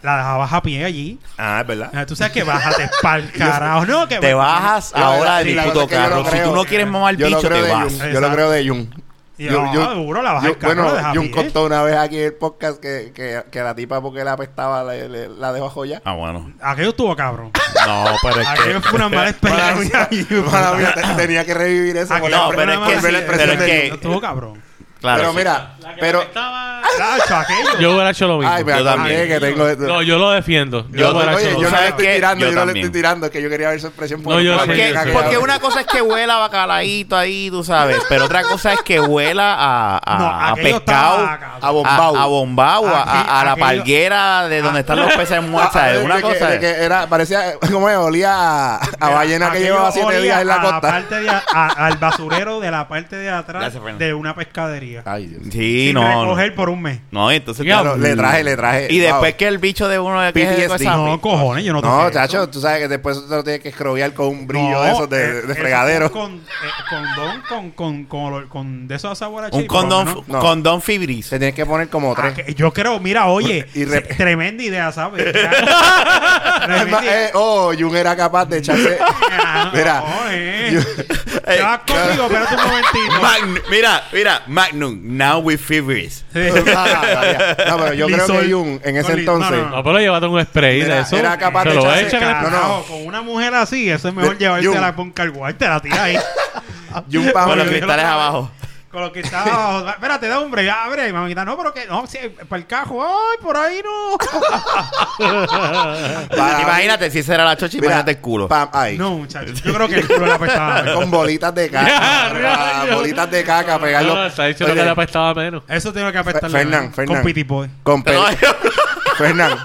[SPEAKER 4] la dejabas a pie allí.
[SPEAKER 3] Ah, es verdad.
[SPEAKER 4] Ah, Tú sabes que bájate pa'l carajo. No, que
[SPEAKER 1] Te bajas
[SPEAKER 3] La
[SPEAKER 1] ahora
[SPEAKER 3] verdad,
[SPEAKER 1] del
[SPEAKER 3] la
[SPEAKER 1] puto
[SPEAKER 3] verdad es que
[SPEAKER 1] carro.
[SPEAKER 3] yo no
[SPEAKER 1] Si tú
[SPEAKER 3] creo.
[SPEAKER 1] no quieres mamar
[SPEAKER 3] Yo lo
[SPEAKER 1] bicho,
[SPEAKER 3] creo
[SPEAKER 1] te
[SPEAKER 3] de
[SPEAKER 1] vas.
[SPEAKER 3] Jun. Yo lo
[SPEAKER 4] Exacto.
[SPEAKER 3] creo de Jun.
[SPEAKER 4] Y
[SPEAKER 3] Yo-
[SPEAKER 4] no,
[SPEAKER 3] yo-
[SPEAKER 4] seguro la bajas
[SPEAKER 3] Yo-
[SPEAKER 4] al carro, la dejas a
[SPEAKER 3] Jun
[SPEAKER 4] pie.
[SPEAKER 3] contó una vez aquí en el podcast que, que, que la tipa porque la apestaba le- le- la dejó a joya.
[SPEAKER 1] Ah, bueno.
[SPEAKER 4] Aquello estuvo cabrón.
[SPEAKER 1] No, pero es
[SPEAKER 4] Aquello fue una mala experiencia.
[SPEAKER 3] Mala mía, te- tenía que revivir eso.
[SPEAKER 4] Aquello
[SPEAKER 1] no,
[SPEAKER 3] por la-
[SPEAKER 1] pero es
[SPEAKER 4] fue
[SPEAKER 1] que-
[SPEAKER 4] una mala
[SPEAKER 1] pero es
[SPEAKER 4] experiencia.
[SPEAKER 1] que-
[SPEAKER 4] Estuvo cabrón.
[SPEAKER 1] Claro.
[SPEAKER 3] pero
[SPEAKER 1] sí.
[SPEAKER 3] mira,
[SPEAKER 2] La que
[SPEAKER 3] pero...
[SPEAKER 2] apestaba-
[SPEAKER 4] Tacho, aquello.
[SPEAKER 2] Yo hubiera hecho lo mismo.
[SPEAKER 3] Ay, me
[SPEAKER 1] Yo
[SPEAKER 3] acordé
[SPEAKER 1] también.
[SPEAKER 3] que tengo... esto.
[SPEAKER 2] No, yo lo defiendo.
[SPEAKER 3] yo,
[SPEAKER 2] Yo, hubiera
[SPEAKER 3] oye,
[SPEAKER 2] hecho lo
[SPEAKER 3] yo no
[SPEAKER 2] mismo.
[SPEAKER 3] le
[SPEAKER 1] ¿Sabes
[SPEAKER 3] estoy
[SPEAKER 1] qué?
[SPEAKER 3] tirando, yo,
[SPEAKER 1] Yo
[SPEAKER 3] no le
[SPEAKER 1] también.
[SPEAKER 3] estoy tirando, que yo quería ver su expresión.
[SPEAKER 2] No, yo sé,
[SPEAKER 1] Porque,
[SPEAKER 2] yo sé.
[SPEAKER 1] porque
[SPEAKER 3] Ah,
[SPEAKER 1] una cosa es que huela a bacalaíto ahí, tú sabes, pero otra cosa es que huela a, a,
[SPEAKER 4] No,
[SPEAKER 1] a
[SPEAKER 4] aquello
[SPEAKER 1] pescado,
[SPEAKER 4] estaba cabrón.
[SPEAKER 1] a bombao, a, a, bombao, a- a- a la
[SPEAKER 4] Aquello-
[SPEAKER 1] palguera de donde están los peces muertos.
[SPEAKER 3] Ah,
[SPEAKER 1] ¿sabes?
[SPEAKER 3] de
[SPEAKER 1] Una
[SPEAKER 3] que-
[SPEAKER 1] cosa
[SPEAKER 3] de
[SPEAKER 1] es...
[SPEAKER 3] que era, parecía como olía a, a ballena que
[SPEAKER 4] Aquello
[SPEAKER 3] llevaba siete
[SPEAKER 4] olía
[SPEAKER 3] días en la
[SPEAKER 4] a
[SPEAKER 3] costa.
[SPEAKER 4] parte de a- a- al basurero de la parte de atrás
[SPEAKER 1] Gracias, Fernando.
[SPEAKER 4] de una pescadería.
[SPEAKER 3] Ay, Dios.
[SPEAKER 1] Sí,
[SPEAKER 4] sin
[SPEAKER 1] no. no.
[SPEAKER 4] recoger por un mes.
[SPEAKER 1] No, entonces...
[SPEAKER 3] Claro, le traje, le traje.
[SPEAKER 1] Y después
[SPEAKER 3] Wow.
[SPEAKER 1] que el bicho de uno de que es de
[SPEAKER 3] PTSD.
[SPEAKER 1] esa-
[SPEAKER 4] No, cojones, yo no
[SPEAKER 3] Ah, pues, No,
[SPEAKER 4] toqué
[SPEAKER 3] chacho, tú sabes que después tú te lo tienes que escrobiar con un brillo
[SPEAKER 4] No,
[SPEAKER 3] de esos de,
[SPEAKER 4] eh,
[SPEAKER 3] de
[SPEAKER 4] eso fue
[SPEAKER 3] fregadero.
[SPEAKER 4] Con, eh, condón, con, con, con, olor- con de esos sabores
[SPEAKER 1] Un condón,
[SPEAKER 3] No.
[SPEAKER 1] condón fibris.
[SPEAKER 3] Se tienes que poner como tres.
[SPEAKER 4] Ah, yo creo, mira, oye,
[SPEAKER 3] Y re-
[SPEAKER 4] se- tremenda idea, ¿sabes?
[SPEAKER 3] Es más,
[SPEAKER 4] Tremenda
[SPEAKER 3] eh, oh, Jun era capaz de echarse.
[SPEAKER 4] idea.
[SPEAKER 3] Mira,
[SPEAKER 4] Ah,
[SPEAKER 3] eh,
[SPEAKER 4] No, eh. es. Te vas conmigo, espérate un momentito.
[SPEAKER 1] Eh, Magnum, mira, mira, Magnum, now we furious.
[SPEAKER 4] Sí.
[SPEAKER 3] no, pero yo creo que
[SPEAKER 4] Lisol.
[SPEAKER 3] Jun en ese
[SPEAKER 4] Con li- no,
[SPEAKER 3] entonces.
[SPEAKER 4] no,
[SPEAKER 2] No, pero llévate un spray
[SPEAKER 3] Era-
[SPEAKER 2] de eso.
[SPEAKER 3] era capaz
[SPEAKER 2] Se
[SPEAKER 3] de
[SPEAKER 2] lo
[SPEAKER 3] echarse
[SPEAKER 2] echa
[SPEAKER 3] cara.
[SPEAKER 2] que
[SPEAKER 3] no, no.
[SPEAKER 4] Carajo, Con una mujer así, eso es mejor
[SPEAKER 3] Yo-
[SPEAKER 4] llevársela con carguar, te la tira ahí.
[SPEAKER 3] Jun pa'
[SPEAKER 1] Con los
[SPEAKER 3] mí-
[SPEAKER 4] que-
[SPEAKER 1] cristales abajo.
[SPEAKER 4] Con lo que está abajo. Espérate, da hombre, ya abre. Y mamita, no, pero que no, sí, para el cajo. Ay, por ahí no.
[SPEAKER 3] para-
[SPEAKER 1] Imagínate, si esa era la chocha,
[SPEAKER 3] mira,
[SPEAKER 1] imagínate el culo.
[SPEAKER 3] pa- ay,
[SPEAKER 4] No, muchachos. Yo creo que el culo le apestaba.
[SPEAKER 3] Con bolitas de caca.
[SPEAKER 2] Ya,
[SPEAKER 3] ah, bolitas de caca, pegarlo.
[SPEAKER 2] No, está diciendo
[SPEAKER 3] Oye,
[SPEAKER 2] que le apestaba menos.
[SPEAKER 4] Eso tiene que apestarle.
[SPEAKER 3] Fernan,
[SPEAKER 4] ¿no?
[SPEAKER 3] Fernan.
[SPEAKER 4] Con Pity Boy.
[SPEAKER 3] con pe-
[SPEAKER 1] No,
[SPEAKER 3] Fernan,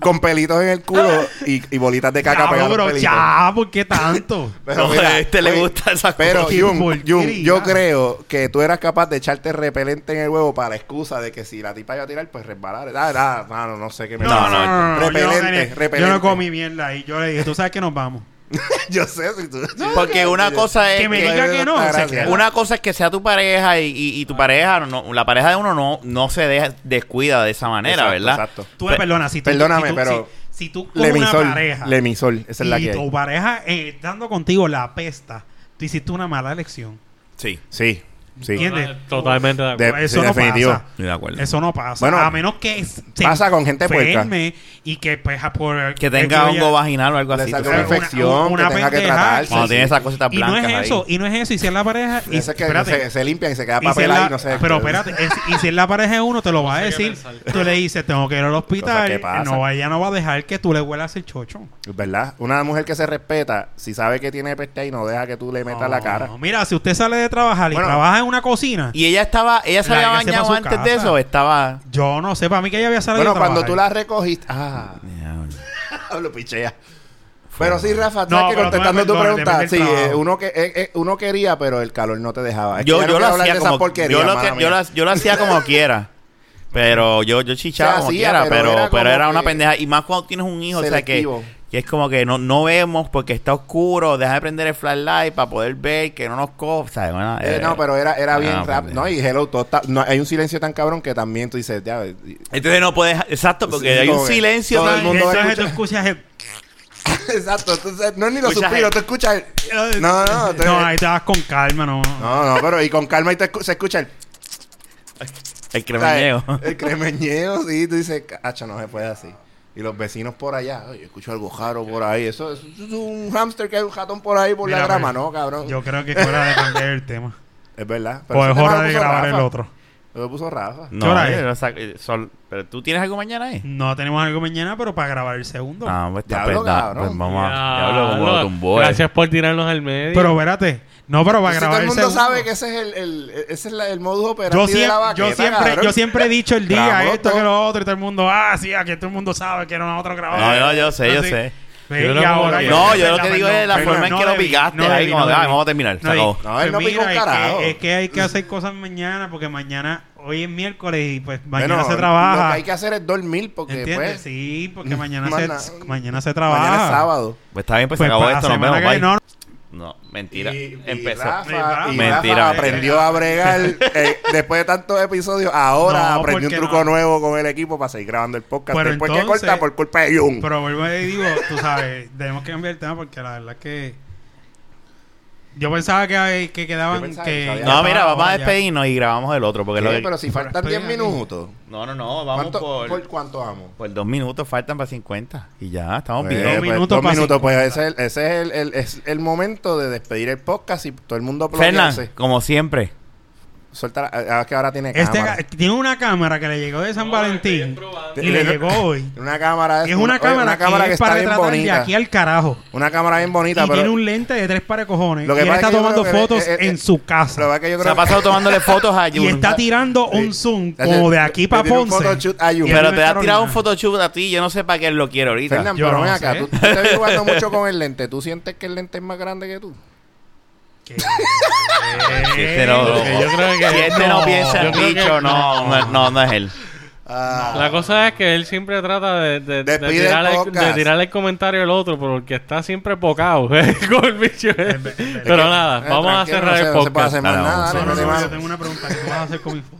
[SPEAKER 3] con pelitos en el culo y, y bolitas de caca pegadas
[SPEAKER 4] Cabrón, ya, ¿por qué tanto?
[SPEAKER 1] No, a este le
[SPEAKER 3] oye,
[SPEAKER 1] gusta esa
[SPEAKER 3] Pero,
[SPEAKER 4] cosa.
[SPEAKER 3] Jun,
[SPEAKER 4] Qué
[SPEAKER 3] Jun,
[SPEAKER 4] porquería.
[SPEAKER 3] yo creo que tú eras capaz de echarte repelente en el huevo para la excusa de que si la tipa iba a tirar, pues resbalar. Ah, ah, mano, no sé qué me
[SPEAKER 1] No,
[SPEAKER 3] pasa.
[SPEAKER 1] no,
[SPEAKER 3] Repelente,
[SPEAKER 4] yo no tenía-
[SPEAKER 3] repelente.
[SPEAKER 4] Yo no comí mierda ahí. Yo le dije, tú sabes que nos vamos.
[SPEAKER 3] yo sé si tú.
[SPEAKER 1] porque una cosa es
[SPEAKER 4] que me
[SPEAKER 1] que-
[SPEAKER 4] diga que no,
[SPEAKER 3] Eh, Gracias.
[SPEAKER 4] se queda.
[SPEAKER 1] Una cosa es que sea tu pareja y, y- y tu pareja, no, la pareja de uno no, no se deja, descuida de esa manera,
[SPEAKER 3] Exacto,
[SPEAKER 1] ¿verdad?
[SPEAKER 3] exacto.
[SPEAKER 4] Tú
[SPEAKER 1] Pe-
[SPEAKER 4] me perdonas. Si tú,
[SPEAKER 3] Perdóname,
[SPEAKER 4] si tú-
[SPEAKER 3] pero-
[SPEAKER 4] Si, si tú con una
[SPEAKER 3] Lemisol,
[SPEAKER 4] pareja.
[SPEAKER 3] Lemisol, esa es la
[SPEAKER 4] y
[SPEAKER 3] que hay.
[SPEAKER 4] tu pareja eh, estando contigo la pesta, tú hiciste una mala elección.
[SPEAKER 1] Sí,
[SPEAKER 3] Sí, sí.
[SPEAKER 4] ¿Entiendes?
[SPEAKER 2] Totalmente de acuerdo.
[SPEAKER 3] De-
[SPEAKER 4] eso
[SPEAKER 3] sí,
[SPEAKER 4] no
[SPEAKER 3] definitivo.
[SPEAKER 4] pasa.
[SPEAKER 1] estoy de acuerdo.
[SPEAKER 4] Eso no pasa.
[SPEAKER 3] Bueno,
[SPEAKER 4] a menos que s- se
[SPEAKER 3] pasa con gente puerca.
[SPEAKER 4] enferme y que pues, a por
[SPEAKER 1] Que tenga
[SPEAKER 4] oye,
[SPEAKER 1] hongo vaginal o algo
[SPEAKER 3] Le
[SPEAKER 1] así.
[SPEAKER 3] sacó
[SPEAKER 1] tú
[SPEAKER 3] una
[SPEAKER 1] sabes.
[SPEAKER 4] una-
[SPEAKER 3] infección
[SPEAKER 4] una
[SPEAKER 3] que tenga que
[SPEAKER 4] pendeja.
[SPEAKER 3] tratarse.
[SPEAKER 1] Cuando tiene esas cositas
[SPEAKER 4] Y no
[SPEAKER 1] blancas
[SPEAKER 4] es eso,
[SPEAKER 1] ahí.
[SPEAKER 4] y no es eso, y si es la pareja, y,
[SPEAKER 3] Esa es que
[SPEAKER 4] espérate,
[SPEAKER 3] se, se limpia y se queda
[SPEAKER 4] y si
[SPEAKER 3] papel
[SPEAKER 4] es la-
[SPEAKER 3] ahí, no sé. este,
[SPEAKER 4] pero espérate, es- y si es la pareja de uno, te lo va a
[SPEAKER 2] No sé qué
[SPEAKER 4] decir.
[SPEAKER 2] pensar.
[SPEAKER 4] Tú le dices, tengo que ir al
[SPEAKER 3] Cosas que
[SPEAKER 4] hospital.
[SPEAKER 3] pasan.
[SPEAKER 4] No, ella no va a dejar que tú le huelas el chocho.
[SPEAKER 3] ¿Verdad? Una mujer que se respeta, si sabe que tiene peste ahí, no deja que tú le metas la
[SPEAKER 4] No,
[SPEAKER 3] cara.
[SPEAKER 4] no, Mira, si usted sale de trabajar y
[SPEAKER 3] Bueno.
[SPEAKER 4] trabaja en una cocina,
[SPEAKER 1] Y ella estaba, ella se
[SPEAKER 4] La
[SPEAKER 1] había
[SPEAKER 4] hija se va a
[SPEAKER 1] bañado
[SPEAKER 4] su
[SPEAKER 1] antes de
[SPEAKER 4] casa.
[SPEAKER 1] eso, estaba.
[SPEAKER 4] yo no sé, para mí que ella había salido
[SPEAKER 3] Bueno,
[SPEAKER 4] de
[SPEAKER 3] cuando
[SPEAKER 4] trabajar.
[SPEAKER 3] tú la recogiste. Ah, lo pichea. Pero sí, Rafa,
[SPEAKER 4] No,
[SPEAKER 3] sabes que
[SPEAKER 4] pero tú me
[SPEAKER 3] contestando tu
[SPEAKER 4] perdonas,
[SPEAKER 3] pregunta, sí,
[SPEAKER 4] depende del
[SPEAKER 3] eh,
[SPEAKER 4] trabajo.
[SPEAKER 3] uno, que, eh, eh, uno quería, pero el calor no te dejaba. Es que
[SPEAKER 1] Yo,
[SPEAKER 3] ya no
[SPEAKER 1] yo lo
[SPEAKER 3] quiero hablar
[SPEAKER 1] hacía
[SPEAKER 3] de esas
[SPEAKER 1] como
[SPEAKER 3] porquerías,
[SPEAKER 1] yo lo,
[SPEAKER 3] mala
[SPEAKER 1] que- yo,
[SPEAKER 3] mía.
[SPEAKER 1] lo, yo lo hacía como quiera. Pero yo, yo chichaba
[SPEAKER 3] Se
[SPEAKER 1] como
[SPEAKER 3] hacía,
[SPEAKER 1] quiera,
[SPEAKER 3] pero
[SPEAKER 1] pero,
[SPEAKER 3] era
[SPEAKER 1] pero,
[SPEAKER 3] como
[SPEAKER 1] era una
[SPEAKER 3] que
[SPEAKER 1] pendeja. Y más cuando tienes un hijo, o
[SPEAKER 3] selectivo.
[SPEAKER 1] sea que, que es como que no, no vemos porque está oscuro, deja de prender el flashlight para poder ver que no nos coja. ¿sabes? Bueno,
[SPEAKER 3] Eh,
[SPEAKER 1] eh,
[SPEAKER 3] no, pero era, era
[SPEAKER 1] ah,
[SPEAKER 3] bien
[SPEAKER 1] pues,
[SPEAKER 3] rápido. No, y hello, todo está- no, hay un silencio tan cabrón que también tú dices, ya. eh, y-
[SPEAKER 1] Entonces no puedes, exacto, porque
[SPEAKER 3] Sí,
[SPEAKER 1] hay un
[SPEAKER 3] como que
[SPEAKER 1] silencio
[SPEAKER 3] todo el
[SPEAKER 1] tan-
[SPEAKER 3] mundo va a
[SPEAKER 4] Entonces tú
[SPEAKER 3] escuchar.
[SPEAKER 4] escuchas el-
[SPEAKER 3] Exacto, tú sabes, no es ni los
[SPEAKER 1] Escuchas
[SPEAKER 3] suspiros,
[SPEAKER 1] el-
[SPEAKER 3] tú escuchas.
[SPEAKER 1] Eh,
[SPEAKER 3] el- No, no, te-
[SPEAKER 4] No, ahí te vas con calma, no.
[SPEAKER 3] no, no, pero y con calma y te escu- se escucha el.
[SPEAKER 1] el cremeñeo.
[SPEAKER 3] ¿sabes? El cremeñeo, sí, tú dices, cacha, no se puede así. Y los vecinos por allá, oye, escucho algo jaro por ahí. Eso, eso es un hámster que hay un jatón por ahí por la
[SPEAKER 4] Mira,
[SPEAKER 3] grama,
[SPEAKER 4] pero-
[SPEAKER 3] no, cabrón.
[SPEAKER 4] Yo creo que es hora de cambiar el tema.
[SPEAKER 3] Es verdad. pero
[SPEAKER 4] O es
[SPEAKER 3] ese tema
[SPEAKER 4] hora
[SPEAKER 3] lo
[SPEAKER 4] de
[SPEAKER 3] puso
[SPEAKER 4] grabar el
[SPEAKER 3] Rafa.
[SPEAKER 4] otro.
[SPEAKER 3] Lo puso Rafa.
[SPEAKER 1] No,
[SPEAKER 4] hora
[SPEAKER 1] eh,
[SPEAKER 4] es?
[SPEAKER 1] o sea, eh, sol- pero tú tienes algo mañana, ¿eh?
[SPEAKER 4] No tenemos algo mañana, pero para grabar el segundo.
[SPEAKER 1] No, pues está
[SPEAKER 3] Diablo,
[SPEAKER 1] pues, da-
[SPEAKER 3] cabrón.
[SPEAKER 1] pues, vamos a.
[SPEAKER 2] Ya,
[SPEAKER 1] Diablo, como
[SPEAKER 2] no.
[SPEAKER 1] lo tumbó, eh.
[SPEAKER 2] Gracias por tirarnos al medio.
[SPEAKER 4] Pero espérate. No, pero para
[SPEAKER 3] Si todo
[SPEAKER 4] grabar
[SPEAKER 3] el
[SPEAKER 4] el
[SPEAKER 3] mundo
[SPEAKER 4] segundo.
[SPEAKER 3] sabe que ese es el, el, ese es la- el modus operandi
[SPEAKER 4] yo
[SPEAKER 3] de
[SPEAKER 4] siempre,
[SPEAKER 3] la vaqueta,
[SPEAKER 4] yo, siempre,
[SPEAKER 3] cabrón.
[SPEAKER 4] yo siempre he dicho el día
[SPEAKER 3] Grabamos
[SPEAKER 4] esto
[SPEAKER 3] todo.
[SPEAKER 4] que lo otro y todo el mundo, ah, sí, aquí todo el mundo sabe que nosotros grabamos.
[SPEAKER 1] No, no, yo sé, yo
[SPEAKER 4] sí.
[SPEAKER 1] sé.
[SPEAKER 4] Sí,
[SPEAKER 2] Yo
[SPEAKER 4] y
[SPEAKER 2] no-
[SPEAKER 4] ahora
[SPEAKER 1] No,
[SPEAKER 4] que-
[SPEAKER 1] yo lo
[SPEAKER 4] perdón,
[SPEAKER 1] que digo es la
[SPEAKER 4] perdón,
[SPEAKER 1] forma en
[SPEAKER 4] no
[SPEAKER 1] que lo
[SPEAKER 4] debí,
[SPEAKER 1] picaste,
[SPEAKER 4] no
[SPEAKER 1] ahí
[SPEAKER 4] debí,
[SPEAKER 1] como
[SPEAKER 4] no
[SPEAKER 1] que, ah,
[SPEAKER 4] debí.
[SPEAKER 1] vamos a terminar, se
[SPEAKER 4] debí.
[SPEAKER 1] acabó.
[SPEAKER 3] No, él no
[SPEAKER 4] Pues
[SPEAKER 3] picó un
[SPEAKER 4] mira, es que-
[SPEAKER 3] carajo.
[SPEAKER 4] Es que hay que hacer cosas mañana porque mañana, hoy es miércoles y pues mañana
[SPEAKER 3] Bueno,
[SPEAKER 4] se trabaja.
[SPEAKER 3] Lo que hay que hacer es dormir porque
[SPEAKER 4] ¿Entiendes?
[SPEAKER 3] pues
[SPEAKER 4] sí, Ah. porque mañana,
[SPEAKER 3] mañana-
[SPEAKER 4] se, mañana se trabaja.
[SPEAKER 3] mañana es sábado.
[SPEAKER 1] Pues está bien, pues,
[SPEAKER 4] Pues
[SPEAKER 1] se acabó
[SPEAKER 4] para la
[SPEAKER 1] esto, nos
[SPEAKER 4] semana
[SPEAKER 1] vemos,
[SPEAKER 4] que
[SPEAKER 1] bye.
[SPEAKER 4] viene, no,
[SPEAKER 1] No, mentira.
[SPEAKER 3] Y- y
[SPEAKER 1] Empezó.
[SPEAKER 3] Rafa, y
[SPEAKER 1] Mentira.
[SPEAKER 3] Rafa aprendió a bregar eh, después de tantos episodios. Ahora
[SPEAKER 4] No,
[SPEAKER 3] aprendió un
[SPEAKER 4] porque
[SPEAKER 3] truco
[SPEAKER 4] no.
[SPEAKER 3] nuevo con el equipo para seguir grabando el podcast.
[SPEAKER 4] Pero
[SPEAKER 3] después
[SPEAKER 4] entonces-
[SPEAKER 3] que corta por culpa de Jun.
[SPEAKER 4] Pero vuelvo y digo, tú sabes, tenemos que cambiar el tema porque la verdad es que. Yo pensaba que, hay- que quedaban.
[SPEAKER 3] Yo pensaba que
[SPEAKER 4] que
[SPEAKER 3] sabía.
[SPEAKER 1] No, mira, vamos a
[SPEAKER 4] ya.
[SPEAKER 1] despedirnos y grabamos el otro. Porque
[SPEAKER 3] Sí,
[SPEAKER 1] lo que-
[SPEAKER 3] pero si faltan
[SPEAKER 4] Pero
[SPEAKER 3] 10
[SPEAKER 4] estoy aquí.
[SPEAKER 3] minutos,
[SPEAKER 1] No, no, no, vamos
[SPEAKER 3] ¿cuánto,
[SPEAKER 1] por,
[SPEAKER 3] por...
[SPEAKER 1] por...
[SPEAKER 3] cuánto vamos?
[SPEAKER 1] dos minutos, faltan para 50. Y ya, estamos
[SPEAKER 3] Pues,
[SPEAKER 1] bien.
[SPEAKER 3] pues,
[SPEAKER 4] minutos
[SPEAKER 3] dos
[SPEAKER 4] para
[SPEAKER 3] minutos,
[SPEAKER 4] cinco.
[SPEAKER 3] pues ese es, el, ese es el, el- es el momento de despedir el podcast y todo el mundo aplaudirse.
[SPEAKER 1] Fernán, como siempre.
[SPEAKER 3] Suelta la, ah, es que ahora tiene
[SPEAKER 4] Este
[SPEAKER 3] cámara.
[SPEAKER 4] ca- tiene una cámara que le llegó de San Valentín y le llegó hoy.
[SPEAKER 3] Una cámara
[SPEAKER 4] Es una
[SPEAKER 3] oye,
[SPEAKER 4] cámara, que, es para retratar de aquí al carajo.
[SPEAKER 3] Una cámara bien bonita,
[SPEAKER 4] y
[SPEAKER 3] pero
[SPEAKER 4] tiene un lente de tres pares cojones.
[SPEAKER 3] Lo
[SPEAKER 4] Lo
[SPEAKER 3] que
[SPEAKER 4] que y él
[SPEAKER 3] pasa
[SPEAKER 4] está
[SPEAKER 3] es que yo
[SPEAKER 4] tomando
[SPEAKER 3] creo que
[SPEAKER 4] fotos
[SPEAKER 3] le- eh, eh,
[SPEAKER 4] en su
[SPEAKER 3] lo que
[SPEAKER 4] casa.
[SPEAKER 3] pasa es que yo
[SPEAKER 1] Se
[SPEAKER 3] creo
[SPEAKER 1] ha pasado tomándole fotos a
[SPEAKER 4] Y
[SPEAKER 1] Jun.
[SPEAKER 4] está tirando un zoom como de aquí para
[SPEAKER 3] Le tiró un
[SPEAKER 4] Ponce.
[SPEAKER 3] photoshoot a Jun.
[SPEAKER 4] Y él
[SPEAKER 1] Pero
[SPEAKER 4] no
[SPEAKER 1] te
[SPEAKER 4] es
[SPEAKER 1] ha tirado un
[SPEAKER 4] Carolina.
[SPEAKER 1] photoshoot a ti. Yo no sé para qué él lo quiere
[SPEAKER 3] que-
[SPEAKER 1] ahorita.
[SPEAKER 3] Fernán,
[SPEAKER 4] Yo
[SPEAKER 3] pero
[SPEAKER 4] no
[SPEAKER 3] ven
[SPEAKER 4] sé.
[SPEAKER 3] acá, tú, tú te ves jugando mucho con el lente. ¿Tú sientes que el lente es más grande que tú?
[SPEAKER 4] Que-
[SPEAKER 1] Si este no,
[SPEAKER 2] Eh, yo creo que-
[SPEAKER 1] si este no,
[SPEAKER 2] no,
[SPEAKER 1] piensa
[SPEAKER 2] yo
[SPEAKER 1] en
[SPEAKER 2] creo que-
[SPEAKER 1] bicho, no, no, no, no es él.
[SPEAKER 2] La cosa es que él siempre trata de, de, de
[SPEAKER 3] Despide el
[SPEAKER 2] tirar el,
[SPEAKER 3] podcast.
[SPEAKER 2] de tirar el comentario al otro, porque está siempre bocado eh, con el bicho. Pero nada,
[SPEAKER 3] Eh,
[SPEAKER 2] vamos a
[SPEAKER 3] tranquilo,
[SPEAKER 2] cerrar
[SPEAKER 3] no
[SPEAKER 2] el
[SPEAKER 3] se- No se puede
[SPEAKER 2] podcast.
[SPEAKER 3] hacer más
[SPEAKER 1] Nada,
[SPEAKER 3] nada.
[SPEAKER 1] vamos,
[SPEAKER 3] no
[SPEAKER 4] No, no,
[SPEAKER 3] se
[SPEAKER 4] no,
[SPEAKER 3] puede
[SPEAKER 4] yo
[SPEAKER 3] hacer-
[SPEAKER 4] tengo una pregunta. ¿Qué tú vas a hacer con mi foto?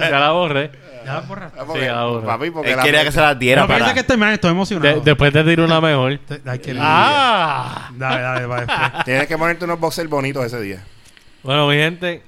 [SPEAKER 2] ya la borré.
[SPEAKER 4] Ya la borra.
[SPEAKER 3] Ah, porque-
[SPEAKER 2] Sí, ahora.
[SPEAKER 3] Papi, porque
[SPEAKER 1] Él
[SPEAKER 3] la-
[SPEAKER 1] quería que se las diera
[SPEAKER 4] No
[SPEAKER 1] para...
[SPEAKER 4] piensa que estoy mal, estoy emocionado.
[SPEAKER 2] De- después te tiro una mejor.
[SPEAKER 4] Te- Ay, qué lindo.
[SPEAKER 2] ¡Ah!
[SPEAKER 4] Dale, dale, va después.
[SPEAKER 3] Tienes que ponerte unos boxers bonitos ese día.
[SPEAKER 2] Bueno, mi gente,